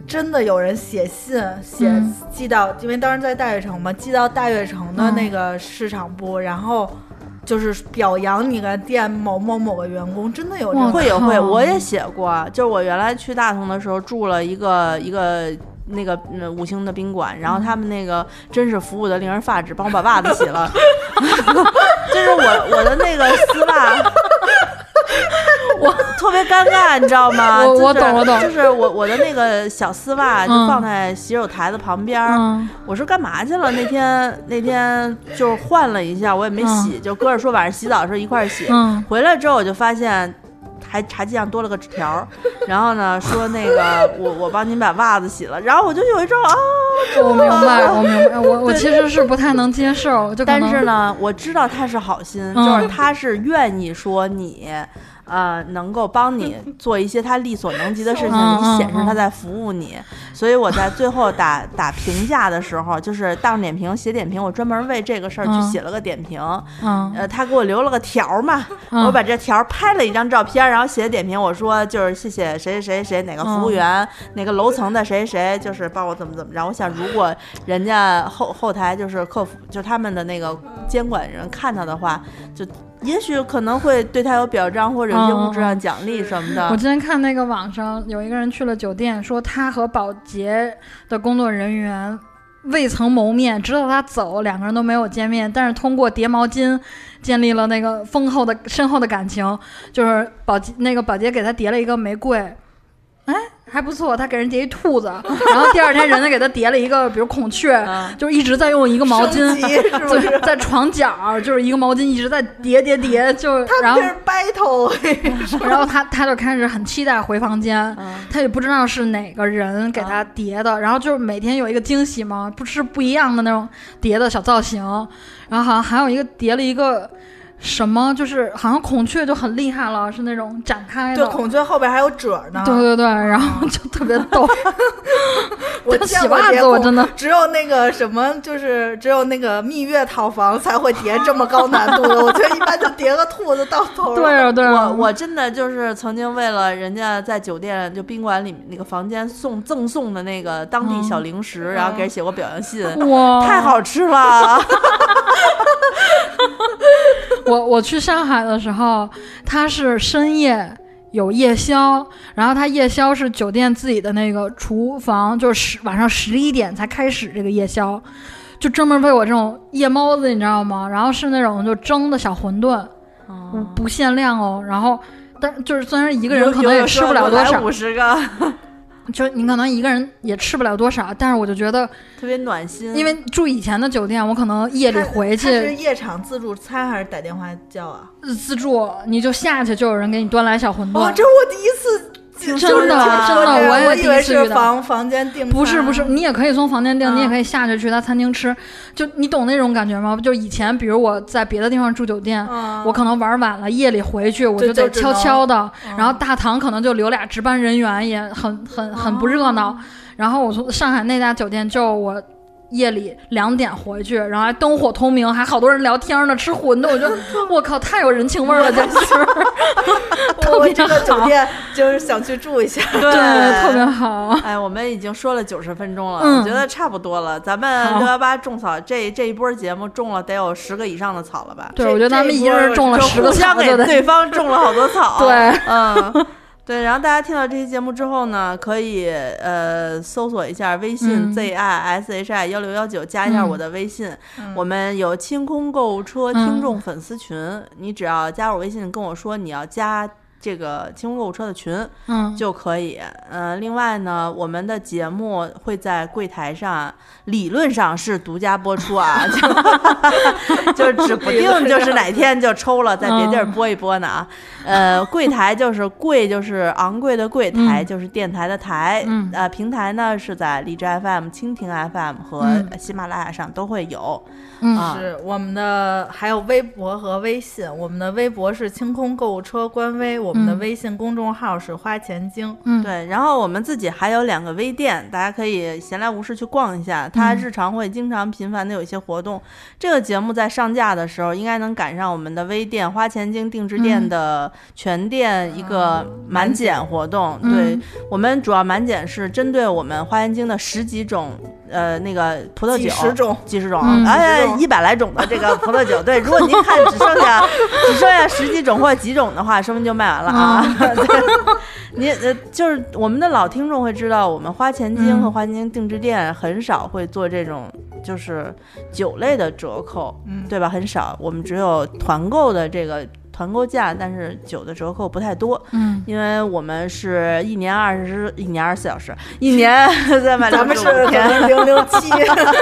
Speaker 3: 真的有人写信写、
Speaker 2: 嗯
Speaker 3: 寄到，因为当时在大悦城嘛，寄到大悦城的那个市场部，然后就是表扬你个店某某某个员工，真的有这
Speaker 2: 哇
Speaker 3: 种。
Speaker 1: 会有
Speaker 2: 哦靠
Speaker 1: 会，我也写过，啊就是我原来去大同的时候住了一个一个。那个嗯五星的宾馆，然后他们那个真是服务的令人发指，帮我把袜子洗了， 就是我我的那个丝袜，我特别尴尬，你知道吗？
Speaker 2: 我
Speaker 1: 就是
Speaker 2: 我懂我懂
Speaker 1: 就是我我的那个小丝袜就
Speaker 2: 嗯
Speaker 1: 放在洗手台的旁边儿，
Speaker 2: 嗯
Speaker 1: 我说干嘛去了？那天那天就是换了一下，我也没洗，就搁着说晚上洗澡的时候一块儿洗。
Speaker 2: 嗯
Speaker 1: 回来之后我就发现，还茶几上多了个纸条儿，然后呢说那个我我帮您把袜子洗了，然后我就有一种啊，
Speaker 2: 嗯我明白，我明白，我我其实是不太能接受，就可
Speaker 1: 但
Speaker 2: 能
Speaker 1: 是呢，我知道他是好心，
Speaker 2: 嗯
Speaker 1: 就是他是愿意说你。呃，能够帮 你做一些他力所能及的事情，
Speaker 2: 嗯嗯
Speaker 1: 你显示他在服务你。所以我在最后打打评价的时候，就是大众点评写点评，我专门为这个事儿去
Speaker 2: 嗯
Speaker 1: 写了个点评。
Speaker 2: 嗯
Speaker 1: 呃，他给我留了个条儿嘛，
Speaker 2: 嗯
Speaker 1: 我把这条儿拍了一张照片，然后写点评，我说就是谢谢谁谁谁谁哪个
Speaker 2: 嗯
Speaker 1: 服务员、哪个楼层的谁谁，就是帮我怎么怎么着。我想如果人家后后台就是客服，就是他们的那个监管人看到的话，就也许可能会对他有表彰或者一些物质上奖励什么的。
Speaker 2: 嗯我之前看那个网上有一个人去了酒店，说他和保洁的工作人员未曾谋面，直到他走，两个人都没有见面，但是通过叠毛巾建立了那个丰厚的深厚的感情。就是保洁那个保洁给他叠了一个玫瑰，哎，还不错，他给人叠一兔 子，然后第二天人家给他叠了一个比如孔雀，
Speaker 1: 嗯
Speaker 2: 就一直在用一个毛
Speaker 3: 升
Speaker 2: 巾。
Speaker 3: 级是不？
Speaker 2: 就是在床角，就是一个毛巾一直在叠叠叠，就然
Speaker 3: 他
Speaker 2: 后
Speaker 3: 们是 battle，
Speaker 2: 然后他他就开始很期待回房间，
Speaker 1: 嗯
Speaker 2: 他也不知道是哪个人给他叠的，然后就是每天有一个惊喜嘛，不是不一样的那种叠的小造型，然后好像还有一个叠了一个什么，就是好像孔雀就很厉害了，是那种展开
Speaker 3: 对，
Speaker 2: 的。
Speaker 3: 孔雀后边还有褶呢。
Speaker 2: 对对对，然后就特别逗。
Speaker 3: 我
Speaker 2: 但
Speaker 3: 见
Speaker 2: 洗
Speaker 3: 过
Speaker 2: 袜
Speaker 3: 叠
Speaker 2: 子我
Speaker 3: 孔
Speaker 2: 真的
Speaker 3: 只有那个什么，就是只有那个蜜月套房才会叠这么高难度的。我觉得一般就叠个兔子到头。
Speaker 2: 对，啊对啊，
Speaker 1: 我我真的就是曾经为了人家在酒店就宾馆里那个房间送赠送的那个当地
Speaker 2: 嗯
Speaker 1: 小零食，然后给人写过表扬信，
Speaker 2: 哇
Speaker 1: 太好吃了。
Speaker 2: 我我去上海的时候，他是深夜有夜宵，然后他夜宵是酒店自己的那个厨房，就是十晚上十一点才开始这个夜宵，就专门为我这种夜猫子，你知道吗？然后是那种就蒸的小馄饨，不不限量哦。然后，但就是虽然一个人可能也吃不了多少
Speaker 1: 五，十个，
Speaker 2: 就是你可能一个人也吃不了多少，但是我就觉得，
Speaker 1: 特别暖心。
Speaker 2: 因为住以前的酒店，我可能夜里回
Speaker 3: 他是
Speaker 2: 去
Speaker 3: 夜场自助餐还是打电话叫啊？
Speaker 2: 自助，你就下去就有人给你端来小馄饨。
Speaker 3: 哇，这我第一次
Speaker 1: 真
Speaker 3: 听
Speaker 1: 的
Speaker 3: 就是
Speaker 1: 真
Speaker 3: 听说
Speaker 1: 的
Speaker 3: 这个
Speaker 2: 我也
Speaker 3: 我
Speaker 2: 第
Speaker 3: 以
Speaker 2: 一
Speaker 3: 为
Speaker 2: 次
Speaker 3: 是
Speaker 2: 遇到
Speaker 3: 房房间订餐，
Speaker 2: 不是不是，你也可以从房间订，
Speaker 3: 啊
Speaker 2: 你也可以下去去他餐厅吃，就你懂那种感觉吗？就以前，比如我在别的地方住酒店，
Speaker 3: 嗯，
Speaker 2: 我可能玩晚了，夜里回去我
Speaker 3: 就
Speaker 2: 就得
Speaker 3: 就只能
Speaker 2: 悄悄的，
Speaker 3: 嗯
Speaker 2: 然后大堂可能就留俩值
Speaker 3: 哦
Speaker 2: 班人员，也很很很不热闹。然后我从上海那家酒店，就我夜里两点回去，然后还灯火通明，还好多人聊天呢，吃馄饨，我 觉得我靠，太有人情味儿了，简直特
Speaker 3: 我
Speaker 2: 别
Speaker 3: 这个酒
Speaker 2: 好，
Speaker 3: 店就是想去住一下。
Speaker 1: 对
Speaker 2: 对，特别好。
Speaker 1: 哎，我们已经说了九十分钟了，
Speaker 2: 嗯
Speaker 1: 我觉得差不多了。咱们
Speaker 2: 好
Speaker 1: 六幺八种草这这一波节目种了得有十个以上的草了吧？
Speaker 2: 对，
Speaker 3: 这
Speaker 2: 我觉得咱们
Speaker 3: 这一
Speaker 2: 一个
Speaker 3: 波
Speaker 2: 人中了
Speaker 1: 就
Speaker 2: 十个
Speaker 1: 互
Speaker 2: 小
Speaker 1: 相
Speaker 2: 就
Speaker 1: 给
Speaker 2: 得
Speaker 1: 对方种了好多草。
Speaker 2: 对，
Speaker 1: 嗯，对。然后大家听到这期节目之后呢，可以呃搜索一下微信
Speaker 2: 嗯
Speaker 1: z i s h i 幺六幺九，加一下
Speaker 2: 嗯
Speaker 1: 我的微信。我们有清空购物车听众粉丝群，你只要加我微信跟我说你要加这个清空购物车的群，
Speaker 2: 嗯，
Speaker 1: 就可以。呃，另外呢，我们的节目会在柜台上，理论上是独家播出 啊，就就指不定就是哪天就抽了，在别地儿播一播呢啊。
Speaker 2: 嗯
Speaker 1: 呃，柜台就是柜，就是昂贵的柜台，
Speaker 2: 嗯
Speaker 1: 就是电台的台。
Speaker 2: 嗯
Speaker 1: 呃，平台呢是在荔枝 FM、蜻蜓 FM 和
Speaker 2: 嗯
Speaker 1: 喜马拉雅上都会有。
Speaker 2: 嗯
Speaker 1: 啊，
Speaker 3: 是我们的，还有微博和微信。我们的微博是清空购物车官微，我们的
Speaker 2: 嗯
Speaker 3: 微信公众号是花钱精。
Speaker 2: 嗯，
Speaker 1: 对，然后我们自己还有两个微店，大家可以闲来无事去逛一下。它
Speaker 2: 嗯
Speaker 1: 日常会经常频繁的有一些活动。这个节目在上架的时候，应该能赶上我们的微店花钱精定制店
Speaker 2: 嗯
Speaker 1: 的全店一个满减活动。
Speaker 2: 嗯
Speaker 1: 对我们主要满减是针对我们花钱精的十几种呃那个葡萄酒，
Speaker 3: 几十种，
Speaker 1: 几十种，
Speaker 2: 嗯
Speaker 1: 哎
Speaker 3: 几十，种
Speaker 1: 一百来种的这个葡萄酒，对，如果您看只剩下 只剩下十几种或者几种的话，说明就卖完了啊。 对，您呃，就是我们的老听众会知道，我们花钱精
Speaker 2: 嗯
Speaker 1: 和花钱精定制店很少会做这种就是酒类的折扣，
Speaker 3: 嗯
Speaker 1: 对吧？很少，我们只有团购的这个团购价，但是酒的折扣不太多。
Speaker 2: 嗯，
Speaker 1: 因为我们是一年二十，一年二十四小时，一 年三百
Speaker 3: 咱
Speaker 1: 六
Speaker 3: 们是
Speaker 1: 十五
Speaker 3: 可
Speaker 1: 天，
Speaker 3: 能零零七，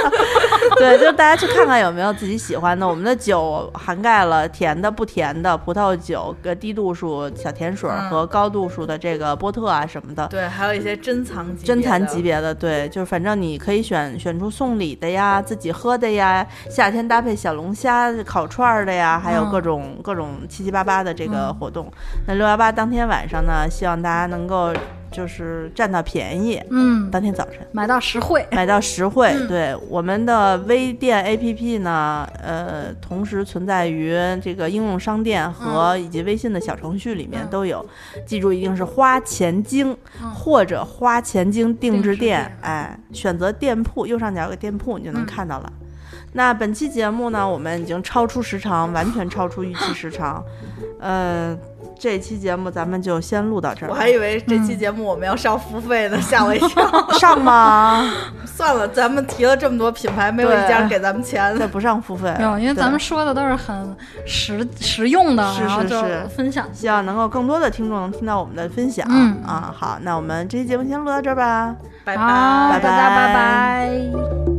Speaker 1: 对，就是大家去看看有没有自己喜欢的。我们的酒涵盖了甜的、不甜的葡萄酒、呃低度数小甜水儿
Speaker 3: 嗯
Speaker 1: 和高度数的这个波特啊什么的。
Speaker 3: 对，还有一些珍藏级、
Speaker 1: 珍藏级。别的，对，就是反正你可以选选出送礼的呀，自己喝的呀，夏天搭配小龙虾、烤串儿的呀，还有
Speaker 2: 嗯
Speaker 1: 各种、各种七七八八的这个活动。那六幺八当天晚上呢，希望大家能够就是占到便宜，
Speaker 2: 嗯，
Speaker 1: 当天早晨。
Speaker 2: 买到实惠。
Speaker 1: 买到实惠。
Speaker 2: 嗯
Speaker 1: 对我们的微店 APP 呢，呃，同时存在于这个应用商店和以及微信的小程序里面
Speaker 2: 嗯
Speaker 1: 都有。记住，一定是花钱精、
Speaker 2: 嗯
Speaker 1: 或者花钱精定制
Speaker 2: 定制
Speaker 1: 店
Speaker 2: 店，
Speaker 1: 哎，选择店铺，右上角有个店铺，你就能
Speaker 2: 嗯
Speaker 1: 看到了。那本期节目呢，我们已经超出时长，完全超出预期时长。呃，这期节目咱们就先录到这儿
Speaker 3: 我
Speaker 1: 吧。
Speaker 3: 还以为这期节目我们要上付费
Speaker 1: 嗯
Speaker 3: 呢，吓我一跳。
Speaker 1: 上吗？
Speaker 3: 算了，咱们提了这么多品牌，没有
Speaker 1: 对
Speaker 3: 一家给咱们钱
Speaker 1: 对，。不上付 费。
Speaker 2: 没有，因为
Speaker 1: 对
Speaker 2: 咱们说的都是很实实用的，
Speaker 1: 是
Speaker 2: 然后
Speaker 1: 是
Speaker 2: 就是分享一下。
Speaker 1: 希望能够更多的听众能听到我们的分享。
Speaker 2: 嗯
Speaker 1: 啊，好，那我们这期节目先录到这儿吧。
Speaker 3: 拜
Speaker 2: 好
Speaker 1: 拜
Speaker 3: 拜
Speaker 1: 拜
Speaker 2: 大家拜拜